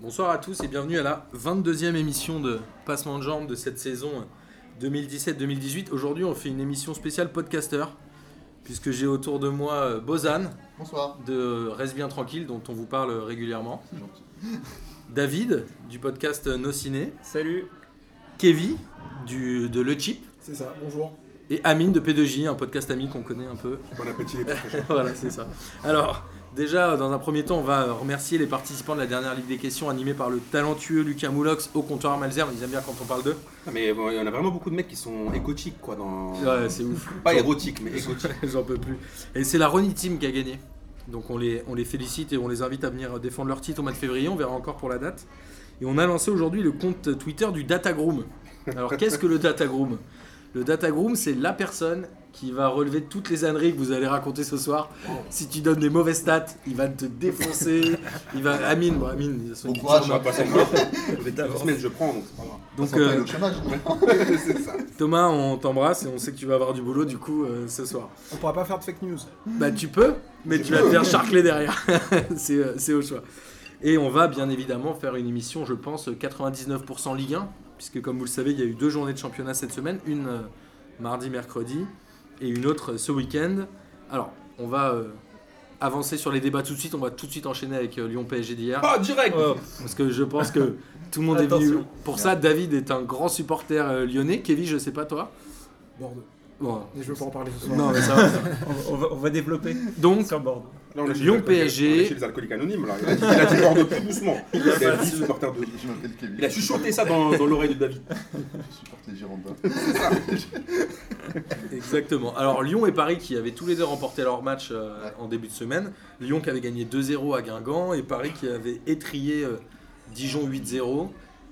Bonsoir à tous et bienvenue à la 22e émission de Passement de Jambes de cette saison 2017-2018. Aujourd'hui, on fait une émission spéciale podcaster, puisque j'ai autour de moi euh, Bozan Bonsoir. de Reste bien tranquille, dont on vous parle régulièrement. David du podcast Nos Ciné. Salut. Kevin du, de Le Chip. C'est ça, bonjour. Et Amine de P2J, un podcast ami qu'on connaît un peu. Bon appétit Euh, les petits voilà, c'est ça. Alors, déjà, dans un premier temps, on va remercier les participants de la dernière Ligue des questions animée par le talentueux Lucas Moulox au comptoir Malzerbe. Ils aiment bien quand on parle d'eux. Ah, mais bon, il y en a vraiment beaucoup de mecs qui sont égotiques, quoi, dans... Ouais, c'est ouf. Pas érotiques, mais égotiques. J'en peux plus. Et c'est la Ronnie Team qui a gagné. Donc on les, on les félicite et on les invite à venir défendre leur titre au mois de février. On verra encore pour la date. Et on a lancé aujourd'hui le compte Twitter du Datagroom. Alors qu'est-ce que le Datagroom Le Datagroom, c'est la personne qui va relever toutes les âneries que vous allez raconter ce soir. Si tu donnes des mauvaises stats, il va te défoncer. Il va... Amine, bon, Amine, il a son Bon une courage, hein. petite- Moi, de toute façon, moi, ça fait deux semaines, je prends, Donc, donc c'est pas grave. Ça s'appelle euh, le chômage, non c'est ça. Thomas, on t'embrasse et on sait que tu vas avoir du boulot du coup euh, ce soir. On pourra pas faire de fake news. Bah tu peux, mais tu vas te faire charcler derrière. c'est euh, c'est au choix. Et on va bien évidemment faire une émission, je pense, 99% Ligue 1, puisque comme vous le savez, il y a eu deux journées de championnat cette semaine, une euh, mardi, mercredi, et une autre euh, ce week-end. Alors, on va euh, avancer sur les débats tout de suite, on va tout de suite enchaîner avec euh, Lyon-PSG d'hier. Ah, direct Ouais, parce que je pense que tout le monde est venu. Attention. Pour ça, David est un grand supporter euh, lyonnais. Kevin, je sais pas toi. Bordeaux. Bon, Mais je veux pas en parler ce soir. non, mais ça va. On, va, on va développer Donc, sur Bordeaux. Là, on est chez Lyon, les alcooliques- PSG. on est chez les alcooliques anonymes, là. Il a dit, il a dit Bordeaux tout doucement. Il a, dit supporter de... Je m'appelle Kevin. il a chuchoté ça dans, dans l'oreille de David. Je supporte les Girondins. Exactement. Alors Lyon et Paris qui avaient tous les deux remporté leur match euh, Ouais. en début de semaine. Lyon qui avait gagné 2-0 à Guingamp et Paris qui avait étrié euh, Dijon 8-0.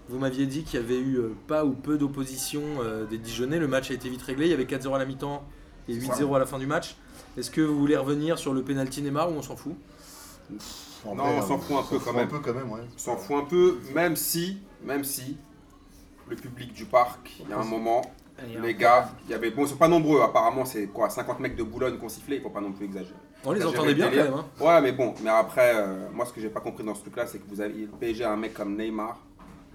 Vous m'aviez dit qu'il y avait eu euh, pas ou peu d'opposition euh, des Dijonnais. Le match a été vite réglé. Il y avait 4-0 à la mi-temps et 8-0 à la fin du match. Est-ce que vous voulez revenir sur le penalty Neymar ou on s'en fout En Non, vrai, on euh, s'en fout un peu quand fout même. Un peu quand même, ouais. On s'en fout un peu, même si, même si, le public du parc, il y a un moment, les gars, il y avait... Bon, ils sont pas nombreux, apparemment, c'est quoi, 50 mecs de Boulogne qu'on sifflait, il faut pas non plus exagérer. On les T'as entendait bien géré Bah, le quand délire. même. hein. Ouais, mais bon, mais après, euh, moi ce que j'ai pas compris dans ce truc-là, c'est que vous avez le PSG a un mec comme Neymar.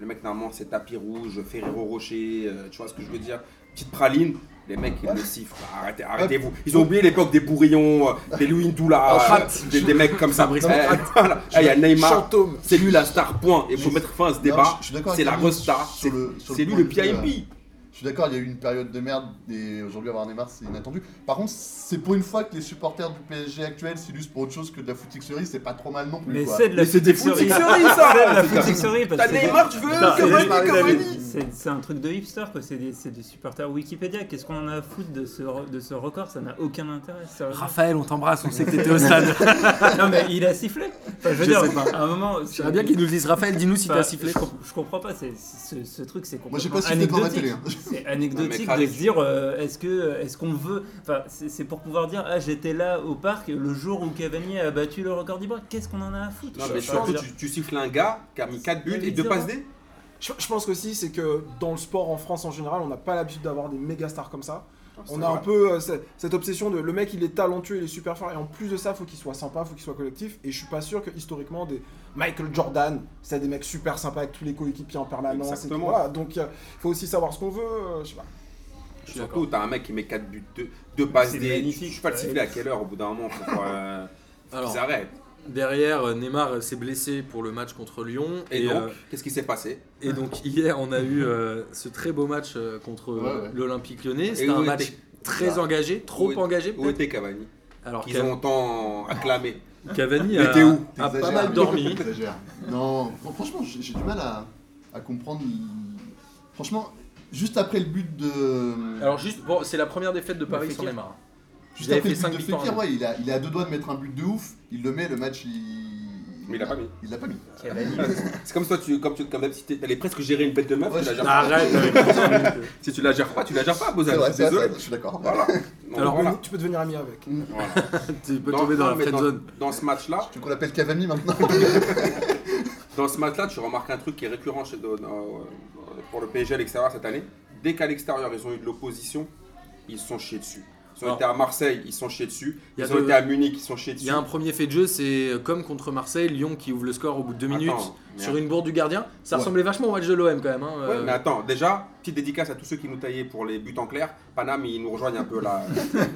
Le mec, normalement, c'est tapis rouge, Ferrero Rocher, euh, tu vois ce que je veux dire Petite praline. Les mecs, ils le sifflent. Arrêtez, arrêtez-vous. Ils ont oublié l'époque des Bourrillons, euh, des Louis Ndoula, Frat. euh, des, des mecs comme ça. Fabrice Eh, voilà. Eh, Il y a Neymar. Chantôme. C'est lui la star, point. Et faut Je- mettre fin à ce Non, débat. je suis d'accord C'est avec la Kevin resta. sur C'est le- sur c'est lui point le de vue, euh, PIP. Je suis d'accord, il y a eu une période de merde et aujourd'hui avoir Neymar c'est inattendu. Par contre, c'est pour une fois que les supporters du PSG actuels s'illustrent pour autre chose que de la footixerie, c'est pas trop mal non plus. Mais quoi. c'est de la Mais c'est des footixerie. footixeries, ça, C'est de la putain. footixerie, parce T'as que- Neymar, tu veux Putain, Cavani, c'est- Cavani c'est- C'est un truc de hipster, quoi. C'est des, c'est des supporters Wikipédia. Qu'est-ce qu'on en a à foutre de ce, re- de ce record Ça n'a aucun intérêt. sérieusement. Raphaël, on t'embrasse. On sait que t'étais au stade. non, mais il a sifflé. Enfin, je veux Je dire, sais pas. à un moment. J'aimerais bien qu'ils nous le disent. Raphaël, dis-nous si Enfin, t'as sifflé. Bah, Je, comp- je comprends pas, c'est- ce, ce truc c'est complètement Moi, j'ai pas sifflé devant la anecdotique. télé. hein. C'est Non, mais anecdotique de Kravitz. se dire euh, est-ce que est-ce qu'on veut enfin c'est c'est pour pouvoir dire ah j'étais là au parc le jour où Cavani a battu le record d'Ibra qu'est-ce qu'on en a à foutre Non, Je- mais enfin, je surtout, veux dire, tu, tu siffles un gars qui a mis 4 buts et 2 passes D. Je, je pense qu'aussi, c'est que dans le sport en France en général, on n'a pas l'habitude d'avoir des méga stars comme ça. On a un peu euh, cette, cette obsession de le mec, il est talentueux, il est super fort, et en plus de ça, faut qu'il soit sympa, faut qu'il soit collectif. Et je suis pas sûr que historiquement, des Michael Jordan, c'est des mecs super sympas avec tous les coéquipiers en permanence. et tout. Exactement. Voilà, donc, il faut aussi savoir ce qu'on veut. euh, je sais pas. Je suis Surtout, t'as un mec qui met 4 buts, 2, passes C'est D. magnifique. Je suis pas le siffler à quelle heure au bout d'un moment pour qu'ils Alors, arrêtent. Derrière, euh, Neymar euh, s'est blessé pour le match contre Lyon. Et, donc, euh, qu'est-ce qui s'est passé et donc, hier, on a eu euh, ce très beau match euh, contre euh, Ouais, ouais. l'Olympique lyonnais. Et C'était où un était- match très Voilà. engagé, trop Où est- engagé Où peut-être. était Cavani Alors, Qu'ils ont tant acclamé. Cav- Cavani Il a, était où a T'exagères. pas mal dormi. T'exagères. Non, fr- franchement, j'ai j'ai du mal à, à comprendre. Franchement, juste après le but de. Alors, juste, bon, c'est la première défaite de Bah, Paris sans Fekir. Neymar. juste il avait après le fait cinq but de victoires, Fekir, hein. ouais, il, a, il est à deux doigts de mettre un but de ouf. Il le met, le match, il. Mais il l'a pas mis. Il l'a pas mis. Cavani C'est comme toi, tu, comme tu, comme d'habitude, t'es- t'allais presque gérer une bête de meuf, Ouais, tu la je- gères pas. Bah, Arrête avec ton minutes. Si tu la gères pas, tu la gères pas, C'est Bozal. vrai, Je suis c'est vrai, désolé. je suis d'accord. Voilà. Donc, Alors, voilà. Tu peux devenir ami avec. Voilà. Tu peux tomber dans non, la mais friend zone. dans ce match-là, Tu veux qu'on l'appelle Cavani maintenant Dans ce match-là, tu remarques un truc qui est récurrent chez- euh, dans- dans- pour le PSG à l'extérieur cette année. Dès qu'à l'extérieur, ils ont eu de l'opposition, ils se sont chiés dessus. Ils ont Alors. été à Marseille, ils sont chiés dessus. Il y a Ils ont deux- été à Munich, ils sont chiés Il dessus. y a un premier fait de jeu, c'est euh, comme contre Marseille, Lyon qui ouvre le score au bout de 2 Attends, minutes merde. sur une bourde du gardien. Ça Ouais. ressemblait vachement au match de l'OM quand même. hein, Ouais, euh, mais attends, déjà, petite dédicace à tous ceux qui nous taillaient pour les buts en clair. Paname, ils nous rejoignent un peu là.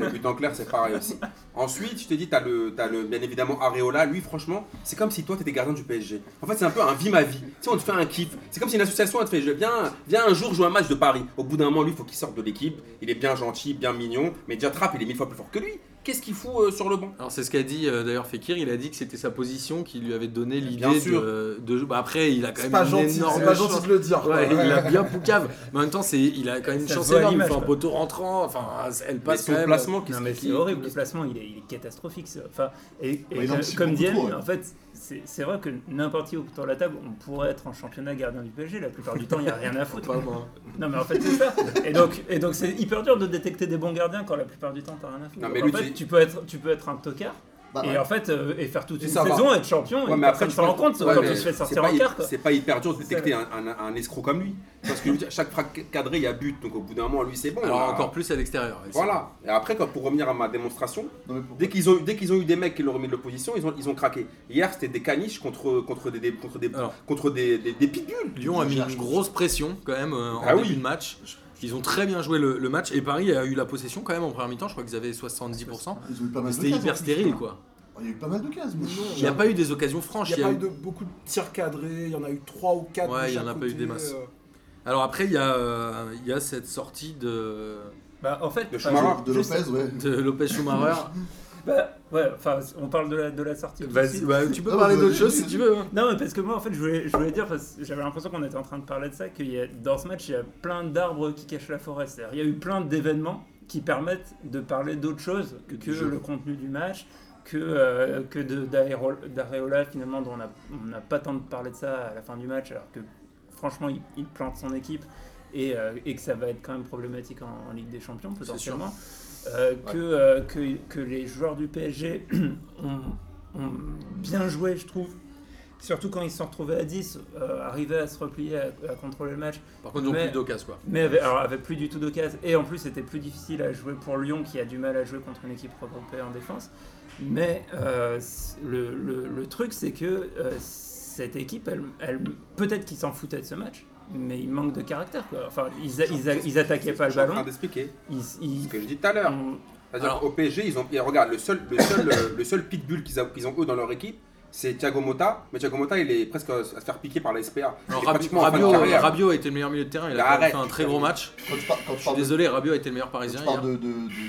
le but en clair, c'est pareil aussi. Ensuite, je te dis, t'as le, t'as le, bien évidemment, Areola. Lui, franchement, c'est comme si toi, t'étais gardien du PSG. En fait, c'est un peu un vie ma vie. Tu sais, on te fait un kiff. C'est comme si une association, elle te fait, je viens, viens un jour jouer un match de Paris. Au bout d'un moment, lui, il faut qu'il sorte de l'équipe. Il est bien gentil, bien mignon. Mais déjà, Trapp, il est mille fois plus fort que lui. Qu'est-ce qu'il fout euh, sur le banc Alors c'est ce qu'a dit euh, d'ailleurs Fekir, il a dit que c'était sa position qui lui avait donné Bien l'idée sûr. de, de jouer. Bah, après il a quand C'est même pas une gentil, énorme c'est pas chance. gentil de le dire. quoi. Ouais, il Ouais. a bien poucave. Mais en même temps, c'est, il a quand même une Ça se chance voit à énorme. Il l'image, fait un quoi. poteau rentrant. Enfin, elle Mais passe quand son même. euh, placement, qu'est-ce Non mais qu'il- c'est horrible, le qu'est-ce- placement il est, il est catastrophique. ça. Enfin, et, et Ouais, il comme- anticipe comme beaucoup dit Anne, trop, ouais. en fait, c'est c'est vrai que n'importe qui autour de la table, on pourrait être en championnat gardien du PSG, la plupart du temps il n'y a rien à foutre. Pas moi. Non mais en fait c'est ça. Et donc et donc c'est hyper dur de détecter des bons gardiens quand la plupart du temps t'as rien à foutre. Non, mais en lui, fait tu- tu peux être tu peux être un tocard Bah, et ouais. en fait euh, et faire toute Et une ça va. saison être champion Ouais, et mais après, après tu je te rends pense- compte Ouais, quand mais tu te fais c'est sortir pas en hy- quart quoi. C'est pas hyper dur de C'est détecter un, un- un escroc comme lui. Parce que je veux dire, chaque frappe cadrée, il y a but. Donc au bout d'un moment, lui, c'est bon. Alors là. encore plus à l'extérieur. Et c'est- Voilà. Et après, quand- pour revenir à ma démonstration, Non, mais pour- dès qu'ils ont, dès qu'ils ont eu des mecs qui leur ont mis de l'opposition, ils ont, ils ont craqué. Hier, c'était des caniches contre, contre des, des- contre des, Alors. contre des, des, des pitbulls. Lyon a mis Cherche. une grosse pression quand même euh, en Ah début oui. de match. Ils ont très bien joué le, le match et Paris a eu la possession quand même en première mi-temps. Je crois qu'ils avaient 70%. Ils ont eu pas mal de C'était cases, en hyper plus, stérile hein. quoi. Il y a eu pas mal de cases. mais- Il n'y a pas eu des occasions Il franches. n'y a il y a pas eu- eu de, beaucoup de tirs cadrés, il y en a eu 3 ou 4. Ouais, il y en a pas eu des masses. euh, Alors après, il y, a, euh, il y a cette sortie de, Bah en fait De enfin, Schumacher. De juste- Lopez, ouais. de Lopez Schumacher. bah, ouais, enfin on parle de la de la sortie. tout de Vas-y, suite. bah, tu peux Non, parler bah, d'autre vas-y, chose vas-y. si tu veux. hein. Non, mais parce que moi, en fait, je voulais, je voulais dire, parce que j'avais l'impression qu'on était en train de parler de ça, qu'il y a, dans ce match, il y a plein d'arbres qui cachent la forêt. C'est-à-dire, il y a eu plein d'événements qui permettent de parler d'autre chose que, Du jeu. le contenu du match, que, euh, que de, d'Aéro- d'Areola, finalement, dont on n'a on n'a pas tant de parler de ça à la fin du match, alors que franchement, il, il plante son équipe et, euh, et que ça va être quand même problématique en, en Ligue des Champions, potentiellement. Euh, que, euh, que, que les joueurs du PSG ont, ont bien joué, je trouve. Surtout quand ils se sont retrouvés à 10, euh, arrivaient à se replier, à, à contrôler le match, Par contre, ils ont Mais- plus d'occasion quoi. mais avaient, alors, avaient plus du tout d'occasion. Et en plus, c'était plus difficile à jouer pour Lyon, qui a du mal à jouer contre une équipe regroupée en défense. Mais euh, c- le, le- le truc, c'est que euh, cette équipe, elle, elle- peut-être qu'ils s'en foutaient de ce match, mais il manque de caractère. quoi. Enfin, ils, a- ils a- ils attaquaient pas Je suis le en train ballon. Mm. d'expliquer Ils, ce ils- que je dis tout à l'heure. on- C'est-à-dire Alors- qu'au PSG, ils ont, et regarde, le seul, le seul, euh, le seul pitbull qu'ils ont, qu'ils ont eux dans leur équipe, c'est Thiago Motta. Mais Thiago Motta, il est presque à se faire piquer par la SPA. Il est Alors, Rabi- pratiquement en fin de Rabiot, carrière. Rabiot a été le meilleur milieu de terrain, il a Bah, quand même arrête, fait un très putain. gros match. Quand tu par- quand Je tu suis parles de- désolé, Rabiot a été le meilleur quand parisien tu hier. parles de, de, de,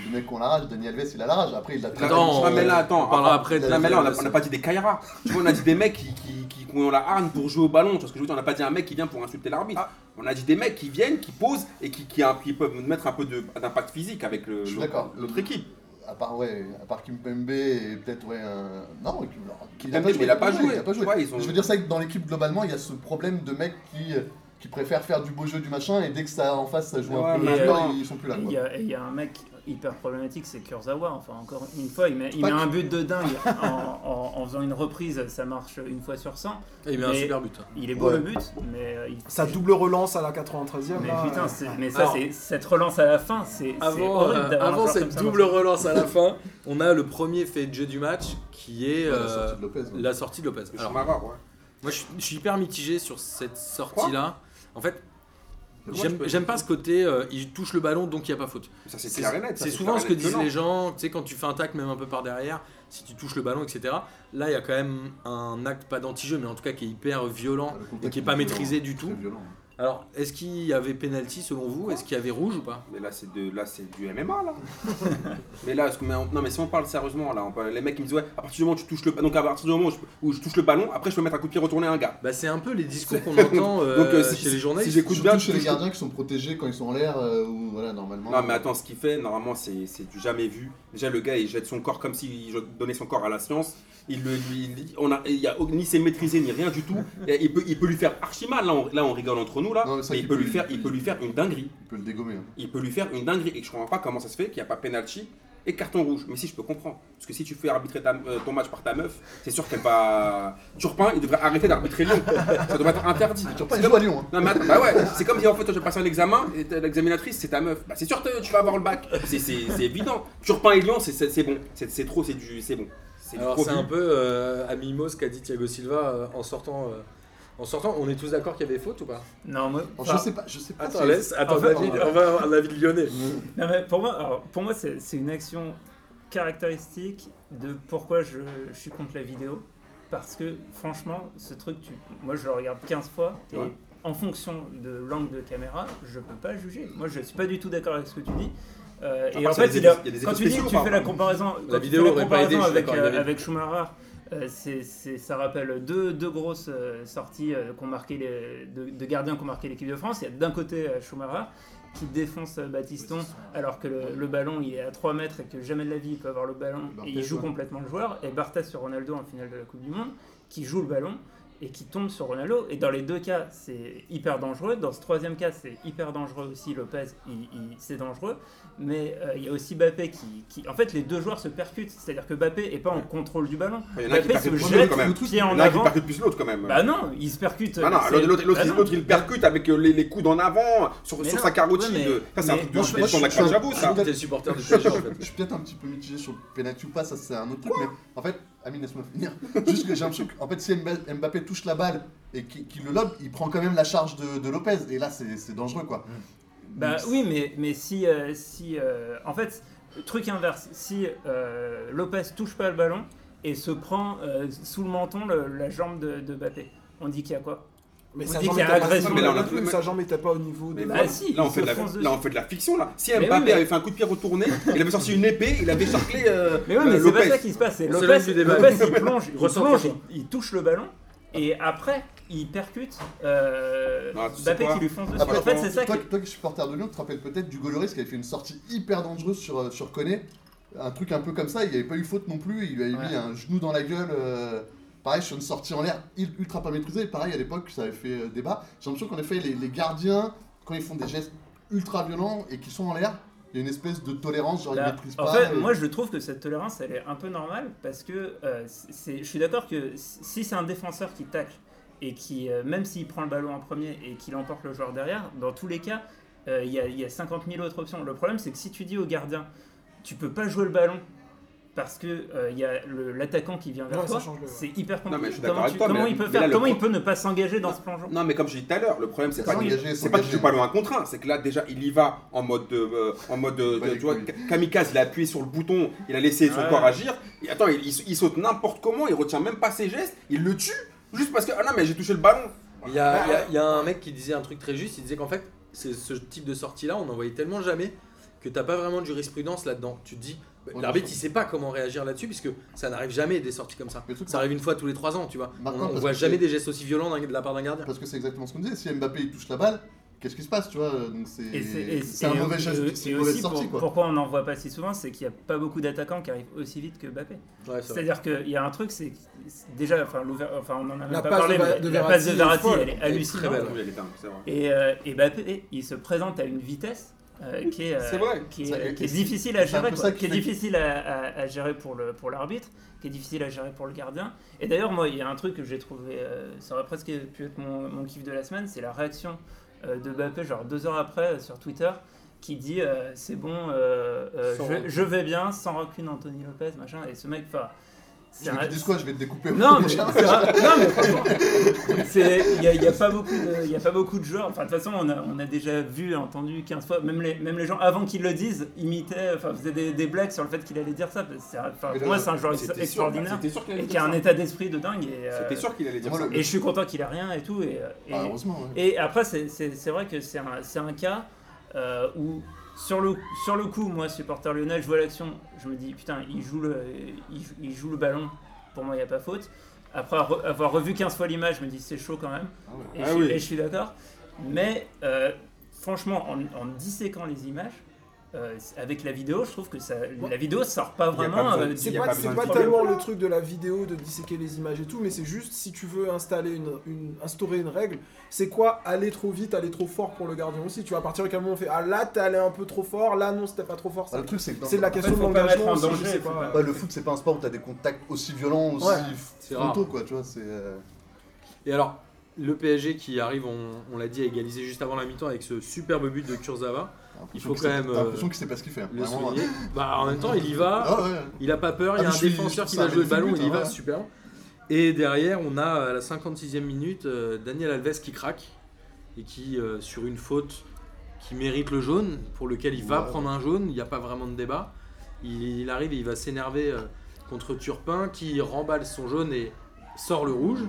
de mecs qu'on l'arrache, Daniel Vess, il a l'arrache. Après, il l'a très Attends, Ah, mais là, on attends, parlera attends. après de Non, mais là, on n'a de- on n'a pas dit des Kaira. Tu vois, on a dit des mecs qui, qui, qui, qui ont la hargne pour jouer au ballon. Tu vois ce que je veux dire On n'a pas dit un mec qui vient pour insulter l'arbitre. Ah. On a dit des mecs qui viennent, qui posent et qui, qui, a- qui peuvent mettre un peu de- d'impact physique avec le- Je suis l'autre- d'accord. l'autre équipe. À part, ouais, à part Kim Pembe et peut-être, ouais, un... Non, Kim- alors, Kim Pembe, mais il a pas joué. Il a pas joué. Tu vois, ils ont- Je veux dire, c'est vrai que dans l'équipe, globalement, il y a ce problème de mecs qui, euh, qui préfèrent faire du beau jeu, du machin, et dès que ça en face, ça joue Ouais, un peu mais le joueur, euh, ils sont plus là, Il quoi. y, a, et il y a un mec hyper problématique, c'est Kurzawa. Enfin, encore une fois, il met, il Pas met que- un but de dingue en, en- en faisant une reprise. Ça marche une fois sur 100. Et Il met un Mais- super but. hein. Il est beau Ouais. le but, mais euh, il- Sa double relance à la 93e. Mais là, putain, euh, c'est- mais ça, Alors- c'est cette relance à la fin, c'est c'est Avant, horrible euh, d'avoir un avant joueur comme cette ça. double relance à la fin, on a le premier fait de jeu du match qui est Ouais, la euh, sortie de Lopez, ouais. la sortie de Lopez. Le Alors, Schumacher, ouais. moi, je suis- je suis hyper mitigé sur cette sortie-là. En fait, Moi, je j'aime peux- j'aime pas ce côté euh, il touche le ballon donc il n'y a pas faute. Ça, c'est C'est- clair et net, ça, C'est clair souvent et ce que net disent non. les gens, tu sais, quand tu fais un tac même un peu par derrière, si tu touches le ballon, etc. Là, il y a quand même un acte, pas d'anti-jeu, mais en tout cas qui est hyper Ah, violent Le contact et qui est pas violent, maîtrisé du très tout. violent. hein. Alors, est-ce qu'il y avait pénalty selon vous Est-ce qu'il y avait rouge ou pas Mais là, c'est de, là, c'est du MMA là. mais là, parce que- mais on- non, mais si on parle sérieusement là, on peut- les mecs ils me disent ouais, à partir du moment où tu touches le, donc à partir du moment où je, où je touche le ballon, après je peux mettre un coup de pied retourné à un gars. Bah, c'est un peu les discours qu'on entend euh, Donc, euh, si- chez les si- journalistes. si j'écoute Surtout bien, chez tu les touches- gardiens qui sont protégés quand ils sont en l'air, euh, ou voilà, normalement. euh, Non, mais attends, ce qu'il fait, normalement, c'est c'est du jamais vu. Déjà, le gars, il jette son corps comme s'il donnait son corps à la science. Il le, il- on a, il y a ni c'est maîtrisé ni rien du tout. Et il peut, il peut lui faire archi mal. Là, on, là, on rigole entre nous là. Non, mais c'est vrai mais il qu'il peut peut- lui faire, il peut lui faire une dinguerie. Il peut le dégommer. hein. Il peut lui faire une dinguerie. Et je comprends pas comment ça se fait qu'il n'y a pas penalty et carton rouge. Mais si je peux comprendre, parce que si tu fais arbitrer ta- euh, ton match par ta meuf, c'est sûr qu'elle va. Turpin, il devrait arrêter d'arbitrer Lyon. Ça devrait être interdit. Turpin, C'est il joue comme- à Lyon. hein. non mais attends, bah ouais, c'est comme si en fait toi tu as passé un examen et t'as- l'examinatrice c'est ta meuf. Bah c'est sûr que tu vas avoir le bac, c'est c'est- c'est évident. Turpin et Lyon c'est- c'est c'est bon, c'est c'est trop, c'est du c'est bon. C'est du Alors trop c'est vu. un peu euh, à Mimos qu'a dit Thiago Silva euh, en sortant. euh, en sortant, on est tous d'accord qu'il y avait faute ou pas Non, moi, Alors, enfin, Je sais pas, je Ah, sais pas. Attends, si- laisse, attends, en fait, David, on on va avoir l'avis de Lyonnais. non, mais pour moi, alors, pour moi c'est c'est une action caractéristique de pourquoi je, je suis contre la vidéo. Parce que franchement, ce truc, tu, moi je le regarde 15 fois et Ouais. en fonction de l'angle de caméra, je peux pas juger. Moi je suis pas du tout d'accord avec ce que tu dis. Euh, et part en s'il y a fait, des- il a- il y a des quand effets tu dis spéciaux, que tu par fais la contre. comparaison, quand tu vidéo fais aurait pas aidé, je suis avec, d'accord, il y euh, avait- avec Schumacher, euh, c'est- c'est- ça rappelle deux, deux grosses euh, sorties euh, qu'ont marqué les, de, de gardiens qui ont marqué l'équipe de France. Il y a d'un côté euh, Schumacher qui défonce euh, Battiston alors que le, le ballon il est à 3 mètres et que jamais de la vie il peut avoir le ballon Barthez, et il joue ouais. complètement le joueur. Et Barthez sur Ronaldo en finale de la Coupe du Monde qui joue le ballon et qui tombe sur Ronaldo. Et dans les deux cas, c'est hyper dangereux. Dans ce troisième cas, c'est hyper dangereux aussi. Lopez, il- il- c'est dangereux. Mais euh, il y a aussi Bappé qui, qui- En fait, les deux joueurs se percutent. C'est-à-dire que Bappé n'est pas en contrôle du ballon. Il y en a qui Bappé se percutent plus l'autre jette, quand même. pied en L'un qui avant. percute plus l'autre quand même. Bah non, il se percute. Ah non, c'est- l'autre, l'autre, l'autre, bah non. l'autre, il percute avec euh, les, les coups d'en avant sur, Mais sur non. sa carotide. Ouais, ça, mais- c'est un mais- truc de moi, je- moi, sur je la suis- Krajabou, ça. T'es supporter du Je PSG en fait. je suis peut-être un petit peu mitigé sur le penalty ou pas, ça c'est un autre truc, mais en fait, Amine, laisse-moi finir. Juste que j'ai l'impression que en fait, si Mba- Mbappé touche la balle et qu'il qu'il le lobe, il prend quand même la charge de, de Lopez, et là c'est c'est dangereux quoi. Bah oui, mais, mais si. euh, si euh, en fait, truc inverse. Si euh, Lopez touche pas le ballon et se prend euh, sous le menton le- la jambe de, de Bappé, on dit qu'il y a quoi Mais On sa dit jambe qu'il y a était pas- agression. mais là, on a Mais- plus, mais- sa jambe était pas au niveau de. Mais Bah voilà. si, là, on il fait de la, se fonce là, on fait de la fiction. Là. Si Mais oui, Mbappé mais- avait fait un coup de pied retourné, il avait sorti une épée, il avait charclé euh, Mais ouais, mais euh, c'est pas Lopez. ça qui se passe. Bah, C'est On se Lopez, lève du débat. Lopez, il plonge, il, Ressort, plonge, ressort. il, il touche le ballon et après il percute euh, Non, Bah, tu sais Mbappé quoi Ah, qui lui fonce dessus. Après, en fait, c'est ça toi, qui. toi qui es supporter de Lyon, tu te rappelles peut-être du Goloris qui avait fait une sortie hyper dangereuse sur, euh, sur Koné. Un truc un peu comme ça, il n'y avait pas eu faute non plus, il lui avait Ouais. mis un genou dans la gueule. euh, pareil, sur une sortie en l'air il- ultra pas maîtrisée. Pareil, à l'époque, ça avait fait euh, débat. J'ai l'impression qu'en effet, les, les gardiens, quand ils font des gestes ultra violents et qui sont en l'air, il y a une espèce de tolérance, genre ils Là, maîtrisent en pas. euh, fait, et- moi je trouve que cette tolérance elle est un peu normale parce que euh, c'est- je suis d'accord que si c'est un défenseur qui tacle et qui, euh, même s'il prend le ballon en premier et qu'il emporte le joueur derrière, dans tous les cas, euh, il y, a- il y a 50 000 autres options. Le problème c'est que si tu dis au gardien, tu peux pas jouer le ballon parce que euh, il y a le- l'attaquant qui vient vers Ouais, ça toi, change le- c'est hyper Non, mais je compliqué. suis d'accord comment avec tu- toi, comment mais- il peut mais faire là, le Comment il pro- peut ne pas s'engager dans ce plan de jeu Non, mais comme je dit tout à l'heure, le problème c'est pas qu'il- S'engager, c'est pas qu'il s'engager. joue pas loin contre un, c'est que là déjà il y va en mode de, euh, en mode de- Bah, de- les tu vois, couilles. Ka- kamikaze, il a appuyé sur le bouton, il a laissé son Ouais. corps agir. Et attends, il, il- il saute n'importe comment, il retient même pas ses gestes, il le tue juste parce que ah non mais j'ai touché le ballon. Ah, Il y, a, il y a- il y a un mec qui disait un truc très juste, il disait qu'en fait, c'est ce type de sortie-là, on n'en voyait tellement jamais que t'as pas vraiment de jurisprudence là-dedans. Tu te dis, bah, Ouais, l'arbitre, bien il sait pas comment réagir là-dessus, puisque ça n'arrive jamais des sorties comme ça. Mais le truc, Ça arrive une fois tous les trois ans, tu vois. On, Maintenant, on Bah, parce voit que jamais c'est- des gestes aussi violents d'un- de la part d'un gardien. Parce que c'est exactement ce qu'on disait, si Mbappé il touche la balle, qu'est-ce qui se passe, tu vois Donc Et c'est- et- c'est c'est un et- mauvais et- geste, c'est et une mauvaise aussi, sortie pour- quoi. Pourquoi on n'en voit pas si souvent, c'est qu'il n'y a pas beaucoup d'attaquants qui arrivent aussi vite que Mbappé. Ouais, c'est vrai. C'est-à-dire qu'il y a un truc, c'est que- c'est- déjà, enfin, l'ouver- enfin, on en a même La pas passe parlé, de Va- mais de la Verratti passe de est Verratti, folle. elle est Elle est très hallucinante. belle. Oui, elle était un- c'est vrai. Et, euh, et Mbappé, il se présente à une vitesse euh, qui est, euh, C'est vrai. qui est- Ça, et- qui est et c'est- difficile à c'est un gérer, peu quoi. ça qui qui est fait- difficile à, à- à gérer pour le pour l'arbitre, qui est difficile à gérer pour le gardien. Et d'ailleurs, moi, il y a un truc que j'ai trouvé, euh, ça aurait presque pu être mon, mon kiff de la semaine, c'est la réaction euh, de Mbappé, genre deux heures après euh, sur Twitter, qui dit euh, c'est bon, euh, euh, Sans je, je vais bien, sans rancune, Anthony Lopez, machin. Et ce mec, enfin, Je me dis quoi, je vais te découper. Bah, non, mais, c'est vrai- non, mais franchement, c'est- il n'y a, il y a pas beaucoup de- il y a pas beaucoup de joueurs. Enfin, de toute façon, on a, on a déjà vu et entendu 15 fois. Même les, même les gens, avant qu'ils le disent, imitaient, enfin, faisaient des, des blagues sur le fait qu'il allait dire ça. parce que c'est- enfin, Mais pour moi, là, c'est un joueur ex- C'était sûr, bah, extraordinaire c'était sûr qu'il allait et qui dire a un ça. état d'esprit de dingue. Et, euh, C'était sûr Bah, qu'il allait dire moi, ça. le- et je suis content qu'il a rien et tout. Et, euh, et- Ah, heureusement, ouais. et après, c'est- c'est c'est vrai que c'est un, c'est un cas euh, où, sur le, sur le coup, moi, supporter lyonnais, je vois l'action, je me dis, putain, il joue le, il, joue- il joue le ballon, pour moi, il n'y a pas faute. Après re- avoir revu 15 fois l'image, je me dis, c'est chaud quand même. Ah ouais. Et, Ah je, oui. et je suis d'accord. Mais euh, franchement, en, en disséquant les images, euh, avec la vidéo, je trouve que ça, la vidéo sort pas vraiment. pas besoin- euh, il C'est y du- a pas, pas c'est besoin pas de problème. tellement le truc de la vidéo, de disséquer les images et tout, mais c'est juste si tu veux installer une, une- instaurer une règle, c'est quoi aller trop vite, aller trop fort pour le gardien aussi. Tu vois, à partir de quel moment on fait Ah là, t'es allé un peu trop fort, là non, c'était pas trop fort. Bah, ça- le truc, c'est que C'est de la dans- question de faut pas l'engagement. mettre en aussi, je danger, sais pas. faut pas- bah, le foot, c'est pas un sport où t'as des contacts aussi violents, aussi Ouais. C'est rare. frontaux, quoi, tu vois. C'est. euh, Et alors, le PSG qui arrive, on, on l'a dit, à égaliser juste avant la mi-temps avec ce superbe but de Kurzawa. t'as l'impression Il faut que quand c'est- même, T'as l'impression euh, qu'il sait pas ce qu'il fait. hein. Le vraiment. souligner. Bah, en même temps, il y va. Ah ouais, ouais. Il a pas peur. Ah, Il y a mais un je suis- défenseur je qui trouve va ça jouer le magnifique, ballon. Il y hein, va, ouais. super. Et derrière, on a à la 56e minute euh, Daniel Alves qui craque et qui, euh, sur une faute qui mérite le jaune, pour lequel il va Ouais. prendre un jaune, il n'y a pas vraiment de débat. Il, il arrive et il va s'énerver euh, contre Turpin qui remballe son jaune et sort le rouge.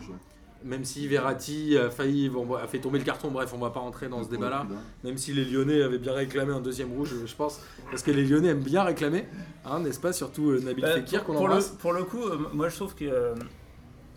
Même si Verratti a failli, bon, a fait tomber le carton, bref, on va pas rentrer dans ce débat-là. Même si les Lyonnais avaient bien réclamé un deuxième rouge, je pense, parce que les Lyonnais aiment bien réclamer, hein, n'est-ce pas Surtout euh, Nabil Euh, Fekir qu'on pour, le, embrasse. pour le coup, euh, moi je trouve que euh,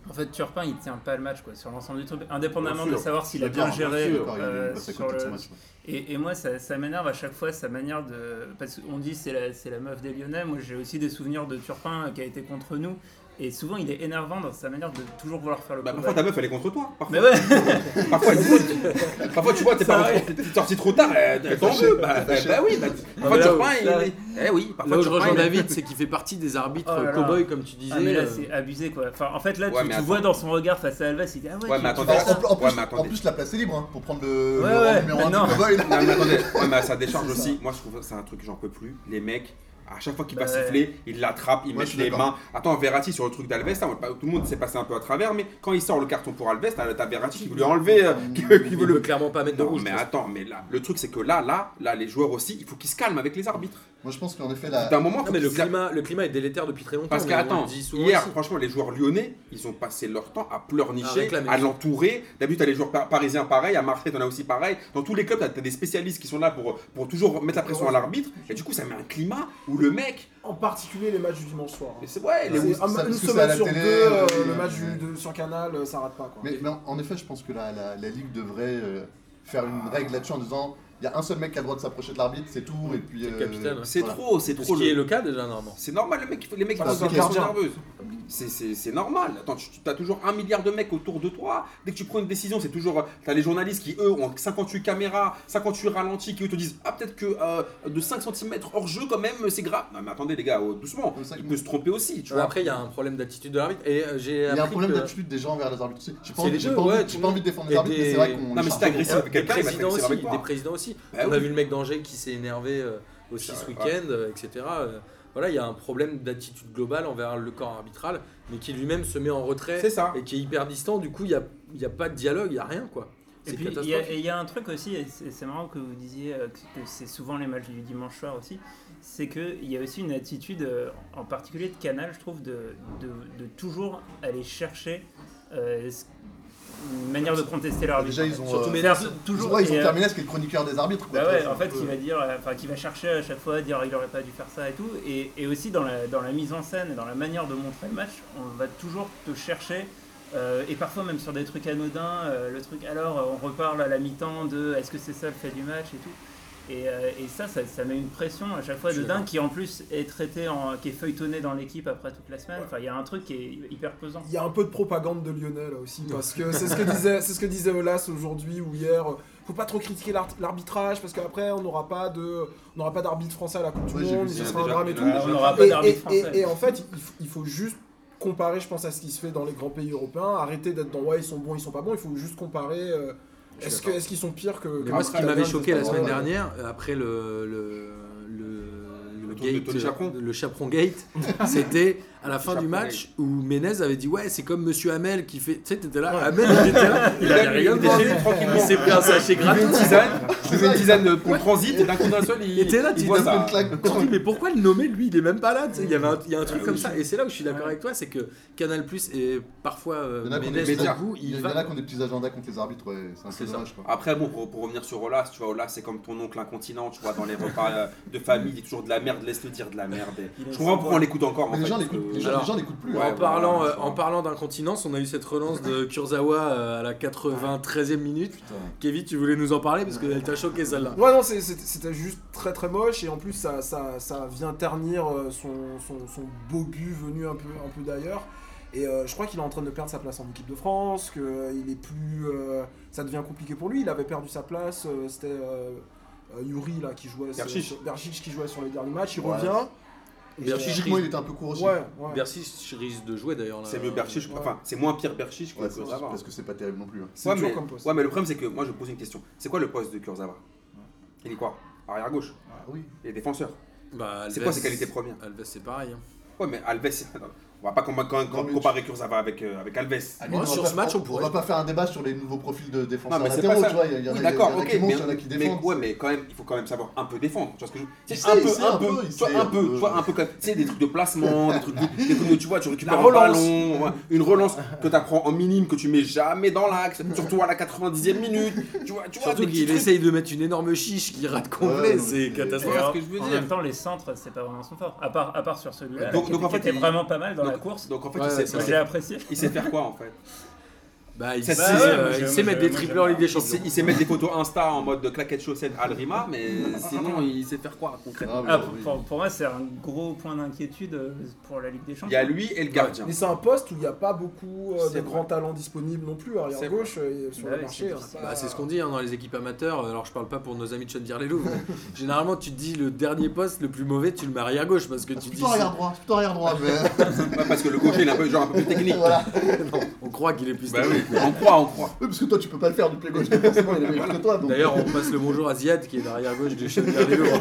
en fait Turpin il tient pas le match quoi sur l'ensemble du truc, indépendamment Bien de sûr. savoir s'il a bien géré. euh, sur le- Moi, Et, et moi ça, ça m'énerve à chaque fois sa manière de parce qu'on dit c'est la c'est la meuf des Lyonnais. Moi j'ai aussi des souvenirs de Turpin euh, qui a été contre nous et souvent il est énervant dans sa manière de toujours vouloir faire le Bah, combat. parfois ta meuf elle est contre toi. Parfois, Mais ouais. parfois, elle boude. Parfois, tu vois, t'es Ça pas arrive. rentré- t'es sorti trop tard, euh, t'es t'en veux. Bah, bah, bah oui, bah, parfois là tu où- reprends, là- il est. Eh oui, Là parfois où tu je reprends. rejoins il est- David, c'est qu'il fait partie des arbitres euh, Oh là là. cow-boys, comme tu disais. Ah, mais là euh, c'est abusé quoi. Enfin en fait là Ouais, tu, mais tu attends. vois dans son regard face à Alves il dit ah ouais. Ouais, tu- mais tu attendez. fais ça. En, en Ouais, plus, mais attendez. en plus, la place est libre hein, pour prendre le, Ouais, le ouais, numéro 1 mais non. du cowboy. Non, mais attendez, ouais, mais à sa décharge aussi, moi je trouve que c'est un truc que j'en peux plus. Les mecs, à chaque fois qu'il va Bah ouais. siffler, ils l'attrapent, ils Ouais, je mettent suis les d'accord. mains. Attends, Verratti sur le truc d'Alves, ça, on va pas- tout le monde s'est passé un peu à travers, mais quand il sort le carton pour Alves, t'as t'as Verratti qui veut lui enlever, euh, qui, qui Mm. Il veut veut le. clairement pas mettre de Non, rouge. mais je pense. attends, mais là, le truc c'est que là, là, là, les joueurs aussi, il faut qu'ils se calment avec les arbitres. Moi, je pense qu'en effet, la. D'un moment, Non, faut mais le qu'ils se calment. climat, le climat est délétère depuis très longtemps. Parce mais que, on le attends, dit souvent hier, aussi. franchement, les joueurs lyonnais, ils ont passé leur temps à pleurnicher, réclamer. à, l'entourer. D'habitude, t'as les joueurs par- parisiens pareil, à Marseille, t'en as aussi pareil. Dans tous les clubs, t'as t'as des spécialistes qui sont là pour, pour toujours mettre la pression à l'arbitre. Et du coup, ça met un climat où le mec. En particulier les matchs du dimanche soir. hein. mais c'est- ouais, les- Ouais, C'est ça, un- Une parce que c'est à semaine la sur deux, télé, euh, euh, le match du- euh, de- sur Canal, euh, ça rate pas quoi. Mais, mais en, en effet, je pense que la, la, la Ligue devrait euh, faire une règle là-dessus en disant il y a un seul mec qui a le droit de s'approcher de l'arbitre, c'est tout. Et puis, euh, C'est le capitaine, hein. c'est voilà. trop, c'est Ce trop. qui le- est le cas déjà, normalement. C'est normal, les mecs, les mecs ils Parce passent leur que question gardien. nerveuse. C'est- C'est c'est normal. Attends, tu as toujours un milliard de mecs autour de toi. Dès que tu prends une décision, c'est toujours. euh, T'as les journalistes qui, eux, ont 58 caméras, 58 ralentis, qui eux te disent Ah, peut-être que euh, de 5 cm hors jeu, quand même, c'est grave. Non, mais attendez, les gars, euh, doucement. Comme ça, Il il- peut se tromper aussi, tu Alors vois. Après, il y a un problème d'attitude de l'arbitre. Et euh, j'ai Il y a un appris problème que- d'attitude des gens envers les arbitres aussi. J'ai pas, C'est envie- les j'ai deux, pas, envie- ouais, j'ai tout pas le envie de défendre les et arbitres, mais des- c'est vrai qu'on. Non, mais les c'est charge agressif Ouais, avec des quelqu'un, il va présidents s'agresser aussi, avec toi. des présidents aussi. Bah on a oui. vu le mec d'Angers qui s'est énervé euh, aussi Ça, ce ouais. week-end, euh, etc. Euh, Voilà, il y a un problème d'attitude globale envers le corps arbitral, mais qui lui-même se met en retrait C'est ça. et qui est hyper distant. Du coup, il n'y a, il y a pas de dialogue, il n'y a rien, quoi. Et C'est puis il y, a- catastrophique. et il y a un truc aussi, et c'est c'est marrant que vous disiez euh, que que c'est souvent les matchs du dimanche soir aussi, c'est qu'il y a aussi une attitude, euh, en particulier de Canal, je trouve, de, de- de toujours aller chercher euh, ce- une manière de contester l'arbitre. Déjà, ils ont. Surtout euh, mes Faire nerfs. toujours. Ouais, ils et, ont euh, terminé ce qui est le chroniqueur des arbitres. quoi, bah tu vois, ouais, c'est en un fait, peu- qui va dire, euh, enfin, qui va chercher à chaque fois, dire il aurait pas dû faire ça et tout. Et, et aussi dans la, dans la mise en scène et dans la manière de montrer le match, on va toujours te chercher. euh, et parfois même sur des trucs anodins, euh, le truc alors euh, on reparle à la mi-temps de est-ce que c'est ça le fait du match et tout. Et, euh, et ça, ça, ça met une pression à chaque fois Je de suis dingue qui en plus est traité, en, qui est feuilletonné dans l'équipe après toute la semaine. Enfin, il y a un truc qui est hyper pesant. Il y a un peu de propagande de Lionel là aussi, parce que c'est ce que disait, c'est ce que disait Olas aujourd'hui ou hier. Faut pas trop critiquer l'art- l'arbitrage parce qu'après on n'aura pas de, on n'aura pas d'arbitre français à la Coupe du Ouais, j'ai Monde, vu et ce ça sera un déjà. drame et Ouais, tout. ouais, Ah, On ouais. Ah, n'aura Et, pas d'arbitre et- et- français. et en fait, il, f- il faut juste comparer, je pense, à ce qui se fait dans les grands pays européens. Arrêter d'être dans ouais, ils sont bons, ils sont pas bons. Il faut juste comparer. euh, Je suis est-ce que- d'accord. est-ce qu'ils sont pires que. Mais que moi, ce Marseille, qui m'avait Allemagne, choqué la etc. semaine Ouais. dernière, euh, après le, le, le, le Le truc de gate, Tony Chaperon. euh, le chaperon gate, c'était à la fin du Chaperon match où Menez avait dit Ouais, c'est comme Monsieur Hamel qui fait. Tu sais, t'étais là, Ouais. Hamel, il était là, il avait rien demandé. Il s'est tranquillement. pris un sachet Il met une gratuit. tisane, il met ça, une tisane pour le transit, et d'un coup d'un seul, il Il était là, il tu voit dis, ça. Une claque. Quand on dit, mais pourquoi le nommer lui Il est même pas là. tu sais, Il y avait un, il y a un truc Ah, comme oui. ça. Et c'est là où je suis d'accord Ouais. avec toi, c'est que Canal Plus et parfois euh, Il y en a qui ont des Menez, petits- beaucoup, il y il en a va. qui ont des petits agendas contre les arbitres, ouais, c'est un C'est peu ça. dommage quoi. Après, bon, pour, pour revenir sur Olas, tu vois, Olas, c'est comme ton oncle incontinent, tu vois, dans les repas euh, de famille, il dit toujours de la merde, laisse-le dire de la merde. Et Il est je comprends pourquoi on l'écoute encore. Mais en les fait, gens euh, parce que- n'écoutent les gens- alors, les gens n'écoutent plus. Ouais, hein. en parlant, voilà, euh, en parlant d'incontinence, on a eu cette relance de Kurzawa euh, à la 93e minute. Putain. Kevin, tu voulais nous en parler parce qu'elle t'a choqué celle-là. Ouais, non, c'est- c'est- c'était juste très très moche et en plus ça, ça, ça vient ternir euh, son, son, son beau but venu un peu, un peu d'ailleurs. Et euh, je crois qu'il est en train de perdre sa place en équipe de France, que euh, il est plus, euh, ça devient compliqué pour lui. Il avait perdu sa place, euh, c'était euh, euh, Yuri là qui jouait, sur- Berchiche. sur- Berchiche qui jouait sur les derniers matchs. Il Ouais. revient. Et, Berchiche, Physiquement, il était un peu court euh, aussi. ouais, ouais. Bercy risque de jouer d'ailleurs. là. C'est mieux Berchiche, Ouais. enfin, c'est moins pire Berchiche que Ouais, c'est- Kurzawa. parce que c'est pas terrible non plus. hein. C'est Ouais, dur mais- comme poste. Ouais, mais le problème, c'est que moi, je pose une question. C'est quoi le poste de Kurzawa Il est quoi Arrière gauche. Ah oui. Il est défenseur. Bah, C'est Alves- quoi ses qualités premières Alves, c'est pareil. hein. Ouais, mais Alves, c'est- Attends, on va pas compa- quand- quand- mais tu- comparer Kurzawa avec, euh, avec Alves. Ah, Moi, mais on sur va ce pas- match, on pourrait. On va pas faire un débat sur les nouveaux profils de défenseurs Non, mais c'est latéraux, pas ça. tu vois. Il y, en a- Oui, il y en a- d'accord, il y en a ok, qui montent, mais, il y en a qui mais- défendent. ouais, mais quand même, il faut quand même savoir un peu défendre. Tu vois ce que je veux Il dire sait, un il sait peu, un un peu, peu, il tu vois, sait euh, un un peu, peu. tu vois, un peu quand même. Tu sais, des trucs de placement, des trucs, des trucs où tu vois, tu récupères La un relance. ballon, ouais, une relance que t'apprends en minime, que tu mets jamais dans l'axe, surtout à la 90e minute. Tu vois, tu vois, Surtout des petits qu'il trucs. essaye de mettre une énorme chiche qui rate complet, Ouais, c'est mais- Et catastrophique. alors, ce que je veux en dire. même temps, les centres, c'est pas vraiment son fort. À part, à part sur celui-là, Donc- qui, donc, en qui fait, était il- vraiment pas mal dans la Donc- course. Donc en fait, Ouais, il ouais, sait- c'est Moi, vrai. j'ai apprécié. il sait faire quoi en fait Bah, il Ça, sait, c'est- ouais, euh, moi, il j'aime- sait mettre des moi, j'aime tripleurs en Ligue des Il sait, Champions. il sait mettre des photos Insta en mode claquette chaussette Alrima, mais sinon il sait faire quoi concrètement Ah, mais Ah, oui. pour, pour moi, c'est un gros point d'inquiétude euh, pour la Ligue des Il Champions. y a lui et le gardien. Mais c'est un poste où il n'y a pas beaucoup euh, C'est de vrai. grands talents disponibles non plus. C'est Arrière vrai. gauche, euh, sur Bah le oui, marché. c'est hein, difficile. pas- Bah, c'est ce qu'on dit hein, dans les équipes amateurs, alors je parle pas pour nos amis de Châtellerault, mais généralement tu te dis le dernier poste le plus mauvais tu le mets arrière gauche parce que C'est tu dis plutôt arrière droit, c'est plutôt arrière droit, mais euh, Ouais, parce que le gaucher il est un peu, genre, un peu plus technique. voilà. on croit qu'il est plus Bah oui, technique. on croit, on croit. Oui, parce que toi, tu peux pas le faire du pied gauche, donc forcément, il est meilleur que toi. donc. D'ailleurs on passe le bonjour à Ziad qui est l'arrière gauche de Châtellerault.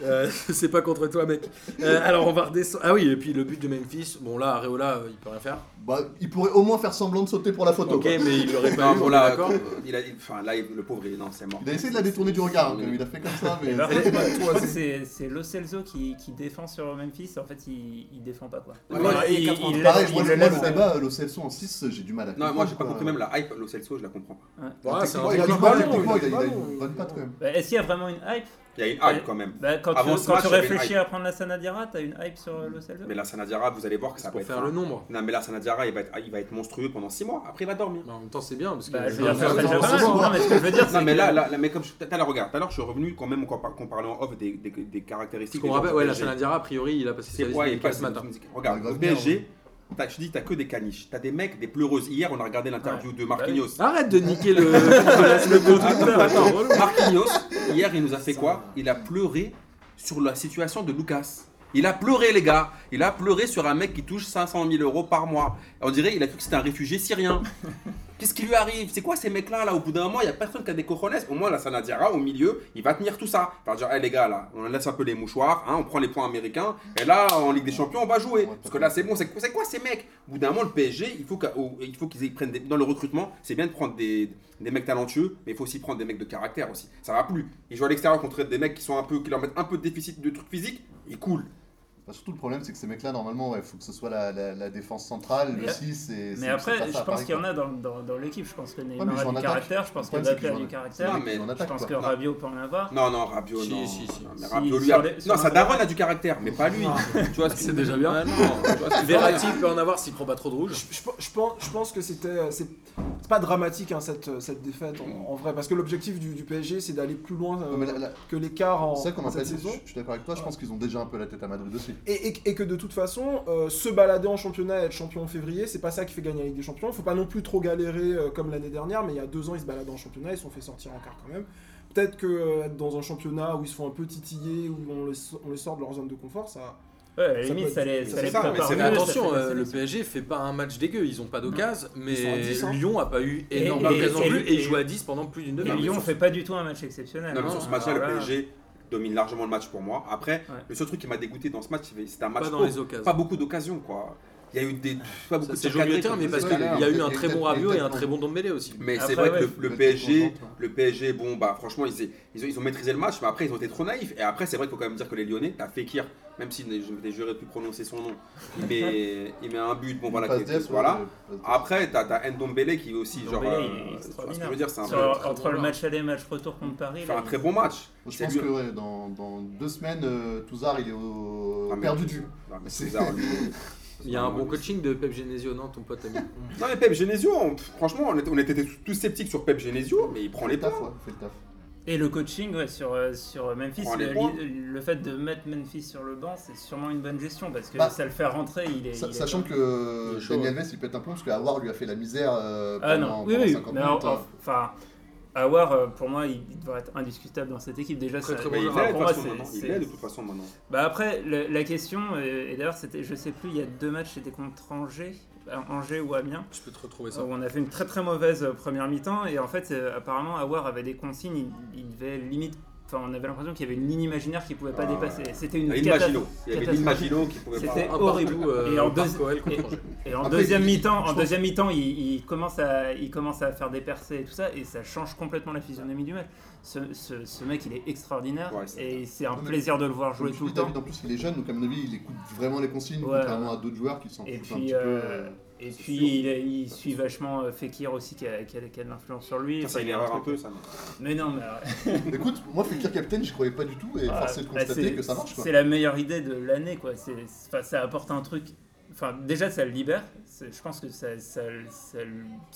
Euh, c'est pas contre toi mec. Euh, alors on va redescendre. Ah oui et puis le but de Memphis, bon là Areola euh, il peut rien faire. Bah, il pourrait au moins faire semblant de sauter pour la photo. Ok quoi. mais il l'aurait pas eu, Non, Ah, bon, on est là, euh, d'accord. il a, il- enfin, là, il- le pauvre, il- non, c'est mort. Il a essayé de la détourner du regard, hein, quand même, il a fait comme ça, mais. Et par contre, c'est pas je toi, crois que c'est- c'est c'est Lo Celso qui, qui défend sur Memphis. En fait, il, il défend pas quoi. Ouais, Enfin, ouais, il, il est il capable. laisse- Pareil, il moi, le le, moi, laisse, le euh, débat, Lo Celso en 6, j'ai du mal à. Non, moi j'ai pas quoi. compris même la hype, Lo Celso, je la comprends pas. Voilà, c'est un Il a du joueur mal, bon. techniquement, il a- il il a a du une mal. bonne patte quand même. bah, Est-ce qu'il y a vraiment une hype Il y a une hype Ouais. quand même. Bah, Quand, Avant tu, ce quand match, tu il y avait une réfléchis hype. à prendre la Sanadiara, t'as une hype sur euh, Lo Celso Mais la Sanadiara, vous allez voir que ça C'est pour peut être. faire le nombre. Non, mais la Sanadiara, il va, être, il va être monstrueux pendant 6 mois. Après, il va dormir. Bah, en même temps c'est bien parce que. Bah, je veux Enfin, dire, ça serait attends, déjà pas c'est mal. bon, Non, hein. mais ce que je veux dire, Non, c'est mais que- là, là, là, mais comme je- t'as la regarde, tout à l'heure, je suis revenu quand même quand par- qu'on parlait en off des, des, des Parce caractéristiques. qu'on des rappelle, joueurs ouais, du la PSG. Sanadiara, a priori, il a passé sa C'est liste quoi il médicale passe ce matin. Regarde, Ah, au grave bien, PSG, hein. t'as- tu dis t'as que des caniches. T'as des mecs, des pleureuses. Hier, on a regardé l'interview de Bah Marquinhos. Arrête de niquer le, le Attends, compte Twitter, attends, attends, relou. Marquinhos, hier, il nous a fait quoi Il a pleuré sur la situation de Lucas. Il a pleuré, les gars. Il a pleuré sur un mec qui touche 500 000 euros par mois. On dirait il a cru que c'était un réfugié syrien. Qu'est-ce qui lui arrive C'est quoi ces mecs-là là Au bout d'un moment, il n'y a personne qui a des cojones. Au moins, la Sanadiara, au milieu, il va tenir tout ça. Il va dire, Eh, les gars, là, on laisse un peu les mouchoirs, hein, on prend les points américains, et là, en Ligue des Champions, on va jouer. Parce que là, c'est bon, c'est c'est quoi ces mecs Au bout d'un moment, le PSG, il faut qu'à- au- il faut qu'ils aient- prennent des- dans le recrutement, c'est bien de prendre des, des mecs talentueux, mais il faut aussi prendre des mecs de caractère aussi. Ça va plus. Ils jouent à l'extérieur contre des mecs qui sont un peu, qui leur mettent un peu de déficit de trucs physiques, ils coulent. Bah, surtout, le problème, c'est que ces mecs-là, normalement, il faut que ce soit la, la, la défense centrale, le Mais- 6, et. Mais après, je pense qu'il y en a dans, dans, dans l'équipe. Je pense que mais ils Neymar jouent a en du attaque. caractère. Je pense que Le problème, c'est Mbappé a qu'ils du jouent caractère. Non, mais en Je attaque, pense quoi. que Rabiot peut en avoir. Non, non, Rabiot, Si, non. si, si. Non, mais Si, Rabiot, lui, sur a- les- sur non, les sa daronne droits. a du caractère, mais pas lui. Non. tu vois ce que C'est déjà bien. Ah, non, tu vois ce que je veux dire Verratti peut en avoir s'il prend pas trop de rouge. Je, je- je pense, je pense que c'était. euh, C'est c'est pas dramatique hein, cette, cette défaite en, en vrai, parce que l'objectif du, du PSG c'est d'aller plus loin euh, Non, mais la- la- que l'écart en C'est ça qu'on en appelle. cette Je saison. je suis d'accord avec toi, je pense qu'ils ont déjà un peu la tête à Madrid aussi. Et, et- et que de toute façon, euh, se balader en championnat et être champion en février, c'est pas ça qui fait gagner la Ligue des Champions. Faut pas non plus trop galérer euh, comme l'année dernière, mais il y a deux ans, ils se baladaient en championnat, ils se sont fait sortir en quart quand même. Peut-être que euh, être dans un championnat où ils se font un peu titiller, où on les, so- on les sort de leur zone de confort, ça. Ouais, à la Ça limite, peut ça être- les Mais ça c'est les ça, mais prépare c'est- mieux, Mais ça attention, fait la euh, le sélection. PSG fait pas un match dégueu, ils ont pas d'occasion, sont à mais 10, hein. Lyon a pas eu Et- énormément et- d'occasions non et- plus et ils et- jouent à 10 pendant plus d'une Et Non, mais demi-heure. Lyon sur- fait pas du tout un match exceptionnel. hein. Non, mais sur ce match-là, le Alors là, PSG domine largement le match pour moi. Après, Ouais. le seul truc qui m'a dégoûté dans ce match, c'était un match Pas dans pauvre. les occasions. Pas beaucoup d'occasions, quoi. Il y a eu des, pas beaucoup Ça, de C'est tirs joli cadrés, à terme, comme mais je parce disais qu'il tout à y a l'heure. eu un très bon Rabiot et un très bon Dombélé aussi. Mais c'est Après, vrai ouais, que le, le faut- PSG, faut- le PSG, bon bah franchement ils, s'est- ils, ont, ils ont maîtrisé le match, mais après ils ont été trop naïfs. Et après c'est vrai qu'il faut quand même dire que les Lyonnais, t'as Fekir, même si je m'étais juré de plus prononcer son nom, il met, il met un but, bon voilà, Passe euh, qui- def, voilà. Ah, ouais, passe def. Après t'as, t'as Ndombele qui est aussi genre, Ndombele, il est euh, tu vois ce que je extraordinaire. veux dire, c'est un, sur- peu- hein. très entre bon le joueur. match aller, match retour contre Paris. faire là, un très bon match. Je C'est pense lui- que ouais, dans, dans deux semaines, euh, Touzard il est au Ah, mais- perdu du. Non, mais c'est bizarre, lui. Il y a un bon coaching de Pep Genesio, non Ton pote ami. Non mais Pep Genesio, on- franchement on était, on était tous, tous sceptiques sur Pep Genesio, mais il prend Fais les le taf, points. ouais, fais le taf. Et le coaching ouais, sur, euh, sur Memphis, Prends les le, points. le fait de mettre Memphis sur le banc, c'est sûrement une bonne gestion parce que Bah, ça le fait rentrer. Il est, Sa- il est- Sachant que euh, il est chaud, Daniel Alves il pète un plomb parce que Aouar lui a fait la misère euh, Ah pendant, non, oui, pendant oui, 50 mais minutes. hein. en- en- enfin, Awar, euh, pour moi, il, il devrait être indiscutable dans cette équipe. Déjà, Très, ça- très bon enfin, Mais il joueur. est pour de toute moi, façon c'est- maintenant. Il c'est- est de toute façon maintenant. Bah après, la, la question, euh, et d'ailleurs, c'était, je sais plus, il y a deux matchs, c'était contre Angers, à Angers ou Amiens, Je peux te retrouver où ça. on a fait une très très mauvaise euh, première mi-temps, et en fait, euh, apparemment, Awar avait des consignes, il, il devait limite. Enfin, on avait l'impression qu'il y avait une ligne imaginaire qu'il pouvait pas Ah ouais. dépasser. C'était une Il y avait Lynn catastrophe. Magilo. Il y avait Lynn catastrophe. Magilo qui pouvait C'était pas. Un horrible. partout, euh, Et en par deuxi- Coel contre et- Angers. Et en Après, deuxième il- mi-temps, je en pense- deuxième mi-temps, il, il commence à, il commence à faire des percées et tout ça, et ça change complètement la physionomie du match. Ce, ce- ce mec, il est extraordinaire, Ouais, c'est- et c'est un Non, mais- plaisir de le voir Comme jouer tu tout dis, le temps. David, en plus, il est jeune, donc à mon avis, il écoute vraiment les consignes, Ouais. contrairement à d'autres joueurs qui s'en foutent Et un petit puis, peu. euh, euh, et c'est puis sûr. il, est- il suit vachement euh, Fekir aussi, qui a, qui a- qui a de l'influence sur lui. Ça, Enfin, c'est une il a erreur un truc- peu, ça. non Mais non, mais. euh, Écoute, moi, Fekir Captain, j'y croyais pas du tout, et Ah, force est de bah, constater c'est- que ça marche. Quoi. C'est la meilleure idée de l'année, quoi. C'est, enfin, ça apporte un truc. Enfin, déjà, ça le libère. C'est- Je pense que ça, ça, ça-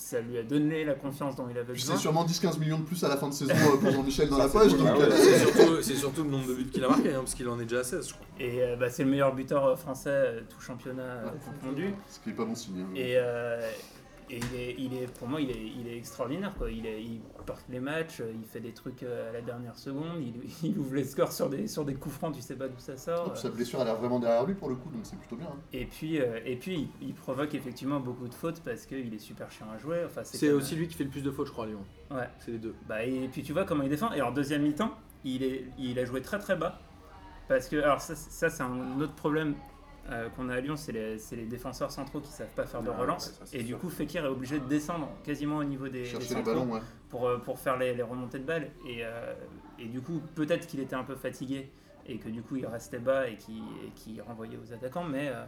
ça lui a donné la confiance dont il avait Puis besoin. c'est sûrement 10-15 millions de plus à la fin de saison euh, pour Jean-Michel dans la c'est poche, cool, donc bah ouais. euh, C'est surtout, c'est surtout le nombre de buts qu'il a marqué, hein, parce qu'il en est déjà à 16, je crois. Et euh, bah, c'est le meilleur buteur euh, français, euh, tout championnat euh, confondu. ce qui est pas bon signe. hein. Et, euh, et il, est, il est, pour moi, il est, il est extraordinaire. Quoi. Il, est- il porte les matchs, euh, il fait des trucs euh, à la dernière seconde, il, il ouvre les scores sur des, sur des coups francs, tu sais pas d'où ça Oh, sort. puis sa blessure a l'air vraiment derrière lui pour le coup, donc c'est plutôt bien. hein. Et puis, euh, et puis il, il provoque effectivement beaucoup de fautes parce qu'il est super chiant à jouer. Enfin, C'est comme- aussi lui qui fait le plus de fautes, je crois, à Lyon. Ouais. C'est les deux. Bah, et puis tu vois comment il défend. Et en deuxième mi-temps, il, est, il a joué très très bas. Parce que, alors ça, ça, c'est un autre problème euh, qu'on a à Lyon, c'est les, c'est les défenseurs centraux qui savent pas faire de Ah, relance. ouais, ça, c'est et du sûr. coup, Fekir est obligé de descendre quasiment au niveau des, des Chercher les centraux ballons, ouais. pour, euh, pour faire les, les remontées de balles. Et, euh, et du coup, peut-être qu'il était un peu fatigué et que du coup, il restait bas et qui renvoyait aux attaquants. Mais euh,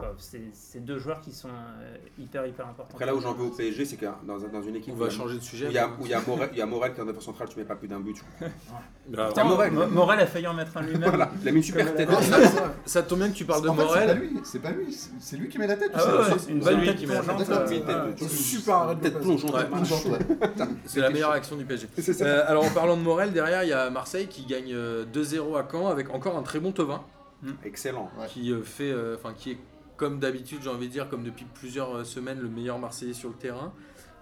enfin, c'est c'est deux joueurs qui sont euh, hyper hyper importants. Après, là où j'en veux au PSG, c'est que dans dans une équipe. On où va il y a- changer de Où sujet. il y a, où il y a Morel, il y a Morel qui est en défense centrale, tu mets pas plus d'un but. tu comprends Bah, Putain, Ah, Morel. Mo- Morel a failli en mettre un lui-même. Voilà, il a mis une super tête. ça, ça- ça tombe bien que tu parles de En fait, c'est pas Morel. lui, c'est pas lui, c'est- c'est lui qui met la tête. Ah c'est- ouais, ouais, c'est- une c'est bonne lui tête qui met la plongeante. tête, euh, une tête de- euh, C'est super arrêt de Tête Lopez. plongeante. Ouais. une sorte, ouais. C'est la meilleure action du PSG. C'est ça. Euh, alors en parlant de Morel, derrière il y a Marseille qui gagne euh, 2-0 à Caen avec encore un très bon Tovin Excellent. Ouais. qui euh, fait, euh, enfin qui est comme d'habitude, j'ai envie de dire comme depuis plusieurs euh, semaines le meilleur Marseillais sur le terrain.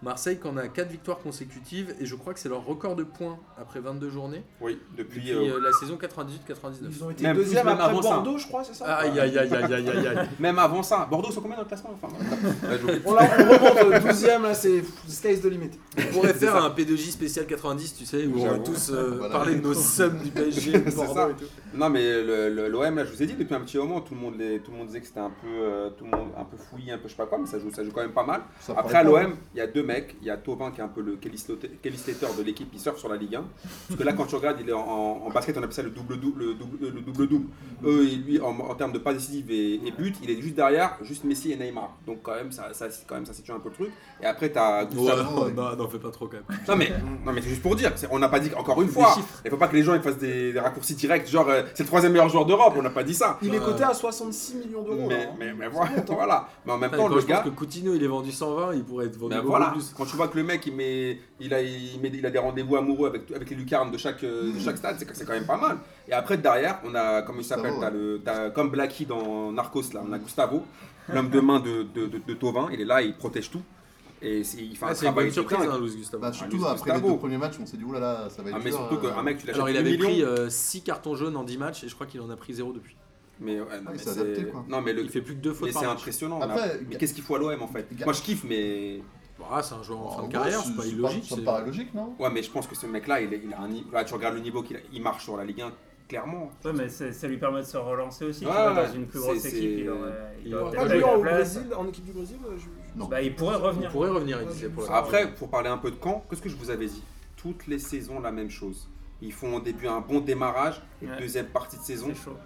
Marseille qui en a 4 victoires consécutives et je crois que c'est leur record de points après 22 journées Oui, depuis. depuis euh, euh, la saison 98-99. Ils ont été Même plus, deuxième même après avant ça. Bordeaux, je crois, c'est ça Aïe aïe aïe aïe aïe aïe aïe. Même avant ça, Bordeaux sont combien dans le classement enfin, voilà. Là, j'oublie. On, l'a- on remonte 12 e là, c'est pff, sky's the limit. On pourrait faire un P2J spécial 90, tu sais, où on va J'avoue. tous euh, Voilà. parler de nos sommes du PSG, C'est Bordeaux ça. et tout. Non, mais l'OM, là, je vous ai dit depuis un petit moment, tout le monde, les- tout le monde disait que c'était un peu, euh, tout le monde, un peu fouillis, un peu je sais pas quoi, mais ça joue, ça joue quand même pas mal. Ça Après, à parle pas. l'OM, il y a deux mecs. Il y a Tauvin qui est un peu le Kelly Slater Kelly Slater de l'équipe, il surfe sur la Ligue 1. Parce que là, quand tu regardes, il est en, en- en basket, on appelle ça le double-double. Le double, euh, le double-double. Eux, et lui, en, en termes de pas décisive et, et but, il est juste derrière, juste Messi et Neymar. Donc, quand même, ça, ça, quand même, ça situe un peu le truc. Et après, tu as Gustavo, Ouais, ouais. bah, non, fais pas trop quand même. non mais, non mais c'est juste pour dire, c'est- on n'a pas dit encore une Des fois, chiffres. il faut pas que les gens ils fassent des, des raccourcis directs, genre euh, c'est le troisième meilleur joueur d'Europe, on n'a pas dit ça. Il Bah, est coté à 66 millions d'euros. là, Mais, hein. mais, mais voilà, voilà. Mais en même Attends, temps, hein, quand le je pense gars, que Coutinho il est vendu 120, il pourrait être vendu ben beaucoup voilà, plus. quand tu vois que le mec il, met, il, a, il, met- il a des rendez-vous amoureux avec, avec les lucarnes de chaque, euh, de chaque stade, c'est que- c'est quand même pas mal. Et après derrière, on a, comme il s'appelle, Gustavo, t'as le- t'as- comme Blackie dans Narcos, là, on a Gustavo, l'homme de main de, de, de, de Thauvin, il est là, il protège tout. Et c'est- il fait Ah, un c'est une bonne travail de surprise, dingue. hein, Luis Gustavo. Bah, surtout Ah, après les Gustavo. deux premiers matchs, on s'est dit, oulala, ça va être Ah, mais dur, surtout euh, qu'un mec, tu l'achètes Alors il 8 avait millions. pris euh, 6 cartons jaunes en 10 matchs et je crois qu'il en a pris 0 depuis. Mais, ouais, non, Ah, mais il c'est s'est adapté, quoi. Non, mais le- Il fait plus que 2 mais fautes c'est par match. impressimaient. Après, mais Ga- qu'est-ce qu'il faut à l'OM en fait Ga- Moi je kiffe, mais. Bah, c'est un joueur en en fin de gros, carrière, Oh, c'est- c'est pas c'est illogique. Ça c'est- me paraît logique, non Ouais, mais je pense que ce mec-là, il, est- il a un niveau. Là, tu regardes le niveau qu'il a- il marche sur la Ligue 1, clairement. Ouais, mais c'est- ça lui permet de se relancer aussi. Ouais, tu vois, ouais, dans une plus c'est- grosse c'est- équipe, il aurait, il il aurait aurait peut-être Pas pas eu joué la en place. Ah, Brésil, en équipe du Brésil euh, je- je- Non. Bah, il pourrait Il revenir. pourrait revenir, il disait pour la Après, pour parler un peu de Caen, qu'est-ce que je vous avais dit Toutes les saisons, la même chose. Ils font au début un bon démarrage et Ouais. deuxième partie de saison C'est chaud.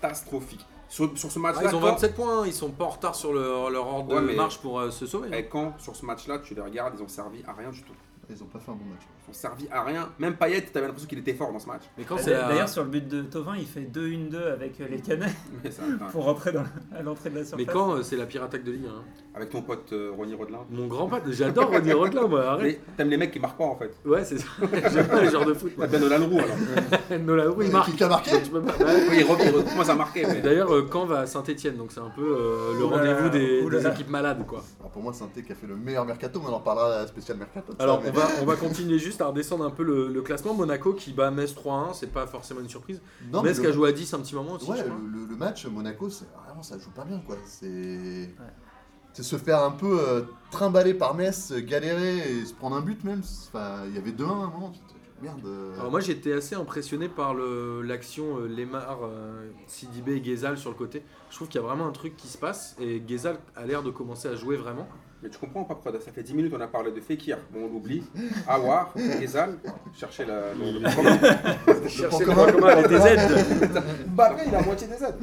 catastrophique. Sur, sur ce Ah, match-là, ils ont Caen- 27 points, hein, ils sont pas en retard sur leur, leur ordre Ouais, de mais- marche pour euh, se sauver. hein. eh, Caen, sur ce match-là, tu les regardes, ils ont servi à rien du tout. ils ont pas fait un bon match. Ils sont servis à rien. Même Payet, t'avais l'impression qu'il était fort dans ce match. Mais quand c'est la- Euh, Bah, D'ailleurs, sur le but de Tovin, il fait 2-1-2 avec euh, les canets Mais ça, attends. pour rentrer dans- à l'entrée de la mais surface. quand euh, c'est la pire attaque de Ligue 1. hein. Avec ton pote euh, Ronny Rodelin. Mon grand pote, j'adore Ronnie Rodelin, moi, arrête. Mais T'aimes les mecs qui marquent pas en fait. Ouais, c'est ça. J'aime pas le genre de foot. T'as Ben, bien Nolan Roux alors. Nola il marque. Euh, Qui a marqué Donc, je peux pas- ben, Ouais. Oui, il revient, il recommence à marquer. Et Mais... D'ailleurs, euh, Caen va à Saint-Etienne, donc c'est un peu euh, le Oula, rendez-vous des, oula. des équipes malades, quoi. Alors Bah, pour moi, c'est un thé qui a fait le meilleur mercato, mais on en parlera à la spéciale mercato. de Alors, ça, on mais- va, on va continuer juste à redescendre un peu le, le classement. Monaco qui bat Metz 3-1, c'est pas forcément une surprise. Non, mais Metz le- qui a joué à 10 un petit moment aussi, Ouais, je le, crois. le- le match Monaco, c'est vraiment ça joue pas bien quoi. C'est c'est se faire un peu euh, trimballer par Metz, euh, galérer et se prendre un but même. C'est- Enfin, il y avait 2-1 à un moment. tu te dis, Merde. euh, Alors moi j'étais assez impressionné par le- l'action euh, Lemar, euh, Sidibé et Ghezal sur le côté. Je trouve qu'il y a vraiment un truc qui se passe et Ghezal a l'air de commencer à jouer vraiment. mais tu comprends pas pourquoi ça fait 10 minutes on a parlé de Fekir. Bon, on l'oublie. Awar, Ezal, chercher la. le- le- Chercher point commun. le point commun avec des aides. Mbappé, il a moitié des aides.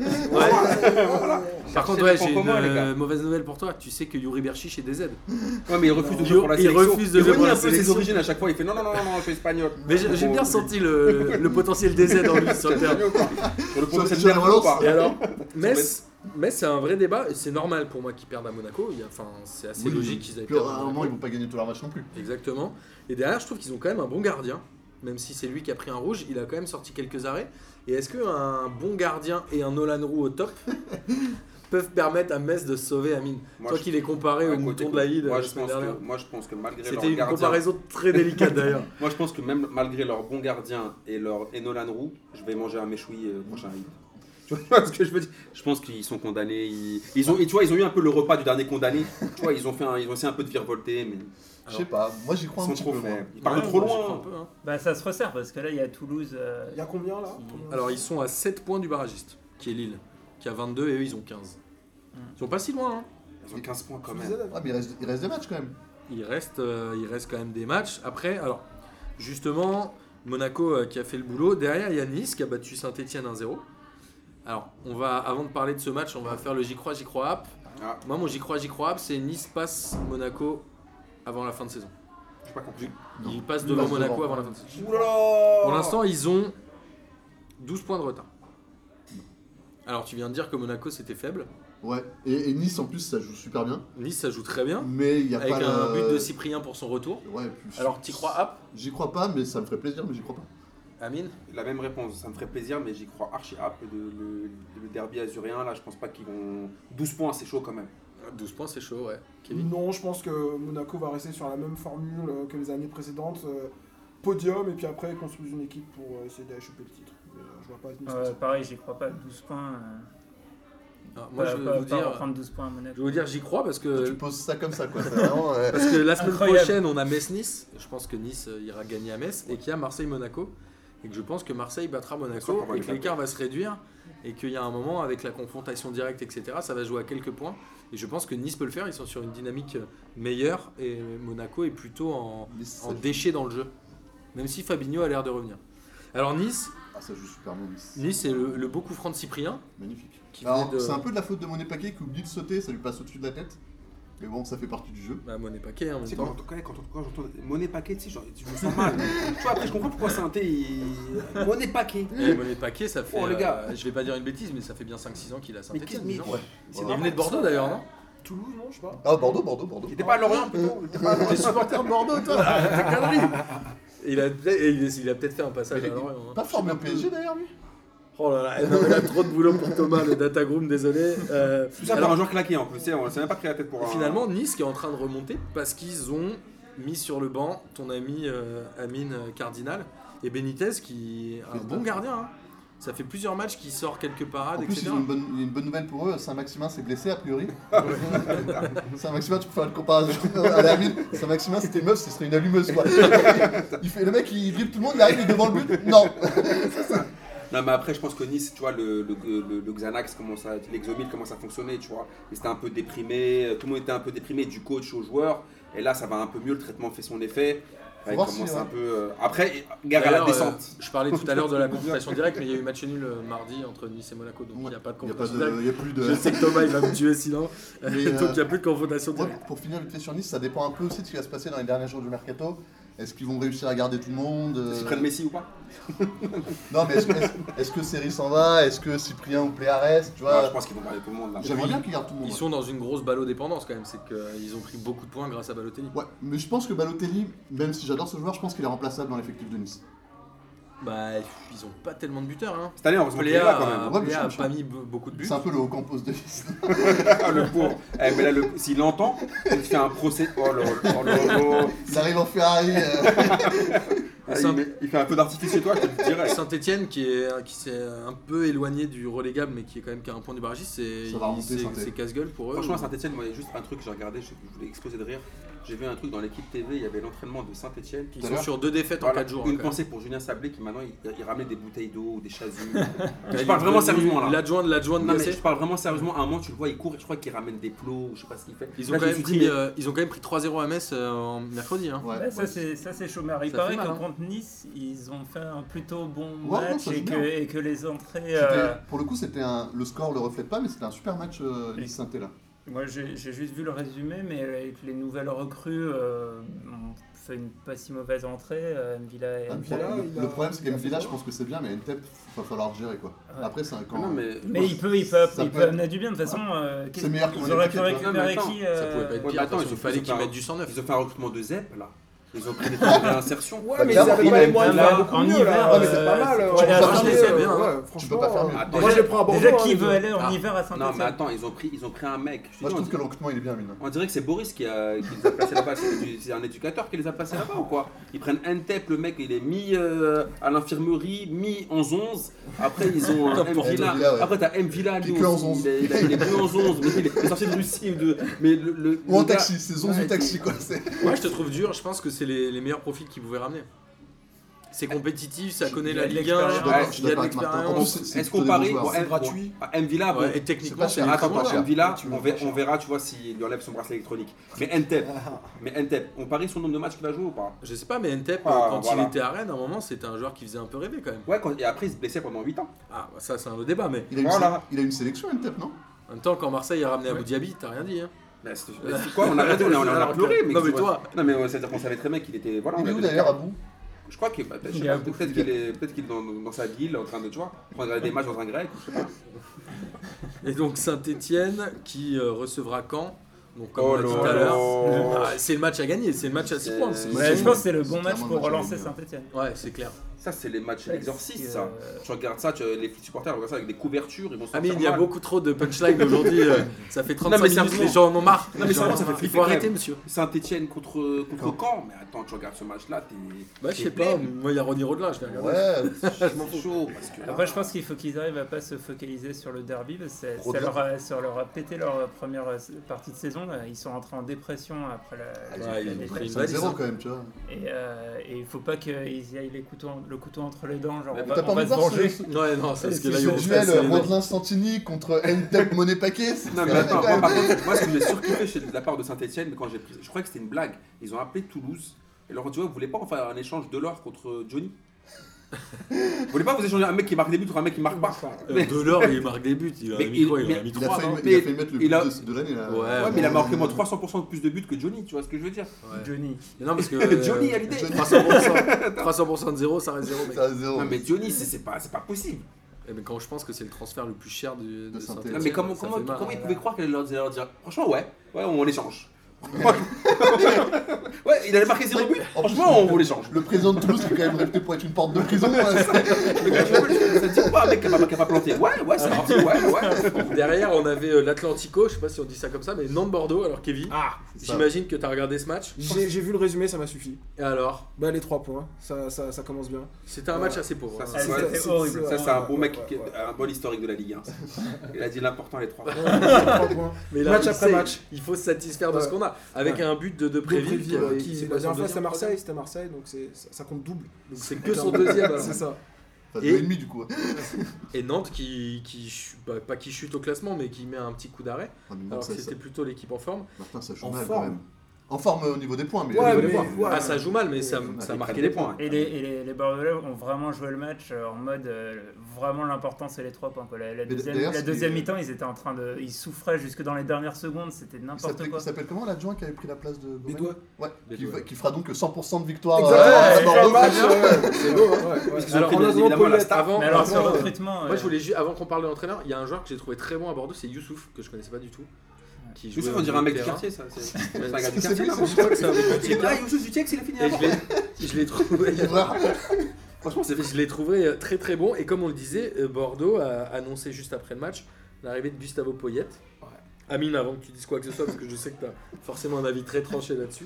Par contre, Chercher ouais, le point j'ai une commun, les gars. euh, mauvaise nouvelle pour toi. Tu sais que Yuri Berchiche est des aides. Ouais, mais il refuse de Il- jouer pour la il sélection. refuse de jouer pour renie la un peu ses sélection. origines à chaque fois. Il fait non, non, non, non, non, je suis espagnol. Mais j'ai j'ai bien senti le, le potentiel des aides en lui sur le terrain. Sur le potentiel sur la nerveux ou pas relance. Et alors, Metz, Metz c'est un vrai débat. et C'est normal pour moi qu'ils perdent à Monaco. il y a- Enfin, c'est assez oui, logique qu'ils aillent Puis, à perdre. à un Monaco. moment, ils vont pas gagner tout leur match non plus. Exactement. Et derrière, je trouve qu'ils ont quand même un bon gardien. Même si c'est lui qui a pris un rouge, il a quand même sorti quelques arrêts. Et est-ce qu'un bon gardien et un Nolan Roux au top peuvent permettre à Metz de se sauver Amine Moi, Toi je- qui les comparé Ouais, au écoute, mouton écoute, de la Lille moi, la je semaine pense que- dernière. moi, je pense que malgré leur C'était une gardien- comparaison très délicate d'ailleurs. Moi, je pense que même malgré leur bon gardien et leur et Nolan Roux, je vais manger un méchoui euh, prochain Eid. Tu vois ce que je veux dire Je pense qu'ils sont condamnés. Ils, ils ont, et tu vois, ils ont eu un peu le repas du dernier condamné. Tu vois, ils ont fait, un- ils ont essayé un peu de virevolter, mais Je sais pas. Moi, j'y ils crois un sont petit trop peu. moi. faibles. Ils partent Ouais, trop moi, j'y loin. crois un peu, hein. Bah, ça se resserre parce que là, il y a Toulouse. euh, Il y a combien là qui- Alors ils sont à 7 points du barragiste, qui est Lille, qui a 22 et eux ils ont 15. Mm. Ils sont pas si loin. hein. Ils ont 15 points quand Sous les même. aides. Ah, mais il reste, il reste des matchs quand même. Il reste, euh, il reste quand même des matchs. Après, alors justement, Monaco euh, qui a fait le boulot. Derrière, il y a Nice qui a battu Saint-Etienne 1-0. Alors, on va, avant de parler de ce match, on va faire le j'y crois, j'y crois app. Ah. Moi, mon j'y crois, j'y crois app, c'est Nice passe Monaco avant la fin de saison. J'ai pas compris. Non. Ils passent devant Ils passent Monaco devant. avant la fin de saison. Oulala Oh. Pour l'instant, ils ont 12 points de retard. Alors, tu viens de dire que Monaco c'était faible. Ouais. Et, et Nice en plus, ça joue super bien. Nice, ça joue très bien. Mais il y a Avec pas un la- but de Cyprien pour son retour. Ouais. plus- Alors, t'y crois, App J'y crois pas, mais ça me ferait plaisir, mais j'y crois pas. Amine La même réponse, ça me ferait plaisir, mais j'y crois archi hop. Le, le- le derby azurien, là, je pense pas qu'ils vont. 12 points, c'est chaud quand même. 12 points, c'est chaud, ouais. Kevin Non, je pense que Monaco va rester sur la même formule euh, que les années précédentes. euh, Podium, et puis après, ils construisent une équipe pour euh, essayer d'aller choper le titre. Mais, euh, je vois pas Nice Euh, passer. pareil, j'y crois pas. 12 points. euh, Alors, Ah, Moi, pas- je vais Bah, pas- vous pas dire, reprendre 12 points à Monaco. je vais vous dire, j'y crois parce Tu que, poses ça comme ça, quoi. C'est vraiment. euh, parce que la semaine Incroyable. prochaine, on a Metz-Nice. Je pense que Nice euh, ira gagner à Metz et qu'il y a Marseille-Monaco. Et que je pense que Marseille battra sûr Monaco qu'on va et que les l'écart va se réduire. Et qu'il y a un moment, avec la confrontation directe, etc., ça va jouer à quelques points. Et je pense que Nice peut le faire. Ils sont sur une dynamique euh, meilleure et Monaco est plutôt en, Nice, ça en joue- déchet dans le jeu. Même si Fabinho a l'air de revenir. Alors, Nice, Ah, ça joue super bien, Nice. Nice, c'est le, le beau coup franc de Cyprien. Magnifique. Qui Alors, venait de- Bah, c'est un peu de la faute de Monet Paquet qui oublie de sauter, ça lui passe au-dessus de la tête. Mais bon, ça fait partie du jeu. Bah, Monet Paquet en Tu même sais, quand temps. j'entends- quand j'entends- quand j'entends Monnaie Paquet, tu sais, genre, je me sens mal. tu vois, après, je comprends pourquoi c'est un thé. il- Monnaie Paquet. Et Eh, Monet Paquet, ça fait. Oh, le gars. euh, je vais pas dire une bêtise, mais ça fait bien 5-6 ans qu'il a Mais qu'est-ce Saint-Etienne. mais- disons. Ouais. c'est Il Il normal. venait de Bordeaux d'ailleurs, non Toulouse, non, je sais pas. Ah, Bordeaux, Bordeaux, Bordeaux. Il était pas à Lorient plutôt il était pas à Lorient. T'es supporter de Bordeaux, toi T'es connerie il a, peut-être- il a- il a peut-être fait un passage à Lorient. hein. Pas formé au PSG d'ailleurs, lui Oh là là, non, mais là, trop de boulot pour Thomas, le data groom, désolé. Euh, Tout ça alors, pour un joueur claqué en plus, tu sais, on s'est même pas pris la tête pour un. finalement, Nice qui est en train de remonter parce qu'ils ont mis sur le banc ton ami euh, Amine Cardinal et Benitez qui est un Fait bon taf. gardien. hein. Ça fait plusieurs matchs qu'il sort quelques parades, En plus, etc. ils ont une bonne, il y a une bonne nouvelle pour eux, Saint-Maximin s'est blessé a priori. Saint-Maximin, tu peux faire une comparaison à la ville. Saint-Maximin, c'était meuf, ce serait une allumeuse quoi. Il fait, le mec, il dribble tout le monde, il arrive, il est devant le but. Non Non, mais après, je pense que Nice, tu vois, le, le, le, le Xanax, comment ça- l'exomil, comment ça fonctionnait, tu vois. Ils étaient un peu déprimés, tout le monde était un peu déprimé du coach aux joueurs. Et là, ça va un peu mieux, le traitement fait son effet. Faut Ouais, il voir commence si, ouais. un peu. euh, Après, gare à la D'ailleurs, descente. euh, je parlais tout à l'heure de la confrontation directe, mais il y a eu match nul euh, mardi entre Nice et Monaco, donc il n'y a pas de Il n'y a, pas confrontation de- directe. il y a plus Je de. sais que Thomas il va me tuer sinon, Mais, donc il euh, n'y a plus de confrontation Moi, directe. pour finir vite fait sur Nice, ça dépend un peu aussi de ce qui va se passer dans les derniers jours du mercato. Est-ce qu'ils vont réussir à garder tout le monde euh, Ils prennent Messi ou pas Non, mais est-ce que, est-ce- est-ce que Seri s'en va Est-ce que Cyprien ou Pléa reste Tu Non, Ah, Je vois, pense qu'ils vont garder tout le monde là. j'aimerais bien qu'ils gardent tout le monde. Ils sont dans une grosse dépendance quand même, c'est qu'ils ont pris beaucoup de points grâce à Balotelli. Ouais, mais je pense que Balotelli, même si j'adore ce joueur, je pense qu'il est remplaçable dans l'effectif de Nice. Bah, ils ont pas tellement de buteurs, hein. Cette année, heureusement qu'il est Léa, là quand même. Ouais, mais je a sais pas mis be- beaucoup de buts. C'est un peu le haut campus de Nice. euh, Ah, le pauvre. Eh, mais là, le- s'il l'entend, il fait un procès. Oh là oh là là. Il arrive en Ferrari. euh, Ah, C'est il, un- met- il fait un peu d'artifice chez toi, je te le dirais. Saint-Etienne qui est euh, qui s'est un peu éloigné du relégable mais qui est quand même qu'à un point du barragiste, c'est Ça va remonter, c'est- Saint-Étienne. c'est casse-gueule pour eux. Franchement, Saint-Etienne, moi, il y a juste un truc que j'ai regardé, je, je voulais exploser de rire. J'ai vu un truc dans l'équipe TV, il y avait l'entraînement de Saint-Etienne. ils tout à sont l'heure, sur deux défaites en Voilà, 4 jours. hein, une quand même. pensée pour Julien Sablé qui maintenant il, il ramenait des bouteilles d'eau ou des chasubles. Il je est parle vraiment devenu sérieusement là. L'adjoint de l'adjoint de Non, mais Gasset. je parle vraiment sérieusement. À un moment, tu le vois, il court et je crois qu'il ramène des plots ou je sais pas ce qu'il fait. Ils ont, Là, quand je me même suis dit, pris, euh, ils ont quand même pris 3-0 à Metz euh, en mercredi. Hein. ouais. Bah, ça, c'est, ça, c'est chaud, mais alors, il Ça fait paraît mal, que hein. contre Nice, ils ont fait un plutôt bon Ouais, ouais, match ça et, joue que, bien. et que les entrées. C'était- euh, Pour le coup, c'était un... le score le reflète pas, mais c'était un super match euh, Et- Nice-Saint-Étienne. là. Moi, j'ai j'ai juste vu le résumé, mais avec les nouvelles recrues, euh, on fait une pas si mauvaise entrée. euh, Mvila et Ah, Mvila. Mvila, le, il a- le problème, c'est il a fait qu'Mvila, quoi je pense que c'est bien, mais Ntep, va falloir gérer quoi. Ouais. Après, c'est un camp. Non, mais. Mais il peut, il peut, Ça il peut peut être- Ah, amener du bien. De toute façon, euh, qu'est-ce- C'est meilleur que ils Monaco, auraient pu tu vois. récupérer Non, mais qui Ça euh, pouvait pas être Ouais, pire. mais attends, attention, ils ont il fait- fallait ils ont qu'ils fait un- mettent du 109. Ils ont fait un recrutement de ZEP là. Ils ont pris des trucs de réinsertion. Ouais, Bah, mais ils clairement, avaient il pas a les une moyens de table. faire beaucoup En mieux hiver, là. Ouais, mais euh, c'est pas mal. tu euh, peux ouais, pas franchement, faire mieux, euh, c'est bien, ouais, hein. Tu peux pas faire Franchement, mieux. euh, Attends, moi je les prends à Bordeaux. Déjà, hein, qui les veut deux. aller en Ah. hiver à saint Non, mais étienne attends, ils ont pris, ils ont pris un mec. Je Moi, te dis, je on, trouve di- que le recrutement, il est bien, mine. on dirait que c'est Boris qui, a- qui les a placés là-bas. C'est du- C'est un éducateur qui les a placés là-bas ou quoi Ils prennent Ntep, le mec, il est mis à l'infirmerie, mis 11-11. Après, ils ont un M. N'importe Villa. quoi. Ouais. Après, t'as M. Villa à Il est Lyon. que aussi. 11-11. Il est- il a- il est plus 11-11. Mais il est- il est sorti de Russie. ou De, mais le, le- Ou en le gars- taxi, c'est Zonzo Ouais, taxi quoi. c'est- Moi, je te trouve dur. Je pense que c'est les, les meilleurs profils qu'ils pouvaient ramener. C'est compétitif, ça connaît il y la a de Ligue 1, l'expérience. Ouais, je suis il y a de d'accord avec Martin. En l'expérience. plus, c'est Est-ce plutôt qu'on des parie bons joueurs. bon, c'est M- gratuit. bon, M. Villa, bon, Ah, Ouais, et techniquement, c'est c'est pas cher. rattrapant. Attends, cher. M. Villa, Tu on, le vends ver- pas on verra, tu vois, s'il lui enlève son bracelet électronique. Mais Ntep, mais Ntep, on parie sur le nombre de matchs qu'il va jouer ou pas Je sais pas, mais Ntep, Ah, quand voilà. il était à Rennes, à un moment, c'était un joueur qui faisait un peu rêver quand même. Ouais, quand- et après, il se blessait pendant 8 ans. Ah, bah, ça, c'est un autre débat, mais Il a, une Voilà. sé- il a une sélection, Ntep, non en même temps, quand Marseille a ramené Ouais. Abu Dhabi, t'as rien dit. Hein. Bah, c'est bah, c'est quoi On a regardé, on a, on a- on a pleuré, mais. Non, mais ouais. toi. Non, mais ouais, c'est-à-dire qu'on savait très bien qu'il était. Voilà, on Il est avait où des d'ailleurs, cartes. Abou Je crois qu'il bah, peut-être- je Il sais est pas, à bout. peut-être qu'il est, peut-être qu'il est dans, dans sa ville en train de, tu vois, prendre des matchs dans un grec. je sais pas. Et donc Saint-Etienne qui euh, recevra Caen. Donc, comme Oh on l'a dit là tout à là. l'heure, Ah, c'est le match à gagner, c'est le match à 6 C'est- points. c'est- Ouais, Je pense que c'est le C'est bon match clairement le pour match à relancer gagner, hein. Saint-Etienne. Ouais, c'est clair. Ça, c'est les matchs exorcistes, ça. Parce que, euh, Tu regardes ça, tu, les supporters regardent ça avec des couvertures, ils vont se Ah mais il y sentir a mal. beaucoup trop de punchlines aujourd'hui, euh, ça fait 35 Non, mais minutes, sérieusement. les gens en ont marre. Non, mais sérieusement, ça fait Il flipper faut quand arrêter même. monsieur. Saint-Etienne contre, contre Caen, mais attends, tu regardes ce match-là, t'es. Bah t'es je sais plein. pas, moi il y a Ronny Rodelin, je vais regarder. Ouais, C'est chaud parce que. là- Après, je pense qu'il faut qu'ils arrivent à pas se focaliser sur le derby. Parce que ça, Rodin. leur a, ça leur a pété leur première euh, partie de saison. là. Ils sont rentrés en dépression après la, Ah, la- ouais, la ils ont défaite. pris une c'est un valise, zéro hein. quand même, tu vois. Et euh, et il faut pas qu'ils aient les couteaux, en- le couteau entre les dents. Genre, Mais on va, bah, T'as pas on va envie de se voir ce, venger. ce- Ouais non, c'est parce que là ce ils vont se casser les duel euh, dents. Rodelin Santini contre Ntep Monet Paquet c'est- Non, mais attends, moi, par contre, moi, ce que j'ai surkiffé chez de la part de Saint-Etienne, mais quand j'ai pris, je crois que c'était une blague. Ils ont appelé Toulouse et leur ont dit Ouais, vous voulez pas en faire un échange de l'or contre Johnny Vous voulez pas vous échanger un mec qui marque des buts contre un mec qui marque pas Euh, mais, Delors il marque des buts, il a Mais mis quoi il- Il en a mais- mis Il a 3 failli non me- il a Mais failli mettre le il but a- de, de l'année là. Ouais, Ouais, mais il a marqué au moins 300% de plus de buts que Johnny, tu vois ce que je veux dire Ouais. Johnny. Mais Non parce que... euh, Johnny a l'idée 300%, 300% de zéro, ça reste zéro mec. C'est un zéro. Non, mais Johnny, c'est- c'est pas, c'est pas possible. Eh, Mais quand je pense que c'est le transfert le plus cher de, de Saint-Étienne. Saint-Étienne, Ah, Non, mais comment, ça comment, fait hein. mal. comment ils pouvaient croire qu'elle allait leur, leur dire Franchement, ouais, ouais, on l'échange. ouais, il allait marquer 0 but. En plus, Franchement, on l'échange. Le président de Toulouse qui est quand même réputé pour être une porte de prison. hein, c'est- Le gars, je- ça te dit pas, mec, qui m'a pas planté. Ouais, ouais, c'est parti, ouais, ouais. Derrière on avait euh, l'Atlantico, je sais pas si on dit ça comme ça, mais Nantes-Bordeaux, alors Kevin, Ah, c'est ça. j'imagine que t'as regardé ce match. J'ai j'ai vu le résumé, ça m'a suffi. Et alors Bah, les 3 points, ça, ça, ça commence bien. C'était un Ouais. match assez pauvre. Ça, hein. Ah, Ouais, C'était c'est- horrible. c'est- ça, c'est un bon ouais, mec, ouais, qui- ouais. un bon historique de la Ligue 1. Il a dit l'important, les trois. Les trois points. Mais Match il après sait, match. Il faut se satisfaire de ce Ouais. qu'on a. Avec Ouais. un but de, de Préville qui, ouais, qui- il- c'est la quoi son dernière fois c'était deuxième, Marseille, c'était Marseille, donc c'est- ça, ça compte double. troisième C'est que son deuxième. alors. C'est ça. Enfin, Et- deux et demi du coup. hein. Et Nantes qui, qui ch- bah, pas qui chute au classement, mais qui met un petit coup d'arrêt. Ah, mais non, Alors ça- que ça- c'était plutôt l'équipe en forme. Martin, ça joue En mal quand forme. même. En forme euh, au niveau des points, mais. Ouais, Au niveau mais- des points. ouais. Ah, ça joue mal, mais ça, ça a marqué les hein. points. Et les, hein. et les, les Bordelais ont vraiment joué le match euh, en mode euh, vraiment l'important c'est les trois points. Quoi. La, la Mais deuxième, d'ailleurs, la ce deuxième qui- mi-temps, ils étaient en train de. Ils souffraient jusque dans les dernières secondes, c'était Il n'importe s'appelait- quoi. il s'appelle comment l'adjoint qui avait pris la place de Gomez Bédois. Ouais, qui, Bédois. va- qui fera donc 100% de victoire. euh, Exactement, à c'est Bordeaux. un match, ouais, c'est beau, hein, ouais, ouais. Parce qu'ils ont Alors, pris en bien attendant, évidemment la Paulette. star. Avant, Mais alors, avant, sur le euh, recrutement. Moi, euh, je voulais ju- avant qu'on parle de l'entraîneur, il y a un joueur que j'ai trouvé très bon à Bordeaux, c'est Youssouf, que je connaissais pas du tout. Qui Youssouf, jouait on au dirait un mec du terrain. quartier, ça. c'est- Ouais, C'est un gars du C'est quartier, lui, là. c'est Je crois que c'est un mec du Il quartier. est pas Youssouf du Tchèque, il a fini Et avant. je l'ai- je l'ai trouvé. Livreur. Franchement, c'est- je l'ai trouvé euh, très très bon. Et comme on le disait, euh, Bordeaux a annoncé juste après le match l'arrivée de Gustavo Poyet. Amine, avant que tu dises quoi que ce soit, parce que je sais que tu as forcément un avis très tranché là-dessus.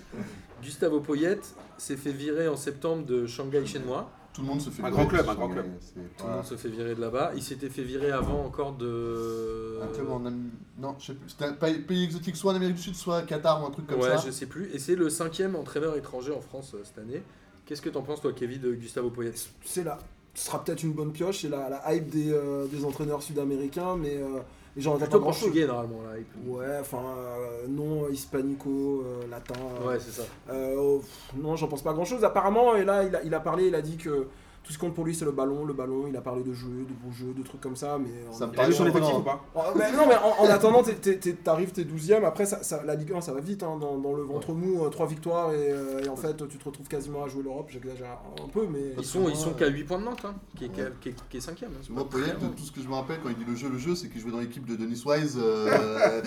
Gustavo Poyet s'est fait virer en septembre de Shanghai Shenhua. Tout le monde se fait Un le grand match, club, un grand mais club. c'est Tout le pas- monde se fait virer de là-bas. Il s'était fait virer avant encore de. Un club en Am- Non, je sais plus. C'était un pays, pays exotique, soit en Amérique du Sud, soit Qatar ou un truc comme ouais, ça. je sais plus. Et c'est le cinquième entraîneur étranger en France euh, cette année. Qu'est-ce que t'en penses, toi, Kevin, de Gustavo Poyet c'est là. Ce sera peut-être une bonne pioche, c'est la, la hype des, euh, des entraîneurs sud-américains, mais euh, les gens n'attendent pas Plutôt grand chose. portugais, normalement, là. il peut- Ouais, enfin, euh, non hispanico, euh, latin. euh, Ouais, c'est ça. euh, oh, pff, non, j'en pense pas grand chose. Apparemment, et là, il a, il a parlé, il a dit que tout ce qui compte pour lui, c'est le ballon, le ballon. Il a parlé de jeu, de bons jeux, de trucs comme ça, mais. en- Ça me Il a paraît joué son effectif surprenant. ou pas Oh, mais non, mais en, en attendant, t'es- t'es- t'es- t'arrives, t'es 12 e Après, ça, ça- la Ligue 1, ça va vite. hein, dans, dans le ventre mou, 3 victoires. Et, euh, et en fait, tu te retrouves quasiment à jouer l'Europe. J'exagère un peu, mais. Ils sont, ils sont Ouais. qu'à 8 points de Nantes, hein, qui, est, qui, est- qui est- qui est cinquième. hein. Tu vois, Payet, de tout ce que je me rappelle quand il dit le jeu, le jeu, c'est qu'il jouait dans l'équipe de Denis Wise. euh,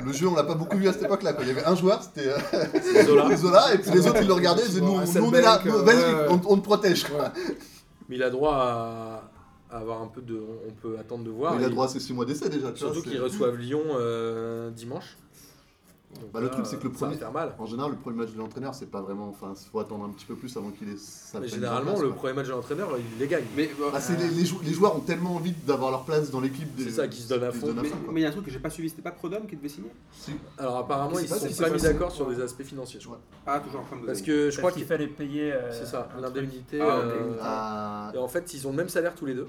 le jeu, on l'a pas beaucoup vu à cette époque-là. quoi. Il y avait un joueur, c'était euh, C'est Zola. Zola, et puis les autres, ils le regardaient, ils disaient Nous, Ouais, nous, on est là, Hasselbeck, nous, euh, ouais. vas-y, on, on te protège. quoi. Mais il a droit à, à avoir un peu de. On on peut attendre de voir. Il Et a droit à ses 6 mois d'essai déjà. tu Surtout vois, c'est- qu'ils reçoivent Lyon euh, dimanche. Donc Bah, le là, truc, c'est que le ça va premier- faire mal. En général, le premier match de l'entraîneur, c'est pas vraiment. Enfin, il faut attendre un petit peu plus avant qu'il ait sa Mais pleine généralement, place, le quoi. premier match de l'entraîneur, il les gagne. Mais euh, Ah, c'est les, les jou- les joueurs ont tellement envie d'avoir leur place dans l'équipe. des- C'est ça, qu'ils se donnent à qu'ils fond. mais- quoi. mais il y a un truc que j'ai pas suivi, c'était pas Prodhomme qui devait signer Si. Alors apparemment, Je ils sais se pas sont si pas c'est mis ça, d'accord c'est- sur les aspects financiers. je crois. Ah, toujours en train de. Parce que je crois Parce qu'il qu'il fallait payer. euh, C'est ça, un truc. l'indemnité. Ah, ok. euh, Ah, Et en fait, ils ont le même salaire tous les deux,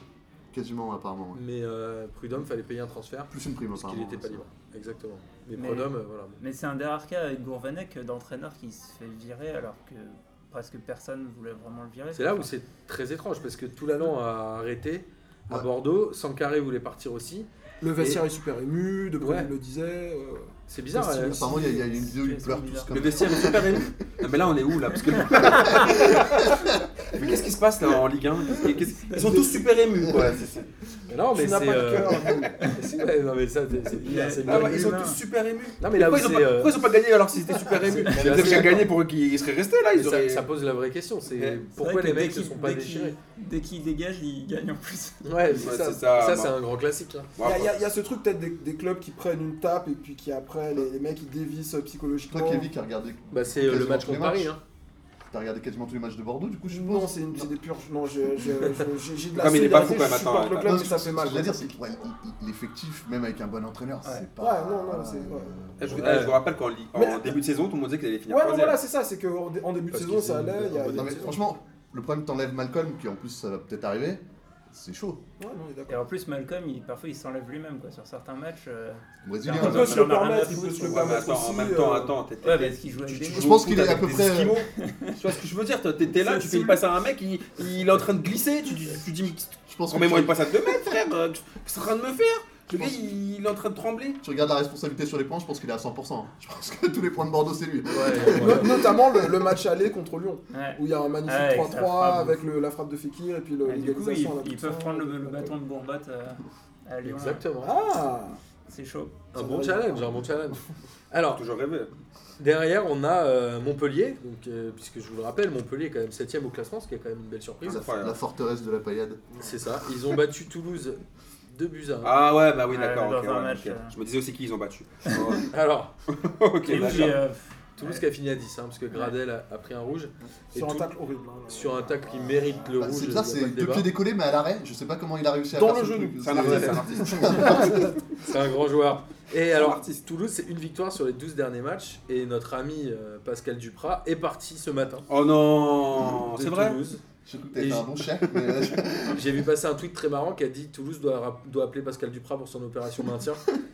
quasiment, apparemment. ouais. mais euh, Prud'homme fallait payer un transfert Plus une prime, parce qu'il apparemment. n'était pas ouais, libre. Exactement. Mais, Mais- Prud'homme, euh, voilà. Mais c'est un des rares cas avec Gourvenec euh, d'entraîneur qui se fait virer alors que presque personne voulait vraiment le virer. C'est là où c'est très étrange parce que Toulalan a arrêté à Ouais. Bordeaux, Sankaré voulait partir aussi. Le vestiaire est super ému, De Bruyne Ouais. le disait. euh, C'est bizarre. C'est euh, le ça. Apparemment, il y, a- il y a une vidéo, ils pleurent tous Situation comme Le vestiaire est super ému. Non, mais là, on est où là Parce que. mais qu'est-ce qui se passe là en Ligue 1 Qu'est-ce- qu'est-ce- Ils sont tous super émus quoi. C'est- c'est- mais Non, mais Tu n'as c'est. pas de euh, cœur. c'est- ouais, non, mais ça, c'est c'est bizarre. c'est Ah bizarre. ouais, ils sont humain. tous super émus. Non, mais là où pourquoi, ils ont c'est. pas, euh, pourquoi ils ont pas gagné alors s'ils étaient super émus c'est- Ils avaient déjà gagné pour qu'ils seraient restés là. mais Ils ça, euh, auraient... ça pose la vraie question c'est Ouais. C'est vrai pourquoi que les dès mecs ne qu'ils- sont pas dès qu'ils- déchirés Dès qu'ils dégagent, ils gagnent en plus. Ouais, Ouais, c'est ça. c'est ça, Ça, bah. c'est un grand classique. hein. Il y, a- il y Ouais, a- il y a ce truc peut-être des, des clubs qui prennent une tape et puis qui après les, les mecs ils dévissent euh, psychologiquement. Toi, Kevin, qui a regardé, Bah, c'est euh, le Quasiment match tous les contre Paris. matchs. hein. t'as regardé quasiment tous les matchs de Bordeaux, du coup, je Non, pense. c'est une- c'est des purges. Non, je- je- je- j'ai j'ai de la Comme il est pas fou, quand même, solidarité, je supporte attends, le club, Non, mais ça ce fait que mal. Je veux dire, c'est que ouais, il- il- l'effectif, même avec un bon entraîneur, Ouais. c'est pas. Ouais, non, non, c'est- ouais. Je, vous- Ouais. eh, je vous rappelle qu'en Ligue- en Mais- début de saison, tout le monde disait qu'ils allaient finir Ouais, non, troisième. voilà, c'est ça, c'est qu'en début de Parce saison, qu'ils ça ont- allait. il y a- Ouais, il y a- euh, Non, mais franchement, le problème, t'enlèves Malcolm, qui en plus, ça va peut-être arriver, c'est chaud. Ouais, non, il est Et d'accord. en plus, Malcolm, il, parfois, il s'enlève lui-même quoi. Sur certains matchs, euh, Brésilien. Il Il peut peut ouais. se se le le permettre, permettre, il il peut se le Ouais, mais permettre attends, en aussi. même temps, euh, attends, t'étais- ouais, parce qu'il joue avec des Je Tu mecs. joues pense au qu'il foot est à avec peu des près, euh, Esquimaux. tu vois ce que je veux dire toi, T'étais là, Ça tu fais saoule. une passe à un mec, il, il est en train de glisser, tu, tu, tu dis Je pense que remets-moi tu- une passe à deux mètres frère, euh, qu'est-ce que t'es en train de me faire Le gars il, il est en train de trembler. tu regardes la responsabilité sur les plans, je pense qu'il est à 100%. hein. Je pense que tous les points de Bordeaux, c'est lui. Ouais, ouais. no- Notamment le, le match aller contre Lyon, Ouais. où il y a un magnifique Ouais, avec la 3-3 frappe. avec le- la frappe de Fekir et puis le- Et du coup, l'égalisation ils, à la ils toute peuvent fin. prendre le, le bâton de Bourbotte euh, à Lyon. là. Exactement. Ah C'est chaud. Un bon challenge, un bon challenge. Alors, Toujours rêvé. Derrière, on a euh, Montpellier, donc, euh, puisque je vous le rappelle, Montpellier est quand même 7 au classement, ce qui est quand même une belle surprise. Ah. La, la forteresse de la paillade. C'est ça. Ils ont battu Toulouse 2 buts à Ah ouais bah oui Ouais, d'accord. dans ok, un ouais, match, ok. euh. Je me disais aussi qui ils ont battu. 1. Alors, ok Et d'accord. puis, euh, Toulouse qui a fini à 10, hein, parce que Gradel a, a pris un rouge. Et Sur un tout- tacle horrible. hein, là. sur un tacle qui mérite le Bah, rouge. c'est il y a ça, pas c'est de deux débat. pieds décollés, mais à l'arrêt. Je sais pas comment il a réussi à Dans faire le ce genou. truc. C'est un artiste, c'est un artiste. C'est un grand joueur. Et un alors, artiste. Toulouse, c'est une victoire sur les 12 derniers matchs. Et notre ami euh, Pascal Duprat est parti ce matin. Oh non de Ah, C'est vrai Toulouse. Je crois que t'as été un bon chef, mais euh, J'ai vu passer un tweet très marrant qui a dit Toulouse doit, rap- doit appeler Pascal Duprat pour son opération maintien.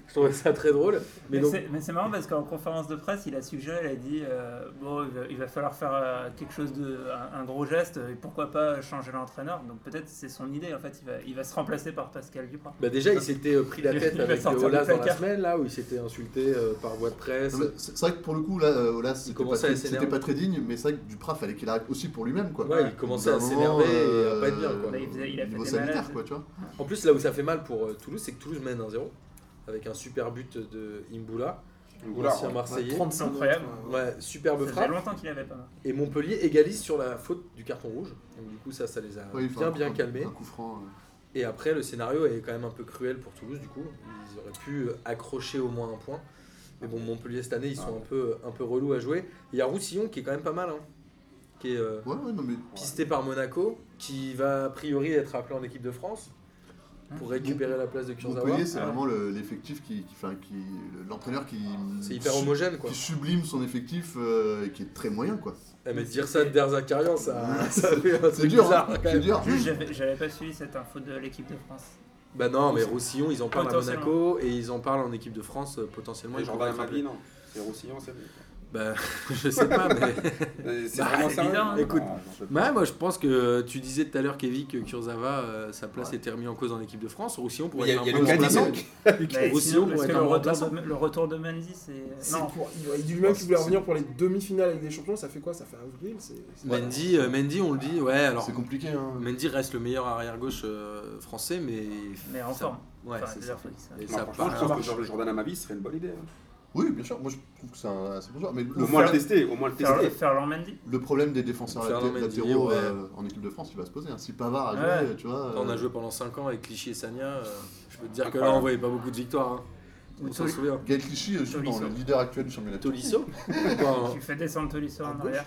Je trouvais ça très drôle. Mais Mais, donc, c'est- mais c'est marrant parce qu'en conférence de presse, il a suggéré, il a dit euh, bon, il va, il va falloir faire euh, quelque chose de un, un gros geste et pourquoi pas changer l'entraîneur. Donc peut-être c'est son idée en fait, il va, il va se remplacer par Pascal Duprat. bah déjà, il s'était euh, pris la Il tête va avec sortir du Olas dans la placard. semaine, là, où il s'était insulté euh, par voie de presse. Non, mais C'est c'est vrai que pour le coup, là, euh, Olas, c'était pas, commençait à très- s'énerver. c'était pas très digne, mais c'est vrai que Duprat, fallait qu'il arrête aussi pour lui-même, quoi. Ouais, il commençait à D'un s'énerver et à euh, pas être bien, quoi. Bah, il faisait- il a fait niveau des sanitaire, malades. quoi, tu vois. En plus, là où ça fait mal pour euh, Toulouse, c'est que Toulouse mène 1-0 avec un super but de Imboula, Goulard, l'ancien Marseillais. 35 minutes, Incroyable. ouais, ouais. Ouais, superbe Ça faisait frappe. longtemps qu'il avait pas marqué. Et Montpellier égalise sur la faute du carton rouge. Donc, du coup, ça, ça les a Ouais, il faut bien, un- bien un- calmés. Un coup franc. euh. Et après, le scénario est quand même un peu cruel pour Toulouse, du coup. Ils auraient pu accrocher au moins un point. Mais bon, Montpellier, cette année, ils Ah sont un peu, un peu relous à jouer. Et Il y a Roussillon qui est quand même pas mal, hein, qui est euh, Ouais, ouais, non, mais. pisté par Monaco, qui va a priori être appelé en équipe de France pour récupérer la place de Kurzawa. Hein, Montpellier, c'est ouais. vraiment le- l'effectif qui. qui- enfin, qui- L'entraîneur qui. C'est hyper homogène, quoi. Qui sublime son effectif euh, et qui est très moyen, quoi. Eh, mais dire ça de Derzakarian, ça, ça fait un C'est truc dur, hein, bizarre. quand c'est même. dur. Juste, J'avais j'avais pas suivi cette info de l'équipe de France. Bah non, mais Roussillon, ils en parlent à Potentiellement. Monaco et ils en parlent en équipe de France euh, potentiellement. Moi, ils pourraient Jordan être Mabi, appelés. non. C'est Roussillon, c'est Bah, je sais pas, mais. Euh, C'est Bah, vraiment c'est sérieux. bizarre, hein. Écoute, Ah, j'en peux plus. Ouais, moi je pense que euh, tu disais tout à l'heure, Kevin, que Kurzawa, euh, sa place était remise en cause en équipe de France. Roussillon Mais pourrait il y a- être il y a un le bon Cadis, remplaçant. donc. Mais Roussillon Bah, sinon, pourrait parce que être le un retour, remplaçant. de, le retour de Mendy, c'est. C'est Non, pour- il- il dit lui-même qu'il voulait revenir pour les demi-finales avec des champions, ça fait quoi Ça fait avril c'est- c'est- Mendy, euh, Mendy, on le dit, ouais, alors C'est compliqué, hein. Mendy reste le meilleur arrière-gauche euh, français, mais. mais en ça- forme. Ouais, Enfin, c'est d'ailleurs, ça. faut qu'il Et se- Non, ça franchement, part. je pense que Jordan- Jordan Amavi serait une bonne idée. hein. Oui, bien sûr, moi je trouve que c'est un c'est bon joueur. Mais le, Au moins le problème- tester, au moins le Ferland- tester. Ferland Mendy. le problème des défenseurs Fernand laté- Mendy, latéraux ouais. euh, en équipe de France, il va se poser. hein. Si Pavard a joué, Ouais. tu vois. Attends, on a euh, joué pendant 5 ans avec Clichy et Sagna. euh, je peux te dire que là, Incroyable. on voyait pas beaucoup de victoires. hein. On s'en Toli- souvient. Gaël Clichy, euh, je suis dans Tolisso. le leader actuel du championnat. Tolisso Quoi, Tu fais descendre Tolisso À en gauche. arrière.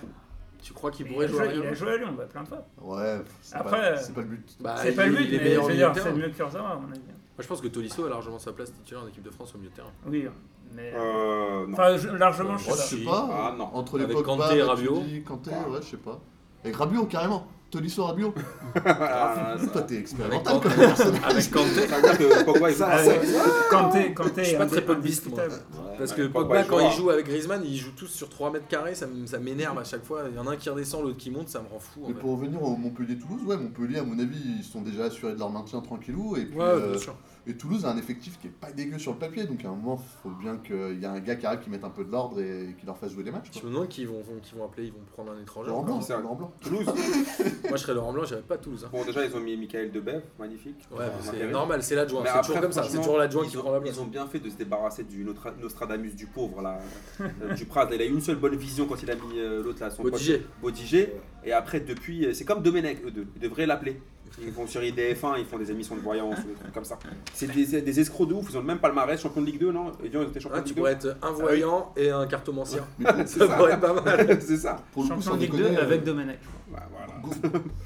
Tu crois qu'il Mais pourrait il, a jouer joué, il a arrière joué à Lyon bah, plein de fois. Ouais, pff, c'est Après, pas, euh, c'est pas le but. Bah, c'est il- pas le but, il est mais meilleur je veux milieu dire, de terrain. c'est mieux que Kurzawa, à mon avis. Moi, je pense que Tolisso a largement sa place titulaire en équipe de France au milieu de terrain. Oui, hein. mais. Euh, non. Enfin, je- largement, je Ouais, je sais sais pas. oh Si. pas. euh, Ah non. Entre les Avec Pogba, Kanté, Matuidi, Rabiot. Kanté, ouais, je sais pas. Avec Rabiot, carrément. Tolisso Rabiot. Ah, ça- Toi, t'es expérimental Kanté. comme personne. Avec Kanté. ça veut dire que Pogba, il Ça, Ah, ça- ouais. Euh, Quand t'es, quand t'es Je suis pas indé- très populiste, moi. indiscutable. Ouais, Parce ouais, que Pogba, quand jouera. il joue avec Griezmann, ils jouent tous sur 3 mètres carrés, ça, m- ça m'énerve à chaque fois. Il y en a un qui redescend, l'autre qui monte, ça me rend fou. en Mais fait. pour revenir au Montpellier-Toulouse, ouais, Montpellier, à mon avis, ils sont déjà assurés de leur maintien tranquillou. Et, puis, Ouais, euh, bien sûr. et Toulouse a un effectif qui est pas dégueu sur le papier. Donc à un moment, faut bien qu'il y a un gars qui arrive, qui mette un peu de l'ordre et qui leur fasse jouer des matchs. Je quoi. me demande qui vont, vont- qui vont appeler, ils vont prendre un étranger. Laurent Blanc, ça. Laurent Blanc. Toulouse. Moi, je serais Laurent Blanc, j'avais pas Toulouse. hein. Bon, déjà, ils ont mis Michael Debev, magnifique. Ouais, Enfin, mais c'est Michael. normal, c'est l'adjoint. Mais C'est bah, après, toujours comme ça, c'est franchement, toujours l'adjoint ils qui ont- prend la place. Ils ont bien fait de se débarrasser du Notre- Nostradamus du pauvre, là, euh, du Prat. Il a eu une seule bonne vision quand il a mis euh, l'autre, là, son pote, Bodiger. Bodiger. Et après, depuis, euh, c'est comme Domenech, eux deux. Ils devraient l'appeler. Ils font sur IDF1, ils font des émissions de voyance ou des trucs comme ça. C'est des, c'est des escrocs de ouf, ils ont le même palmarès, champion de Ligue 2, non Evian, ils étaient champions Ah, de tu Ligue pourrais être un voyant et un cartomancien. Mais pour- Ça pourrait être pas mal. 2. c'est ça. pour le coup, Champion sans de Ligue déconner, 2 euh, avec Domenech. Bah, voilà. Gou-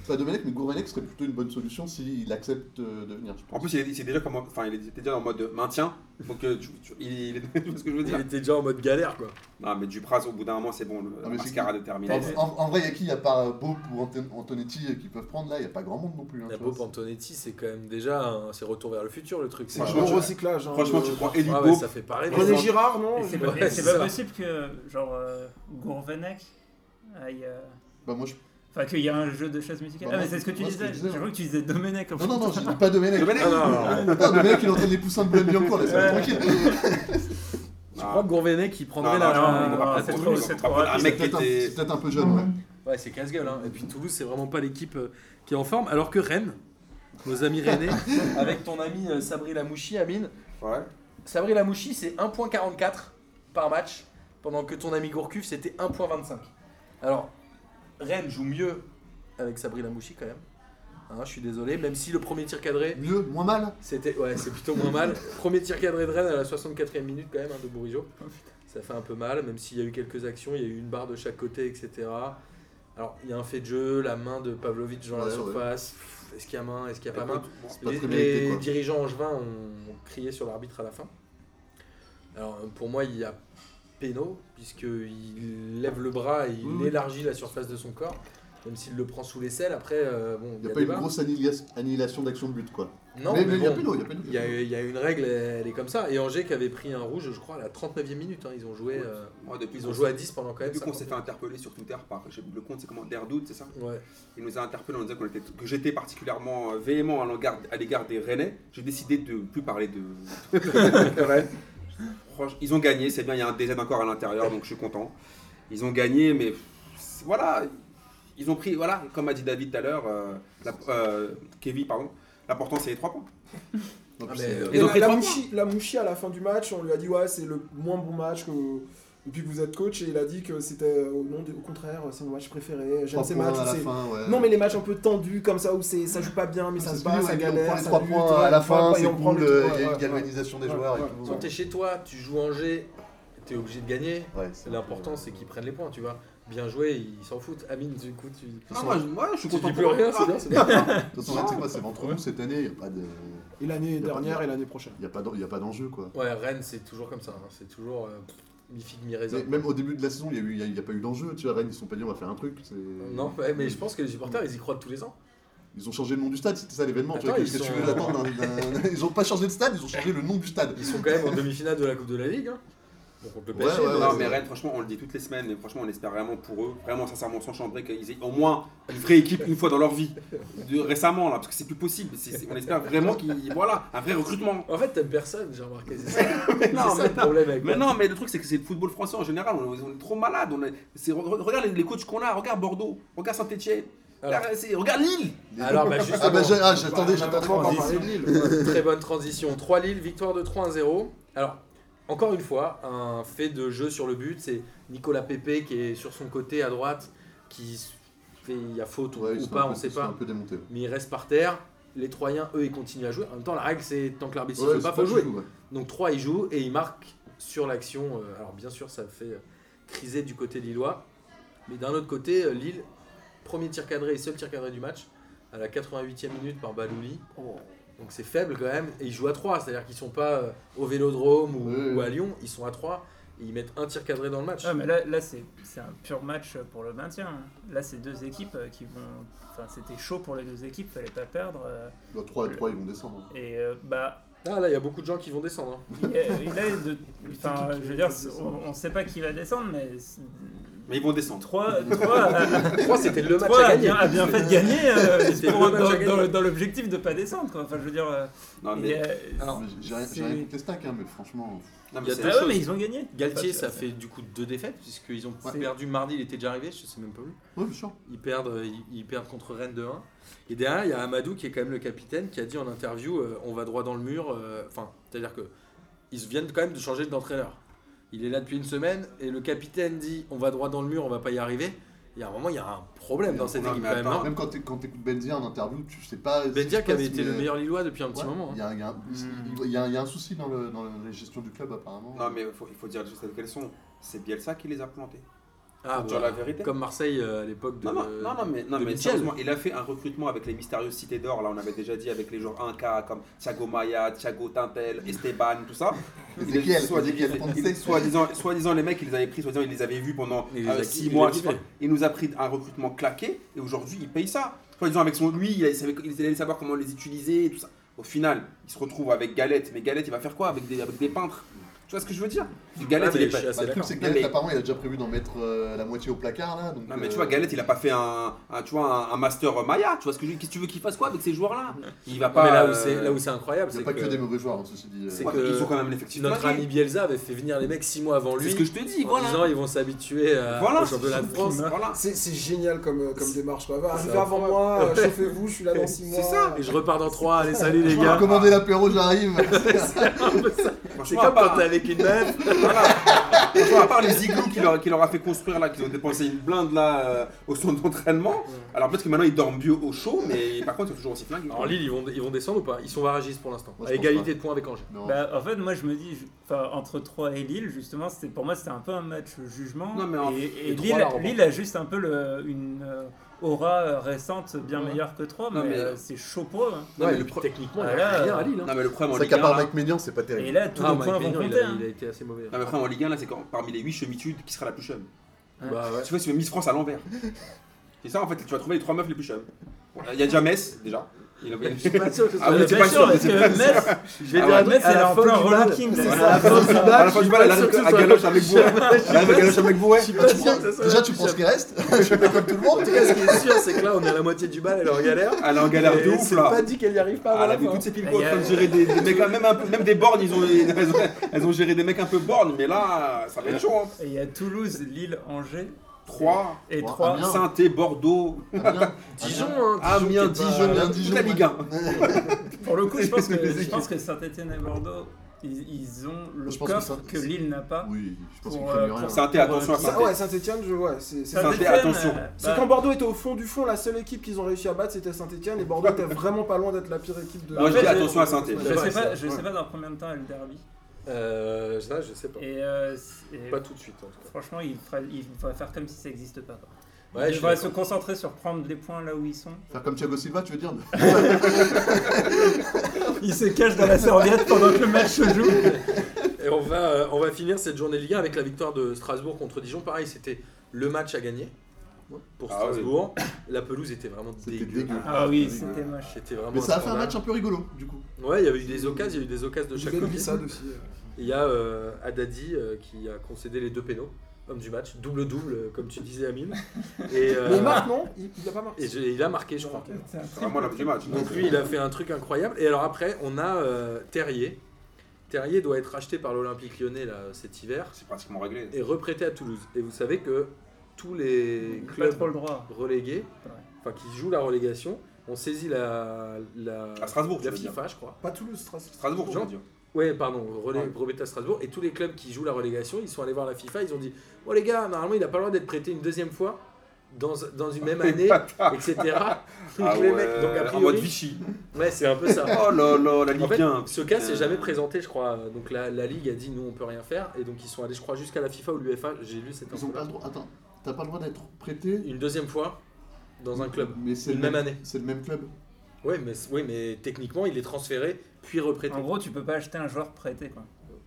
Pas Domenech, mais Gourvenec serait plutôt une bonne solution s'il accepte euh, de venir, je En pense. plus, il est, c'est déjà comme, enfin, il était déjà en mode maintien. Donc, euh, tu, tu- il, il- tu vois ce que je veux Il dire était déjà en mode galère, quoi. Non, mais Dupraz, au bout d'un moment, c'est bon, le- Ah, la mais c'est mascarade est terminée. En, en- en vrai, il y a qui, à part euh, Bob ou Anton- Antonetti euh, qui peuvent prendre là, il n'y a pas grand monde non plus. hein, La tu vois. Pope Antonetti, c'est quand même déjà un- c'est retour vers le futur le truc. C'est C'est Ouais, franchement, bon tu- recyclage. hein, Franchement, de- tu prends Eli Ah ouais, Bob, ça fait parler. Ouais, René c'est- Girard, non Et c'est je- pas, Ouais, et c'est pas ça. possible que, genre, euh, Gourvenec aille. euh, Bah, moi, je... Enfin, qu'il y a un jeu de chaises musicales. Bah, Ah, mais moi, c'est ce que tu moi, ce que disais. je disais, J'ai cru que tu disais Domenech en Non, non, fait. non, j'ai dit pas Domenech. Domenech. Ah, non, non, non. Putain, Domenech, il est en train de les pousser un peu bien court, là, c'est Ouais. tranquille. Ah, Je crois que Gourvenet qui prendrait Non, la. non, non, Ah, non, la- non, la c'est tête trop- rouge. c'est trop Un rapide. mec qui Peut-être un, était. peut-être un peu jeune, ouais. Ouais, c'est casse-gueule. Hein. Et puis Toulouse, c'est vraiment pas l'équipe euh, qui est en forme. Alors que Rennes, nos amis rennais, avec ton ami euh, Sabri Lamouchi, Amine. Ouais. Sabri Lamouchi, c'est 1,44 par match, pendant que ton ami Gourcuff, c'était 1,25. Alors, Rennes joue mieux avec Sabri Lamouchi quand même. Hein, je suis désolé, même si le premier tir cadré, Mieux, moins mal. c'était. Ouais, c'est plutôt moins mal. Premier tir cadré de Rennes à la 64e minute quand même hein, de Bourigeau. Ça fait un peu mal, même s'il y a eu quelques actions, il y a eu une barre de chaque côté, etc. Alors, il y a un fait de jeu, la main de Pavlovic dans la Ouais, ouais. surface. Pff, Est-ce qu'il y a main Est-ce qu'il n'y a pas main Écoute, bon, pas Les, très mérité, les quoi. dirigeants angevins ont, ont crié sur l'arbitre à la fin. Alors, euh, pour moi, il y a péno, puisqu'il lève le bras et il Oui, oui. élargit la surface de son corps. Même s'il le prend sous les selles, après, euh, bon, Il n'y a pas une débat. grosse annihilation annihilation d'action de but, quoi. Non, mais mais, mais il y a bon, péno, il y a péno. il y, a eu- il y a une règle, elle est comme ça. Et Angers qui avait pris un rouge, je crois, à la 39e minute. hein, ils ont joué, euh, Moi, depuis ils qu'on ont joué à 10 pendant quand même. Depuis qu'on 50. s'est fait interpeller sur Twitter par je- le compte, c'est comment Derdoud, c'est ça Ouais. Il nous a interpellé en disant qu'on était- que j'étais particulièrement euh, véhément à l'égard- à l'égard des Rennais. J'ai décidé de plus parler de. de Rennes. Franch- Ils ont gagné, c'est bien, il y a un DZ encore à l'intérieur, donc je suis content. Ils ont gagné, mais pff, c'est- voilà, ils ont pris, voilà, comme a dit David tout à l'heure, euh, la- euh, Kevin, pardon, l'important c'est les trois points. Non, Ah, puis mais, c'est- euh, Ils ont la, pris la trois Mouchi, la Mouchi, à la fin du match, on lui a dit ouais c'est le moins bon match que depuis que vous êtes coach et il a dit que c'était euh, au, nom des- au contraire c'est mon match préféré. J'aime trois ces points matchs. à où la c'est- fin, ouais. Non mais les matchs un peu tendus comme ça où c'est ça joue pas bien mais C'est ça ce se que passe, dit, ça ouais, galère. On prend les ça trois lutte, points ouais, à la on prend- fin, et c'est on prend cool, les euh, trois, il y a ouais, une ouais. galvanisation des Ouais, joueurs et ouais. tout. Quand t'es chez toi, tu joues Angers, t'es obligé de gagner. Ouais, c'est- L'important, c'est qu'ils prennent les points, tu vois. Bien joué, ils s'en foutent. Amine, du coup, tu. Ah, moi, je- moi, je suis tu content dis pour plus eux. Ah, rien, c'est bien, c'est bien. De toute façon, tu sais quoi, c'est entre nous cette année, il n'y a pas de- Et l'année a pas de dernière guerre. et l'année prochaine. y a pas d'en- y a pas d'enjeu, quoi. Ouais, Rennes, c'est toujours comme ça. hein. C'est toujours euh, mi-figue, mi-raisin. Mais Même au début de la saison, il n'y a, il y a pas eu d'enjeu. Tu vois, Rennes, ils se sont pas dit on va faire un truc. c'est- Non, ouais, mais je pense que les supporters, ils y croient tous les ans. Ils ont changé le nom du stade, c'était ça l'événement. Tu vois, Attends, qu'est-ce ils que tu sont- veux attendre d'un- d'un- Ils ont pas changé de stade, ils ont changé le nom du stade. Ah, Ils sont quand même en demi-finale de la Coupe de la Ligue. hein. Donc on peut le Ouais, pêcher. ouais, mais- ouais, Non c'est mais vrai. Rennes franchement on le dit toutes les semaines mais franchement on espère vraiment pour eux, vraiment sincèrement sans chambrer qu'ils aient au moins une vraie équipe une fois dans leur vie. De, récemment là parce que c'est plus possible. C'est- c'est- on espère vraiment qu'ils voilà un vrai recrutement. En fait, t'aimes personne, j'ai remarqué. C'est ça, Mais c'est non, ça mais le non. problème avec Mais Rennes. non mais le truc c'est que c'est le football français en général on, on est trop malade. On est- c'est- re- re- regarde les, les coachs qu'on a, regarde Bordeaux, regarde Saint-Etienne, Alors. regarde, c'est- regarde Lille. Alors, bah, justement. Ah bah j'ai- ah, j'attendais, Bah, j'attendais. on va qu'on parler dise. de Lille. Très bonne transition. 3 Lille, victoire de 3-1-0. Alors, encore une fois, un fait de jeu sur le but, c'est Nicolas Pepe qui est sur son côté à droite, qui s- fait, il y a faute ou- Ouais, ils ou sont pas, un peu- on sait ils sont un pas. peu démontés. Mais il reste par terre. Les Troyens, eux, ils continuent à jouer. En même temps, la règle, c'est tant que l'arbitre ne Ouais, siffle pas, c'est faut jouer. du tout, ouais. Donc 3, ils jouent et ils marquent sur l'action. Euh, Alors, bien sûr, ça fait euh, criser du côté lillois. Mais d'un autre côté, euh, Lille, premier tir cadré et seul tir cadré du match, à la 88e minute par Balouli. Donc c'est faible quand même. Et ils jouent à 3, c'est-à-dire qu'ils sont pas euh, au vélodrome ou, Ouais, ou à ouais. Lyon, ils sont à 3 et ils mettent un tir cadré dans le match. Ouais, Ah, mais là, là c'est c'est un pur match pour le maintien. hein. Là, c'est deux équipes euh, qui vont. Enfin, c'était chaud pour les deux équipes, fallait pas perdre. euh, Bah, 3 3, ils vont descendre. Et euh, bah, Ah là, il y a beaucoup de gens qui vont descendre. hein. il y a- il y a de- enfin, je veux dire, on, on sait pas qui va descendre, mais c'est- Mais ils vont descendre. 3, 3, Je crois que c'était le match à a gagner. bien, a bien fait de gagner euh, C'était pour- le match à dans, gagner. dans le- dans l'objectif de pas descendre. Quoi. Enfin, je veux dire. euh, Non il y mais, a- Alors, Ah, hein. Mais J'ai rien j'ai c'est- rien contre les stacks, hein, mais franchement. non, il y mais a c'est- Ah deux- ouais, choses. mais ils ont gagné. Galtier, Enfin, ça fait du coup deux défaites, puisqu'ils ont Ouais. perdu mardi, il était déjà arrivé, je sais même pas où. Ouais, bien sûr. Ils perdent, euh, ils, ils perdent contre Rennes de 1. Et derrière, il y a Amadou qui est quand même le capitaine qui a dit en interview euh, on va droit dans le mur. euh, Enfin, c'est-à-dire que ils viennent quand même de changer d'entraîneur. Il est là depuis une semaine et le capitaine dit on va droit dans le mur, on va pas y arriver. Il y a un moment, il y a un problème dans cette Non, équipe mais quand même. attends, hein. Même quand t'é- quand t'écoutes Benzia en interview, tu sais pas. euh, ce Bendia se qui avait passe, été le mais- meilleur Lillois depuis un petit Ouais, moment. hein. Il y a un- il y a un- Hmm. il y a- il y a un souci dans le- dans la gestion du club, apparemment. Bah, non, mais faut- il faut dire juste quelles sont. C'est Bielsa qui les a plantés. Ah, Faut dire bah, la vérité. comme Marseille euh, à l'époque de. Non, non, non, non, mais, non, de mais Mitchell. sérieusement, il a fait un recrutement avec les mystérieuses cités d'or. Là, on avait déjà dit avec les joueurs 1K comme Thiago Maya, Thiago Tintel, Esteban, tout ça. Il Ezekiel, a- soit- Ezekiel il- Ponce. il- Soi-disant, soi-disant, les mecs, ils les avaient pris, soi-disant, ils les avaient vus pendant Il les a- 6 il les mois. a six kiffés. mois. Il nous a pris un recrutement claqué et aujourd'hui, il paye ça. Soi-disant, avec son lui, il, a- il savait, il allait savoir comment les utiliser et tout ça. Au final, il se retrouve avec Galette. Mais Galette, il va faire quoi avec des, avec des peintres Tu vois ce que je veux dire Galette, Ah, mais il est je pas- suis assez Bah, le truc, d'accord. c'est que Non, Galette, mais- apparemment, il a déjà prévu d'en mettre euh, la moitié au placard, là. donc, Non mais tu euh, vois Galette il a pas fait un, un- tu vois un, un master Maya tu vois ce que je- qu'est-ce que tu veux qu'il fasse quoi avec ces joueurs là il va Non, pas mais là où euh, c'est- là où c'est incroyable, Il n'y c'est a pas que, que des mauvais joueurs, hein, ceci dit. euh. c'est ouais, que ils ont quand même l'effectif notre malgré. ami Bielsa avait fait venir les mecs 6 mois avant c'est lui. ce que je te dis en voilà disant ils vont s'habituer à- voilà au championnat de c'est- France. voilà. C'est c'est génial comme, euh, comme démarche. Quoi. Va, C'est Arrivez avant moi, euh, chauffez-vous, je suis là dans 6 mois. C'est ça. Et je repars dans 3, allez salut les Je vais gars. commander l'apéro, j'arrive. C'est franchement à comme quand part, t'es avec une meuf. voilà. Franchement, à part les igloos qu'il leur, qu'il leur a fait construire là qu'ils ont dépensé une blinde là euh, au centre d'entraînement alors peut-être que maintenant ils dorment mieux au chaud mais par contre ils sont toujours aussi flingues Alors Lille, ils vont, ils vont descendre ou pas Ils sont varagistes pour l'instant. Moi, je À pense égalité de points avec Angers. Non. Bah, en fait, moi je me dis, je- enfin, entre Troyes et Lille, justement, c'était pour moi c'était un peu un match jugement. Non, mais en- et et les Troyes, Lille, là, en Lille a juste un peu le- une euh, aura euh, récente bien meilleure que Troyes, mais, Non, mais- euh, c'est chaud pour eux. hein. Non, mais mais le le- pro- techniquement, il Ah n'y a là, rien à Lille. hein. non mais le problème en Ça Ligue 1 qu'à part là- Mike Maignan, c'est pas terrible. Et là, tous Ah, les Mike points vont Maignan, il, compter. a, hein. il a été assez mauvais. non, Ah, mais après en Ligue 1 là c'est quand parmi les 8 chemitudes qui sera la plus jeune Bah ouais. tu vois c'est Miss France à l'envers Et ça, en fait, tu vas trouver les trois meufs les plus chauves. Il y a déjà Metz, déjà. Il a- Je suis pas sûr que ce Ah soit Euh, oui, la t'es bonne pas sûr, parce t'es que pas Metz, je vais Ah dire ouais. à Metz, elle Elle est a en un peu plein un relance. relooking, C'est là. ça, à la fin du bac, À la fin je du suis bal, elle pas sûr arrive que ce à soit la galoche avec bourré. Elle arrive à galoche avec bourré. Bah, tu sûr prends- que ça soit déjà, la tu plus prends chère. ce qui reste, je suis pas comme tout le monde. En tout cas, ce qui est sûr, c'est que là, on est à la moitié du bal, elle est en galère. Elle est en galère de Et ouf c'est là. pas dit qu'elle y arrive pas. Ah, avant Elle la avait fin. toutes ses piles La en train de galère. gérer des, des mecs, même, un peu- même des bornes, ils ont, elles, ont, elles ont géré des mecs un peu bornes, mais là, ça va être chaud. Hein. Et il y a Toulouse, Lille, Angers 3, et Bon, Ah, 3. Amiens. Sainté, Bordeaux, Amiens, Dijon, hein. Amiens, qui est pas- Dijon, Amiens, toute Dijon, la Ligue 1. Pour le coup, je pense que, Les je équipes. pense que Saint-Etienne et Bordeaux, ils, ils ont le Je pense que coffre ça- que, Lille n'a hein. pas. Oui, je pense qu'il hein. Pour, craignent euh, rien. pour Sainté, attention à Ça, Ça, Sainté. ouais, Saint-Etienne, je ouais, c'est c'est- Ça- Saint-Etienne, attention. euh, C'est bah, quand Bordeaux était au fond du fond, la seule équipe qu'ils ont réussi à battre c'était Saint-Etienne et Bordeaux était vraiment pas loin d'être la pire équipe de Moi, je En dis fait, attention à Sainté. Je Ouais, sais pas, ça, je sais pas dans combien de temps est le derby. Euh, ça, je sais pas. Et, euh, c- et Pas tout de suite en tout cas. franchement, il faudrait il faudrait faire comme si ça n'existe pas. quoi. Ouais, il je suis faudrait se d'accord. concentrer sur prendre les points là où ils sont. Faire comme Thiago Silva, tu veux dire ne- Il se cache dans la serviette pendant que le match se joue. Et on va, euh, on va finir cette journée de Ligue 1 avec la victoire de Strasbourg contre Dijon. Pareil, c'était le match à gagner pour Ah oui. Strasbourg. La pelouse était vraiment C'était dégueu. dégueu. Ah oui, c'était moche. C'était vraiment Mais ça a fait un scandale. match un peu rigolo, du coup. Ouais, il y avait eu des occasions, il y a eu des occasions de chaque côté. ça aussi. euh. Il y a euh, Haddadi euh, qui a concédé les deux pénaux, homme du match, double-double, euh, comme tu disais, Amine. Et, euh, Mais il marque, non il, il a pas marqué. et je- il a marqué, je Il a crois. marqué. C'est un C'est vraiment la triple. plus match. Donc lui, il a fait un truc incroyable. Et alors après, on a euh, Terrier. Terrier doit être acheté par l'Olympique lyonnais là, cet hiver C'est pratiquement réglé. et reprêté à Toulouse. Et vous savez que tous les Il a Pas clubs trop le droit. relégués, Ouais. enfin qui jouent la relégation, ont saisi la, la, À Strasbourg, tu la veux dire. FIFA, je crois. Pas Toulouse, Strasbourg. Strasbourg, tu veux dire. Ouais, pardon, relais, Ouais. Roberta Strasbourg. Et tous les clubs qui jouent la relégation, ils sont allés voir la FIFA, ils ont dit Oh les gars, normalement, il n'a pas le droit d'être prêté une deuxième fois dans, dans une même année, etc. Donc Ah les ouais, mecs, donc a En mode priori. Vichy. Ouais, c'est un peu ça. Oh là là, la En Ligue fait, 1. ce cas s'est putain. jamais présenté, je crois. Donc la, la Ligue a dit nous on peut rien faire, et donc ils sont allés, je crois, jusqu'à la FIFA ou l'UEFA. J'ai lu cette Ils ont info. pas le droit. Attends, t'as pas le droit d'être prêté Une deuxième fois dans un club. Mais c'est Une le même année. C'est le même club. Ouais, mais oui, mais techniquement il est transféré puis reprêté. En gros, tu peux pas acheter un joueur prêté. Quoi.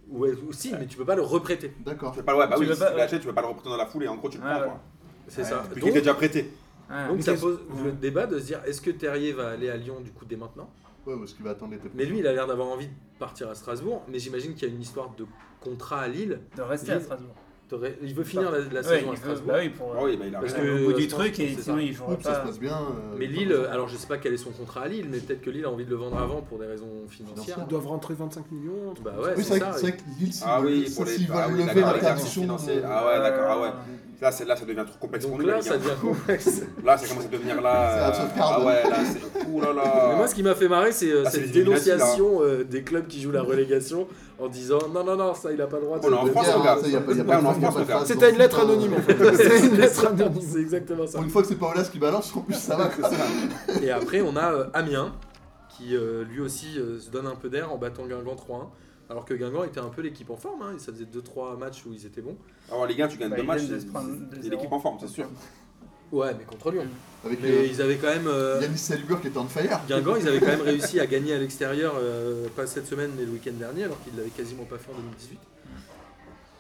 Ouais, ou si, mais tu peux pas le reprêter. D'accord. Tu peux pas, ouais, bah Tu oui, veux si pas- tu l'achètes, tu peux pas le reprendre dans la foulée. En gros, tu le Ouais, prends, ouais. quoi. C'est ça. Puis il Donc, était déjà prêté. Ah, donc mais ça qu'est-ce- pose Ouais. le débat de se dire est-ce que Terrier va aller à Lyon du coup dès maintenant Ouais, parce qu'il va attendre l'été. Mais lui, il a l'air d'avoir envie de partir à Strasbourg. Mais j'imagine qu'il y a une histoire de contrat à Lille. de rester à Strasbourg. T'aurais- Il veut finir la, la Ouais, saison à il veut- Strasbourg. bah oui, pour Ah oui, bah il a Parce raison. que- au bout je du pense truc que et c'est sinon ça. il Ouais, jouera puis ça se pas. passe bien. euh, Mais Lille, euh, alors je sais pas quel est son contrat à Lille, mais peut-être que Lille a envie de le vendre avant pour des raisons financières. Ils doivent rentrer 25 millions. un truc Bah comme ouais, Oui, c'est c'est ça. vrai, que- c'est vrai que Lille, s'ils Ah oui, veulent- pour les. s'ils ah veulent oui, lever d'accord, les exercices l'interdiction. financiers. euh, Ah ouais, d'accord, ah ouais. Euh, Là, c'est- là, ça devient trop complexe pour Donc nous. là, les gars. ça devient complexe. Là, ça commence à devenir là. C'est la euh, sauvegarde. Ah ouais, là, c'est. Ouh là là. Mais moi, ce qui m'a fait marrer, c'est euh, Ah, c'est cette les Illuminati, dénonciation euh, des clubs qui jouent la relégation en disant non, non, non, ça il a pas le droit de. On est en de- France, y a- on regarde. euh, y a pas- y a Ouais, pas de on est en phrase, y a France, pas de on regarde. phrase, C'était une donc, lettre euh, anonyme en fait. C'est une lettre anonyme, c'est exactement ça. Pour une fois que c'est pas Olas qui balance, en plus ça va. quoi. Et après, on a euh, Amiens qui euh, lui aussi euh, se donne un peu d'air en battant Guingamp 3-1. Alors que Guingamp était un peu l'équipe en forme, hein, et ça faisait 2-3 matchs où ils étaient bons. Alors, Ah les gars, tu gagnes Bah, deux ils matchs. viennent de c'est- se prendre c'est 2-0. l'équipe en forme, c'est sûr. Ouais, mais contre Lyon. Avec Mais euh, ils avaient quand même. euh, Yannis Salubur qui est on fire. Guingamp, ils avaient quand même réussi à gagner à l'extérieur, euh, pas cette semaine, mais le week-end dernier, alors qu'ils l'avaient quasiment pas fait en 2018.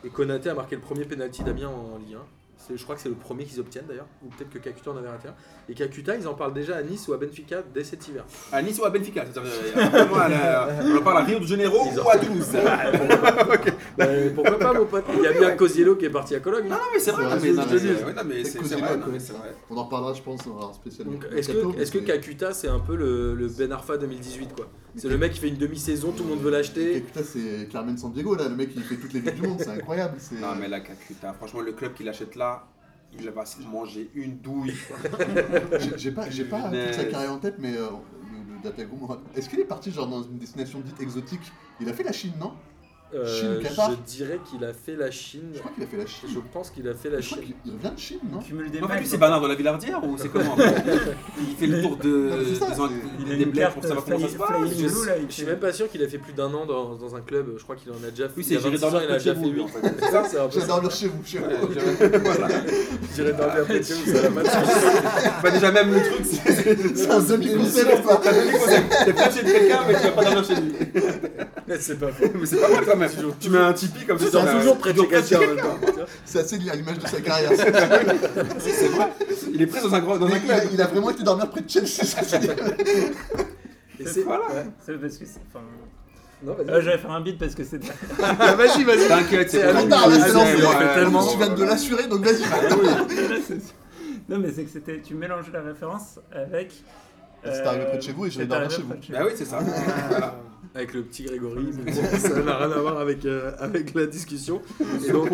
Et Konaté a marqué le premier penalty d'Amiens en Ligue 1. C'est- Je crois que c'est le premier qu'ils obtiennent d'ailleurs, ou peut-être que Kakuta en avait raté un. Et Kakuta, ils en parlent déjà à Nice ou à Benfica dès cet hiver. À Nice ou à Benfica c'est-à-dire, euh, appelle-moi à la- On en parle à Rio de Janeiro Ils ont- ou à Toulouse. Ah, bah, Euh, pourquoi pas, mon pote Il y a bien Cosiello qui est parti à Cologne. Non, mais c'est vrai, C'est non, vrai, mais- non, c'est vrai. mais c'est- ouais, non, mais c'est- Peut-être c'est Cosimo, vrai. elle non, mais connaît c'est ça. vrai. On en reparlera, je pense, en spécial. Donc, Est-ce que, est-ce que Kakuta, c'est un peu le, le Ben Arfa 2018 quoi C'est le mec qui fait une demi-saison, tout le monde veut l'acheter. Kakuta, c'est Carmen San Diego, là, le mec qui fait toutes les villes du monde, c'est incroyable. c'est- Non, mais la Calcutta, franchement, le club qui l'achète là, il va se manger une douille. J'ai- J'ai pas, j'ai pas toute sa Punaise. carrière en tête, mais euh, le, le Datagou, moi, est-ce qu'il est parti genre dans une destination dite exotique Il a fait la Chine, non Chine, Qatar Euh, je dirais qu'il a fait la Chine. Je crois qu'il a fait la Chine. Je pense qu'il a fait la Je crois Chine. qu'il il revient de Chine, non Cumule des En fait, matchs. lui, c'est Bernard de la Villardière ou c'est comment Il fait le tour de, Non, mais c'est ça, des en- c'est- Il des, a des une bleds carte pour savoir comment ça se passe. fly- Je, flying blue là. il je suis fait- même pas sûr qu'il a fait plus d'un an dans, dans un club. Je crois qu'il en a déjà fait. Oui, il y a c'est J'irai 26 ans, dormir il en a déjà chez fait vous, 8. lui, en fait. C'est ça, c'est un peu. J'adore dormir chez vous, chez vous. Ouais, j'irai- voilà. J'irai dormir après chez vous, ça va pas de souci. Bah, déjà, même le truc, c'est. C'est un demi-conseil ou pas T'as donné conseil. T'es pas chez quelqu'un, mais tu vas pas dormir chez lui. C'est pas faux. Mais c'est pas mal quand même. Tu mets un Tipeee comme ça. Ils sont t'as- toujours prêts de chez quelqu'un en même temps. C'est assez lié à l'image de sa carrière. ça. Si, c'est vrai. Il est pris dans un, gros- dans il, un a, club. il a vraiment été dormir près de Chelsea. ça, c'est- Et c'est- Voilà. Ouais. C'est parce que c'est. Enfin, Non, vas-y. Ah, euh, j'allais faire un beat parce que c'est. Vas-y, vas-y. T'inquiète, C'est c'est un pas tard, mais mal. c'est Ouais, lancé. ouais, ouais, Tellement. Tu viens de l'assurer, donc vas-y. non, mais c'est que c'était. Tu mélanges la référence avec. euh, C'est arrivé près de chez vous et je vais c'est dormir arrivé chez vous. près de Bah oui, c'est ça. Avec le petit Grégory, mais bon, ça n'a rien à voir avec, euh, avec la discussion. Et donc,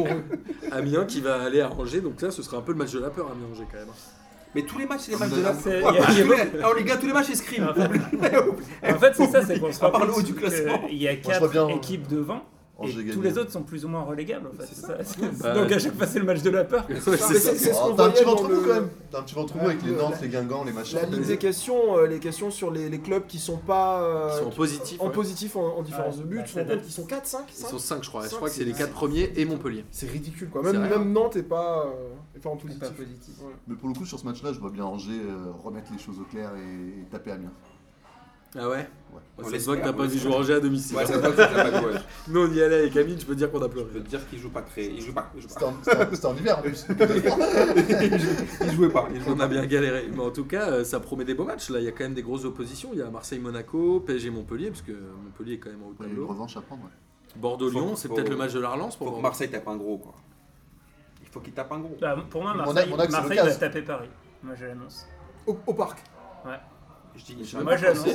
Amiens qui va aller à Angers, donc là, ce sera un peu le match de la peur, Amiens-Angers quand même. Mais tous les matchs, c'est les matchs de la. Ouais, C'est- y a- bah, y a- tous les- Ah, les gars, tous les matchs, c'est scrim. En En fait, c'est ça, c'est qu'on se Ah, On parle rappelle haut du classement. Il y a je vois bien, quatre euh, équipes devant. Et Angers gagne. tous les autres sont plus ou moins relégables en fait. c'est ça. Bah, Donc à chaque fois c'est le match de la peur. Ouais, Mais c'est- c'est ce Ah, qu'on T'as un petit voyait dans ventre mou le- quand même. T'as un petit ventre mou Ouais, avec les le- Nantes, la- les Guingamps, les machins. La ligne des questions, euh, les questions sur les, les clubs qui sont pas euh, Ils sont qui- positifs. en ouais. positif en, en différence Ouais, de but, bah, tu te ça rends compte date. qu'ils sont 4, 5, Ils sont 5, je crois. Je Cinq, crois que c'est c'est- les 4 premiers et Montpellier. C'est ridicule quoi. C'est Même, vrai. même Nantes est pas, euh, est pas en positif. positif. Ouais. Mais pour le coup, sur ce match-là, je vois bien Angers euh, remettre les choses au clair et, et taper Amiens. Ah ouais On On ça se voit l'espère, que t'as on pas vu l'espère. jouer Angers à domicile. Ouais, c'est vrai que c'est la bague, ouais. Nous, on y allait avec Amine, je peux dire qu'on a pleuré. Je veux te dire qu'il joue pas très. Il joue pas. Il joue C'était pas. en, c'était en- c'était en hiver en plus. Il jouait pas. Il jouait On a pas. bien galéré. Mais en tout cas, euh, ça promet des beaux matchs. Là, il y a quand même des grosses oppositions. Il y a Marseille-Monaco, PSG-Montpellier, parce que Montpellier est quand même en haut de Ouais, il y a une tableau. revanche à prendre. ouais. Bordeaux-Lyon, Faut- c'est faut- peut-être le match de la relance pour Faut que voir. Marseille tape un gros, quoi. Il faut qu'il tape un gros. Bah, pour moi Mon Marseille, axe, mon axe, c'est Marseille Lucas. va taper Paris. Moi je l'annonce. Au, au parc. Je dis, je Moi je l'annonce.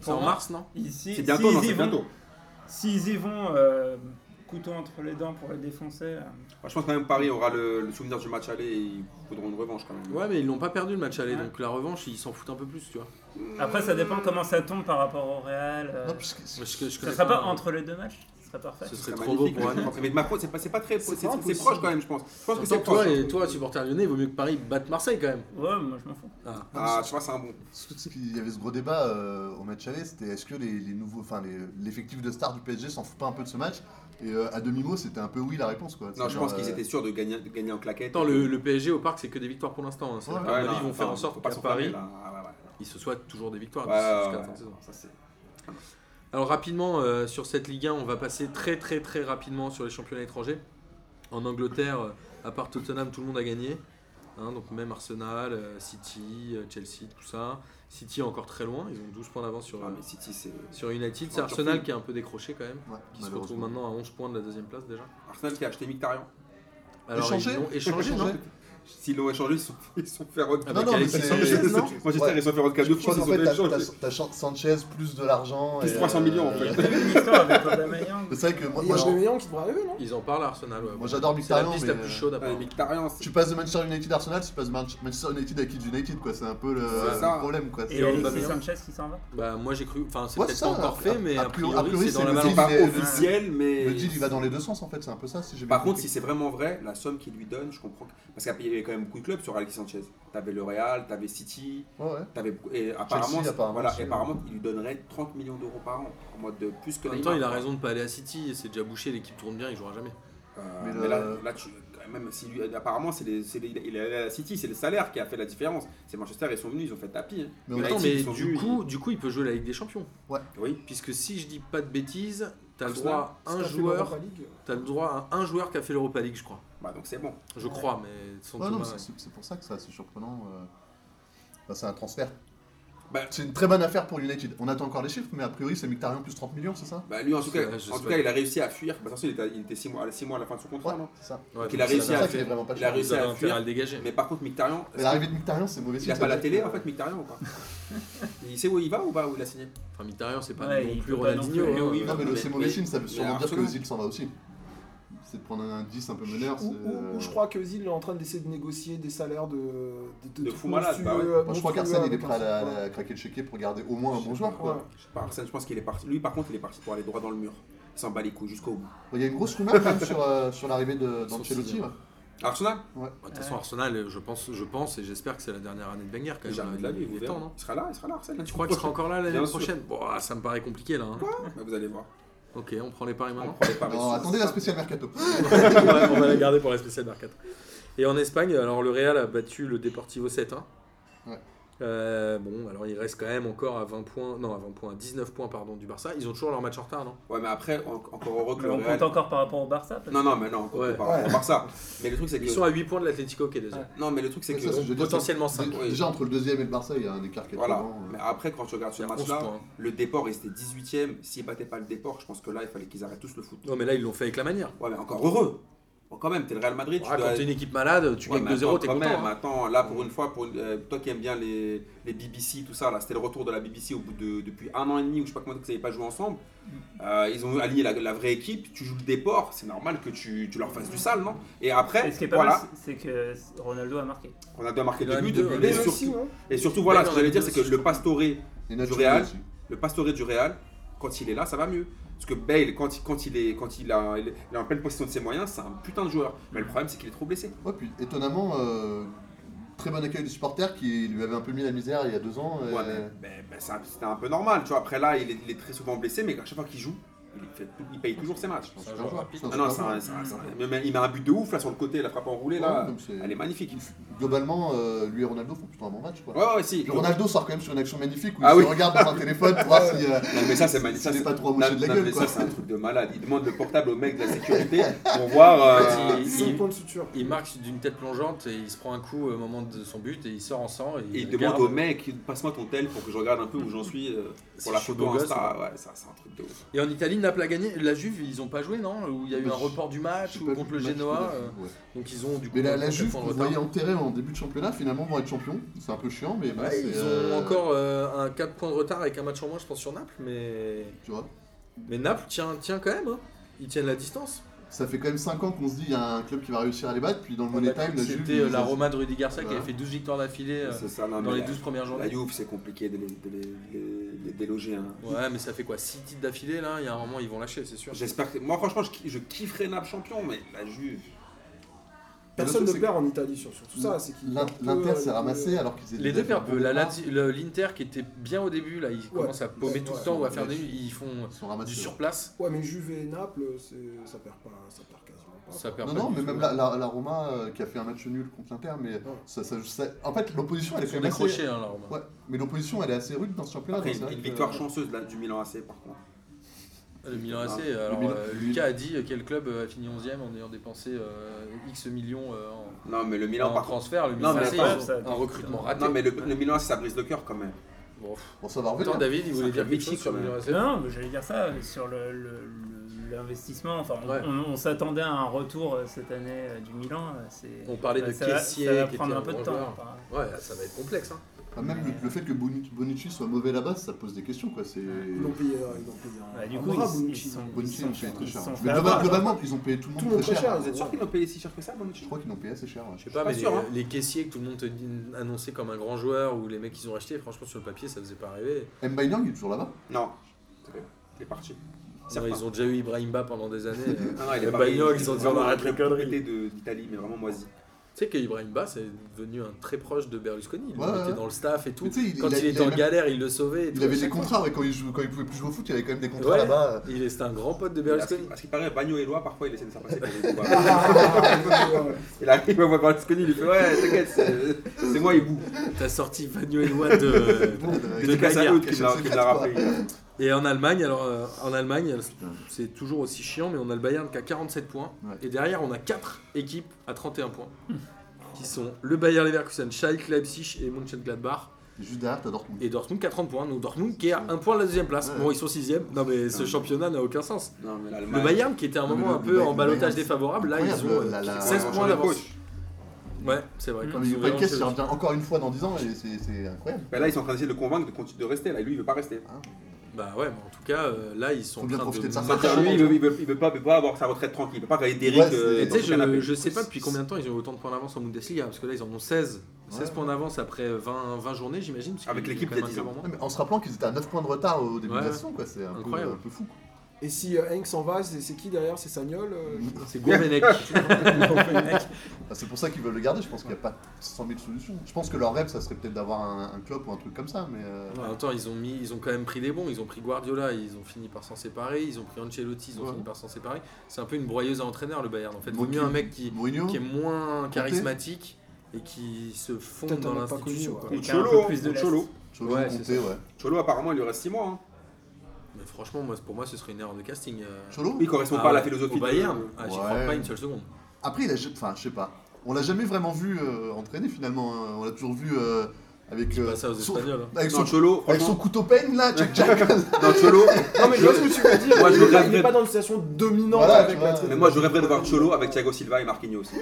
C'est en mars, non Ici, C'est bientôt, non, s'ils y c'est vont- bientôt. S'ils y vont euh, couteau entre les dents pour les défoncer. euh, Moi, je pense quand même que Paris aura le, le souvenir du match aller et ils voudront une revanche quand même. Ouais, mais ils n'ont pas perdu le match aller, Ouais. donc la revanche, ils s'en foutent un peu plus, tu vois. Après ça dépend comment ça tombe par rapport au Real. euh, Non, parce que- Moi, je- je Ça connais sera pas entre les deux matchs, ce serait parfait. Ce Ce serait serait trop beau magnifique, pour mais- Amiens. Mais Macron, c'est pas, c'est pas très. C'est C'est pas c'est impossible. proche quand même, je pense. Je pense que c'est Pourtant, proche. toi, et toi, supporter lyonnais, il vaut mieux que Paris batte Marseille quand même. Ouais, moi je m'en fous. Ah. Ah, tu vois, c'est un bon. ce qu'il y avait ce gros débat euh, au match aller, c'était est-ce que les, les nouveaux, enfin les- l'effectif de stars du PSG s'en fout pas un peu de ce match Et euh, à demi mot, c'était un peu oui la réponse quoi. Non, je C'est-à-dire, pense euh, qu'ils étaient sûrs de gagner, de gagner en claquette. Attends, le, le PSG au parc, c'est que des victoires pour l'instant. hein. C'est- Ouais, à Ouais, mon avis, non, ils vont faire en enfin, sorte faut pas qu'à Paris, s'enflammer, là. Ah, ils se soient toujours des victoires Ouais, ouais, jusqu'à la ouais, fin de ouais. saison. Ça, c'est- Alors rapidement euh, sur cette Ligue 1, on va passer très très très rapidement sur les championnats étrangers. En Angleterre, euh, à part Tottenham, tout le monde a gagné. Hein, donc même Arsenal, euh, City, euh, Chelsea, tout ça. City est encore très loin, ils ont 12 points d'avance sur, euh, Ah, mais City, c'est. sur United. C'est Ouais, Arsenal surtout. qui a un peu décroché quand même, ouais, qui se retrouve malheureusement. maintenant à 11 points de la deuxième place déjà. Arsenal qui a acheté Mictarian. Alors Échangé ils l'ont échangé, non Échangé. S'ils l'ont échangé, ils se sont- ils se sont fait autre Ah, Non, Avec non, mais Alexis c'est- Sanchez, non Manchester, Ouais. ils se sont fait Rodcap deux Je fois, pense en ils se sont fait, fait t'as- échanger. t'as t'as Chan- Sanchez plus de l'argent. Plus et, 300 millions, en euh, fait. Il y a même une histoire avec Aubameyang. C'est vrai que moi, Il y a moi, je- Aubameyang qui devrait arriver non Ils en parlent à Arsenal. ouais. Moi, j'adore C'est la Mkhitaryan, piste mais, la plus euh, chaude Ouais, après. Mictarian, Ah, c'est- tu passes de Manchester United à Arsenal, tu passes de Man- Manchester United à Kids United quoi. C'est un peu le, C'est ça. le problème quoi. Et Et Alexis Aubameyang. Sanchez qui s'en va. Bah moi j'ai cru, enfin c'est Ouais, peut-être ça, pas encore a- fait, a- mais a a priori, priori, a priori, c'est dans c'est la le balance. c'est pas il est- officiel, mais. euh, Le deal il va dans les deux sens en fait, c'est un peu ça si j'ai bien Par contre, compris. si c'est vraiment vrai, la somme qu'ils lui donnent, je comprends. que- Parce qu'il y avait quand même beaucoup de clubs sur Alexis Sanchez. T'avais le Real, t'avais City, Ouais, ouais. t'avais beaucoup. Et apparemment, c'est- apparemment voilà, aussi, et ouais. apparemment, ils lui donneraient 30 millions d'euros par an, en mode de plus que En même temps, il a Neymar. raison de pas aller à City, c'est déjà bouché, l'équipe tourne bien, il jouera jamais. Euh, Mais mais le- là, là, tu- quand même, si lui- apparemment, c'est les, c'est les- il est allé à la City, c'est le salaire qui a fait la différence. C'est Manchester, ils sont venus, ils ont fait tapis. hein. Mais Mais United, attends, mais ils sont du venus, coup, du coup, il peut jouer la Ligue des Champions. ils- Oui. Puisque si je dis pas de bêtises, t'as le Arsenal, droit à Si un t'as fait joueur, l'Europa League, t'as le droit à un joueur qui a fait l'Europa League, je crois. Bah, donc c'est bon. Je crois, mais sans Ouais, non, mais Thomas. c'est- c'est c'est pour ça que c'est assez surprenant. euh. Enfin, c'est un transfert. Bah- c'est une très bonne affaire pour United. On attend encore les chiffres, mais a priori, c'est Mictarion plus 30 millions, c'est ça Bah, lui, en tout cas, Ouais, je en sais tout pas. cas il a réussi à fuir. Bah, de toute façon, il était, il était 6 mois, six mois à la fin de son contrat, Ouais, non c'est ça. Ouais, qu'il donc a c'est réussi la- C'est à ça qu'il est fuir. vraiment pas Il a cher. réussi Vous avez à intérêt à fuir. le dégager. Mais par contre, Mictarian, Mais l'arrivée de Mictarion, c'est mauvais il a signe, pas ça la veut télé dire en que- fait, Mictarian ou pas Il sait où il va ou pas Où il a signé Enfin, Mkhitaryan, c'est pas Ouais, non il plus peut pas non Ronaldinho. plus, hein. oui, Non, mais le- Mais- c'est mauvais mais- signe, ça veut mais sûrement dire que Arsenal. Özil s'en va aussi. C'est de prendre un indice un peu meneur. Ou, c'est, euh, ou- ou je crois que Özil est en train d'essayer de négocier des salaires de de, euh, De fou malade, bah ouais. Moi, monstrueux- je crois monstrueux qu'Arsène, il est avec prêt à, la- Arsenal. la- craquer le chéquier pour garder au moins un bon joueur. Ouais. quoi. Je sais pas, Arsène, je pense qu'il est parti. Lui, par contre, il est parti pour aller droit dans le mur. Il s'en bat les couilles jusqu'au bout. Il y a une grosse rumeur quand même sur, euh, sur l'arrivée de- d'Ancelotti. sixième. ouais. Arsenal Bah, De toute façon, Arsenal, je pense, je pense et j'espère que c'est la dernière année de Wenger quand même. Jamais de la vie, vous Il est verrez. temps, non Il sera là, il sera là, Arsène. Tu crois qu'il sera encore là l'année Bien sûr. prochaine Bon, ah, ça me paraît compliqué là. hein. Bah, Vous allez voir. Ok, on prend les paris On maintenant. prend les paris Non, sur- attendez la spéciale mercato. on, va, on va la garder pour la spéciale mercato. Et en Espagne, alors le Real a battu le Deportivo 7-1. Ouais. hein. Euh, bon, alors il reste quand même encore à 20 points, non à 20 points, à 19 points pardon du Barça. Ils ont toujours leur match en retard, non Ouais, mais après, en- encore heureux que Mais le on Real- compte encore par rapport au Barça parce Non, non, mais non, encore Ouais. par rapport au Barça. Mais le truc, c'est que. Ils sont à 8 points de l'Atlético qui est deuxième. Non, mais le truc, c'est Ouais, que. ça, c'est- je veux dire, Potentiellement c'est- 5. dé- oui. Déjà entre le deuxième et le Barça, il y a un écart euh. qui est Voilà. trop grand, Mais après, quand tu regardes ce 11 match-là, points. le déport, il était 18ème. S'ils battaient pas le déport, je pense que là, il fallait qu'ils arrêtent tous le foot. Non mais là ils l'ont fait avec la manière. Ouais, mais encore heureux. Bon, quand même, t'es le Real Madrid, Ah, tu dois. quand t'es une équipe malade, tu Ouais, mais gagnes 2-0, attends, t'es quand content. même, hein. Attends, là, pour une fois, pour une- euh, toi qui aimes bien les, les BBC, tout ça, là, c'était le retour de la BBC au bout de, depuis un an et demi, ou je sais pas comment, que ça n'avait pas joué ensemble. Mm. Euh, ils ont aligné la, la vraie équipe, tu joues le déport, c'est normal que tu, tu leur fasses du sale, non Et que- après, Et ce qui est pas voilà, mal, c'est que Ronaldo a marqué. on a bien marqué Il en le a but, mis deux, depuis- ouais. et Mais surtout, aussi, hein. et surtout, voilà, Ben, ce que on a mis j'allais dire, deux c'est que aussi, le pastoré, Et Nacho Real. aussi. le pastoré du Real, quand il est là, ça va mieux. Parce que Bale, quand il, quand il, est, quand il, a, il est en pleine possession de ses moyens, c'est un putain de joueur. Mais le problème, c'est qu'il est trop blessé. Ouais, puis étonnamment, euh, très bon accueil du supporter qui lui avait un peu mis la misère il y a deux ans. et- Ouais, mais, mais- mais c'est un- c'était un peu normal, tu vois. Après là, il est, il est très souvent blessé, mais à chaque fois qu'il joue, il, fait- il paye toujours ses matchs. C'est un joueur. C'est un Ah non, super c'est joueur. un- c'est un- c'est un- mais- mais il met un but de ouf là sur le côté, la frappe enroulée Ouais, là, donc c'est- elle est magnifique. Globalement, euh, lui et Ronaldo font plutôt un bon match. Quoi. Ouais, ouais, si. Puis Ronaldo sort quand même sur une action magnifique où Ah il oui. se regarde dans un téléphone pour voir si. euh, Non, mais ça, c'est magnifique. s'il Ça, est pas c'est- trop non, mouché de la non, gueule, mais quoi. ça, c'est un truc de malade. Il demande le portable au mec de la sécurité pour voir. euh, Il- Cinq il- points de suture. Il marque d'une tête plongeante et il se prend un coup euh, au moment de son but et il sort en sang. Et, Et il regarde. demande au mec, passe-moi ton tel pour que je regarde un peu où j'en suis euh, C'est pour la chaud photo beau gosse, Insta. Ouais, ça, c'est un truc de ouf. Et en Italie, Naples a gagné. La Juve, ils ont pas joué, non Où il y a eu Je- un report du match j'ai ou pas contre vu Ah, le match de la Genoa. Juve, euh, ouais. Donc ils ont du coup. Mais la, encore la quatre Juve, points de vous retard. voyez enterrée en début de championnat, finalement vont être champions. C'est un peu chiant, mais bon, Ouais, c'est, ils ont euh, encore euh, un 4 points de retard avec un match en moins, je pense, sur Naples. Mais, Tu vois, mais Naples tient, tient quand même. hein. Ils tiennent la distance. ça fait quand même 5 ans qu'on se dit il y a un club qui va réussir à les battre. Puis dans le On Money a cru Time, que la Juve. C'était euh, ils- la Roma de Rudy Garcia qui Voilà. avait fait 12 victoires d'affilée euh, C'est ça, non, dans mais les la- 12 premières La journées. Juve, c'est compliqué de les, de les- les- les déloger. hein. Ouais, mais ça fait quoi 6 titres d'affilée là Il y a un moment, ils vont lâcher, c'est sûr. J'espère que. Moi, franchement, je, ki- je kifferais Naples champion, mais la Juve. Personne truc, ne c'est perd en Italie sur, sur tout ça. C'est qu'il- L'In- L'Inter euh, s'est ramassé alors qu'ils étaient. Les deux déjà perdent peu. La départ. Lati- le- L'Inter qui était bien au début, là, ils commencent à paumer ouais, tout le ouais, temps ou à ouais. faire des nuls. Ils font Ils sont du ramassés. surplace. Ouais, mais Juve et Naples, c'est- ça perd pas, ça perd quasiment pas. Ça perd Non, pas non, du mais tout. même la, la- la Roma euh, qui a fait un match nul contre l'Inter, mais ça, ça- ça- en fait l'opposition elle est Ils quand sont même assez. décrochés, hein, la Roma. Ouais, mais l'opposition elle est assez rude dans ce championnat. Après, donc bah, c'est une, vrai une que- victoire chanceuse là, du Milan AC, par contre. Le Milan AC, Ah, alors Milan- euh, le Lucas Milan. a dit euh, quel club euh, a fini 11ème en ayant dépensé euh, X millions euh, en, Non, mais le Milan, en par contre. transfert. Le Milan mais AC, ils attends, ont ça, un recrutement raté. Non, mais le, le Milan AC, ça brise le cœur quand même. Bon, pff, Bon, ça va revenir. Attends, David, il voulait Ça dire quelque fait mythique, chose sur le quand Milan même. AC Non, mais j'allais dire ça mais sur le- le- le- l'investissement. Enfin, on, Ouais. on- on s'attendait à un retour euh, cette année euh, du Milan. euh, c'est- On parlait ça de va- Kessié, Ça va qui était prendre un un peu de bon temps. joueur. enfin. Ouais, ça va être complexe. Hein. Enfin, même le, le fait que Boni- Bonucci soit mauvais là-bas, ça pose des questions quoi. C'est. Ils l'ont payé, euh, ils l'ont payé un- Bah, du un coup, bras, ils- ils, Bonucci. sont, ils Ah, Bonucci, ils sont, l'ont payé très ils cher. hein. sont fait Mais avoir, globa- quoi. globalement, ils ont payé tout le monde, Tout le monde très très cher. cher, Vous êtes sûr qu'ils l'ont payé si cher que ça, Bonucci Je crois qu'ils l'ont payé assez cher. ouais. Je sais pas pas, mais sûr, les, hein. les caissiers que tout le monde te dit- annonçait comme un grand joueur ou les mecs qu'ils ont acheté, franchement, sur le papier, ça faisait pas rêver. Mbaye il est toujours là-bas. Non. Il est parti. Non, Certain. ils ont déjà eu Ibrahimba pendant des années. euh. Non, non, il est Le parti. Bagnoc, ils ont dit, on Vraiment arrête la les conneries. propriété de- d'Italie, mais vraiment moisi. Tu sais qu'Ibrahimba, c'est devenu un très proche de Berlusconi. Il Ouais, ouais, était ouais. dans le staff et tout. Mais tu sais, il- quand il il, a- il était avait en même- galère, il le sauvait. et tout. Il avait des contrats, ouais, quand il, jouait- quand il pouvait plus jouer au foot, il avait quand même des contrats Ouais. là-bas. euh. Il est- c'était un grand pote de Parce Berlusconi. qu'il paraît, Bagno et Loi, parfois, il essaie de faire passer pour des Ah, ouais, ouais, ouais. Il arrive à voir Berlusconi, il lui fait Ouais, t'inquiète, c'est c'est moi, Ibou. T'as sorti Vanio Eloi de. Euh, C'est De Lucas bagarre, Saoud qui cache l'a le qui secret, l'a quoi. rappelé. Et en Allemagne, alors euh, en Allemagne, c'est toujours aussi chiant, mais on a le Bayern qui a 47 points. Ouais. Et derrière, on a 4 équipes à 31 points. qui sont le Bayern Leverkusen, Schalke, Leipzig et Mönchengladbach. Juste derrière, t'as Dortmund. Et Dortmund qui a 30 points. Donc Dortmund qui est à 1 point de la deuxième place. Ouais. Bon, ils sont 6 Non, mais ce Ouais. championnat n'a aucun sens. Non, mais Le l'Allemagne. Bayern qui était à un Non, mais moment le- un le peu Bayern- en le balotage Bayern, c'est défavorable, là ils incroyable, ont euh, la- la- 16 Ouais, points le d'avance. coach. Ouais, c'est vrai. Mm. quand Comme ils une ont podcast qui vraiment- revient encore une fois dans 10 ans, et c'est- c'est incroyable. Bah là, ils sont en train d'essayer de le convaincre de, continuer de rester. Là, lui, il veut pas rester. Bah ouais, mais en tout cas, euh, là ils sont Faut en bien train profiter de ça. Ça, c'est lui, il veut, il veut- il veut pas, il veut pas avoir sa retraite tranquille. Il peut pas regarder Derrick. Ouais, c'est- euh, Et dans tu sais, son canapé. je, je sais pas depuis combien de temps ils ont autant de points d'avance en Bundesliga, parce que là ils en ont 16. 16 Ouais. points d'avance après 20, 20 journées, j'imagine. parce Avec qu'il y a l'équipe quand même d'il y a un 10 ans. moment. Non, mais en se rappelant qu'ils étaient à 9 points de retard au début Ouais, de la ouais. saison, quoi. C'est un, peu, Incroyable. un peu fou. quoi. Et si euh, Hank s'en va, c'est c'est qui derrière C'est Sagnol euh, qui- C'est Gourvenec. Bah, c'est pour ça qu'ils veulent le garder. Je pense qu'il n'y a pas 100 000 solutions. Je pense que leur rêve, ça serait peut-être d'avoir un, un club ou un truc comme ça. Mais euh, En même temps, ils ont, mis, ils ont quand même pris des bons. Ils ont pris Guardiola, ils ont fini par s'en séparer. Ils ont pris Ancelotti, ils ont Ouais. fini par s'en séparer. C'est un peu une broyeuse à entraîneur le Bayern en fait. Vaut Moki- mieux un mec qui, Mourinho, qui est moins charismatique et qui se font Peut-être dans on n'a pas l'institution. connu, quoi. ouais. Ou Quelqu'un un Cholo, peu plus de ou l'Est. Cholo. Cholo Ouais, Conte, c'est ouais. Cholo, apparemment, il lui reste 6 mois. hein. Mais franchement, moi, pour moi, ce serait une erreur de casting. euh. Cholo Il correspond Ah pas à la ouais, philosophie au de Bayern. Ah, j'y crois Ouais. pas une seule seconde. Après, il a. ja- Enfin, je sais pas. On l'a jamais vraiment vu euh, entraîner finalement. hein. On l'a toujours vu euh, avec. euh, Pas ça aux son- Espagnols. hein. avec Non, son, Cholo, avec son franchement, couteau peigne là, Jack Jack. non, Cholo. Non, mais je vois ce que tu veux dire. Moi, je il est- regrette- il n'est pas dans une situation dominante Voilà, avec tu vois. la Mais moi, je rêverais de voir Cholo avec Thiago Silva et Marquinhos aussi.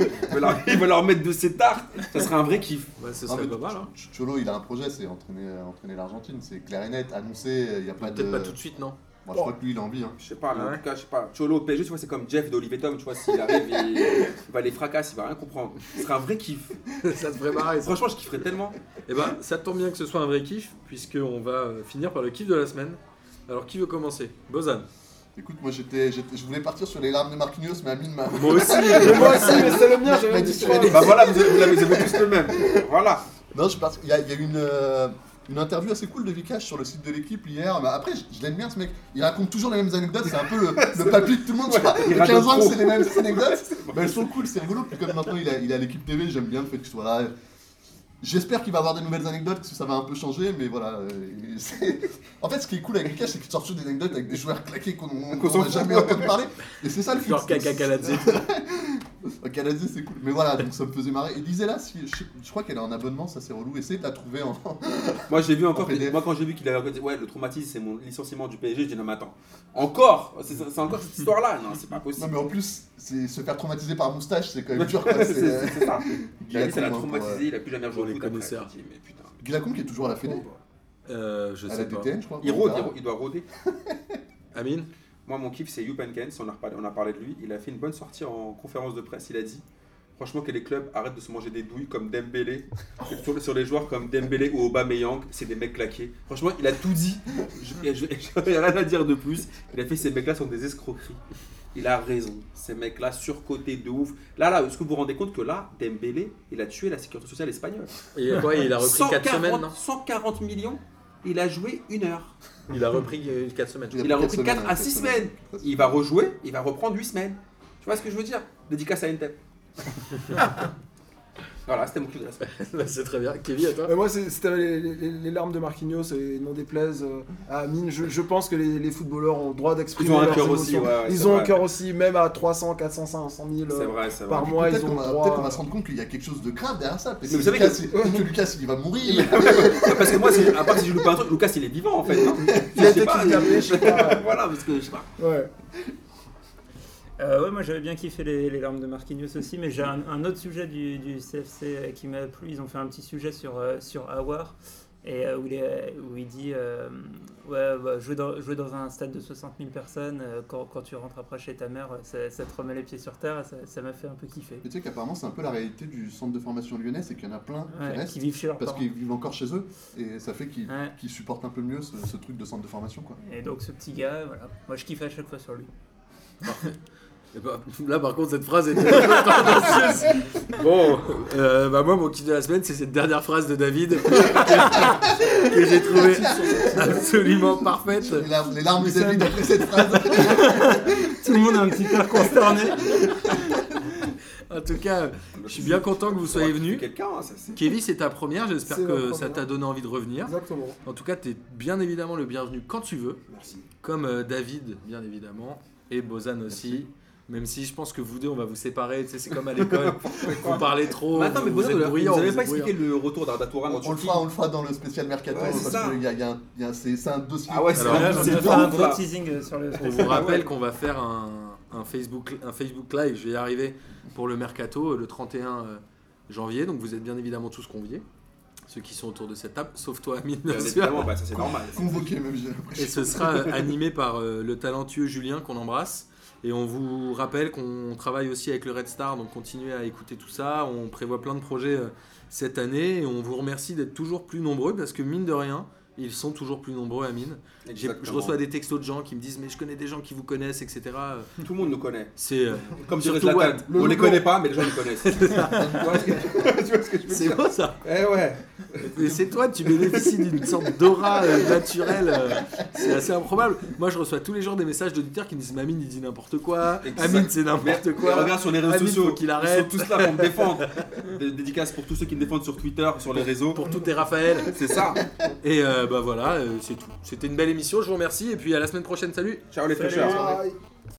Il va leur, il va leur mettre de ses tartes. Ça serait un vrai kiff. Ouais, ce Non, serait mais- pas mal. hein. Ch- Cholo, il a un projet, c'est entraîner, euh, entraîner l'Argentine. C'est clair et net, annoncé. Il n'y a pas de. Peut-être pas tout de suite, non. Moi, je crois que lui, il a envie. hein. Je sais pas, mais Ouais. en tout cas, je sais pas. Cholo au PSG, tu vois, c'est comme Jeff d'Olivetum, tu vois, s'il arrive, il, il va les fracasser, il va rien comprendre. Ce serait un vrai kiff. ça devrait marrer. Franchement, je kifferais tellement. Et bah, ça tombe bien que ce soit un vrai kiff, puisqu'on va euh, finir par le kiff de la semaine. Alors, qui veut commencer Bozan. Écoute, moi, j'étais, j'étais- je voulais partir sur les larmes de Marquinhos, mais Amine m'a. Moi aussi Mais moi aussi, mais c'est le mien, j'ai Mais rien dit tu sur elle. fais Bah voilà, vous avez, vous avez- vous avez tous le même. Voilà. Non, je suis parti. Il y a, il y a une, euh, une interview assez cool de Vikash sur le site de l'équipe hier. Bah, après, je, je l'aime bien ce mec. Il raconte toujours les mêmes anecdotes. C'est un peu le, le papy de tout le monde. tu vois. il Depuis 15 ans raconte que trop. c'est les mêmes anecdotes. Mais elles sont cool, c'est rigolo. Puis comme maintenant il a il a l'équipe TV, j'aime bien le fait que tu sois là. J'espère qu'il va avoir des nouvelles anecdotes, parce que ça va un peu changer, mais voilà. euh, et c'est- en fait, ce qui est cool avec Vikash, c'est qu'il sort toujours des anecdotes avec des joueurs claqués qu'on Qu'on s'en n'a fout. jamais entendu parler. Et c'est ça le foot. Genre Kaka Kaladze. Ok, Canadien, c'est cool. Mais voilà, donc ça me faisait marrer. Et lisez là, si, je, je crois qu'elle est en abonnement, ça c'est relou. Essayez de la trouver en. Moi, j'ai vu encore, En que- PDF. moi, quand j'ai vu qu'il avait raconté, ouais, le traumatisme, c'est mon licenciement du PSG, je dis non, mais attends, encore C'est c'est encore cette histoire-là Non, c'est pas non, possible. mais en plus, c'est se faire traumatiser par un moustache, c'est quand même dur. Quoi. C'est, euh, C'est c'est ça. Il Il a a dit, ça l'a comment pour, traumatisé, euh, il a plus jamais pour joué au les foot après. connaisseurs. Je dis, mais putain. Guilacum qui est toujours à la Fédé. Euh, je à la sais pas. DTN, je crois. Il On rôde, verra. il rôde, il doit rôder. Amine Moi, mon kiff, c'est Youp Kens. On a, reparlé- on a parlé de lui. Il a fait une bonne sortie en conférence de presse. Il a dit Franchement, que les clubs arrêtent de se manger des douilles comme Dembélé. sur, sur les joueurs comme Dembélé ou Aubameyang, c'est des mecs claqués. Franchement, il a tout dit. Je- je- J'aurais rien à dire de plus. Il a fait ces mecs-là sont des escroqueries. Il a raison. Ces mecs-là surcotés de ouf. Là, là, est-ce que vous vous rendez compte que là, Dembélé, il a tué la sécurité sociale espagnole Et quoi, il a repris 4 semaines, non 140 millions. Il a joué une heure. Il a repris 4 semaines. Il a pris repris quatre 4 semaines, à quatre 6 semaines. semaines. Il va rejouer, il va reprendre 8 semaines. Tu vois ce que je veux dire Dédicace à Ntep. voilà, c'était mon clip de la semaine. Bah, c'est très bien. Kevin, à toi Mais moi, c'est- c'était les, les- les larmes de Marquinhos et non déplaise euh, à Amine. Je, je pense que les, les footballeurs ont le droit d'exprimer Ils ont un leurs cœur émotions. aussi, ouais, ouais, c'est Ils ont un vrai. cœur aussi, même à 300, 400, 500 000 euh, C'est vrai, c'est vrai. par mois, peut-être ils qu'on ont le va, droit. peut-être qu'on va se rendre compte qu'il y a quelque chose de grave derrière ça. Parce que, vous savez Lucas, que- il- que Lucas, il va mourir. Parce que moi, c'est- à part si je loupe un truc, Lucas il est vivant en fait. non Il a Je sais été pas, kidnappé, je sais pas. voilà, parce que je sais pas. Ouais. Euh, ouais, moi j'avais bien kiffé les, les larmes de Marquinhos aussi, mais j'ai un, un autre sujet du, du CFC euh, qui m'a plu. Ils ont fait un petit sujet sur, euh, sur Awar, et, euh, où, il est- où il dit euh, Ouais, bah, jouer, dans, jouer dans un stade de 60 000 personnes, euh, quand, quand tu rentres après chez ta mère, ça, ça te remet les pieds sur terre, et ça- ça m'a fait un peu kiffer. Mais tu sais qu'apparemment, c'est un peu la réalité du centre de formation lyonnais, c'est qu'il y en a plein Ouais, qui restent. qui vivent chez leurs Parce parents. qu'ils vivent encore chez eux, et ça fait qu'ils Ouais. qu'ils supportent un peu mieux ce, ce truc de centre de formation. quoi. Et donc ce petit gars, voilà. Moi je kiffe à chaque fois sur lui. Eh ben, Là, par contre, cette phrase est tendancieuse. Bon, euh, bah, moi, mon kiff de la semaine, c'est cette dernière phrase de David que j'ai trouvée absolument parfaite. Les larmes, les larmes de David après cette phrase. Tout le monde est un petit peu consterné. En tout cas, je suis bien content que vous soyez venu. Quelqu'un, hein, ça c'est. Kevin, c'est ta première. J'espère C'est ma que ça première. t'a donné envie de revenir. Exactement. En tout cas, t'es bien évidemment le bienvenu quand tu veux. Merci. Comme euh, David, bien évidemment, et Bozan aussi. Même si je pense que vous deux, on va vous séparer. Tu sais, c'est comme à l'école. vous parlez trop. Mais attends, Oh, mais vous, Bozan, êtes vous bruyants, n'avez vous pas êtes bruyants. expliqué le retour d'Arda Touran en On le Turquie fera, hein. on le fera dans le spécial mercato. Ouais, c'est parce ça. que y a- y a un- y a un- c'est c'est un dossier. Ah ouais, c'est Alors, vrai, là, c'est on va bon, faire un on gros fera. teasing euh, sur le On spécial. vous rappelle qu'on va faire un, un Facebook, un Facebook Live, je vais y arriver, pour le Mercato euh, le 31 euh, janvier. Donc vous êtes bien évidemment tous conviés, ceux qui sont autour de cette table, sauf toi Amine, bien Bien sûr. évidemment, bah, ça c'est normal. Convoqué même, j'ai l'impression. Et ce sera euh, animé par euh, le talentueux Julien qu'on embrasse. Et on vous rappelle qu'on travaille aussi avec le Red Star, donc continuez à écouter tout ça. On prévoit plein de projets euh, cette année et on vous remercie d'être toujours plus nombreux parce que mine de rien, Ils sont toujours plus nombreux à mine. J'ai- Je Exactement. reçois des textos de gens qui me disent mais je connais des gens qui vous connaissent, etc. Euh, Tout le monde nous connaît. C'est euh, Comme sur Surtout Zlatan, Watt. on Le les logo. connaît pas, mais les gens les connaissent. tu, vois ce que, tu vois ce que je veux c'est dire beau ça. Eh ouais. Mais c'est toi, tu bénéficies d'une sorte d'aura euh, naturelle. euh, c'est assez improbable. Moi, je reçois tous les jours des messages d'auditeurs qui me disent Mamine, il dit n'importe quoi. Exact. Amine, c'est n'importe Mais quoi. regarde sur les réseaux Amine, sociaux, faut qu'il ils sont arrête. tous là pour me défendre. Des dédicaces pour tous ceux qui me défendent sur Twitter, sur les réseaux. Pour tout est Raphaël. C'est ça. Et euh, bah voilà, euh, c'est tout. C'était une belle émission. Je vous remercie. Et puis à la semaine prochaine. Salut. Ciao les fraîcheurs. Bye.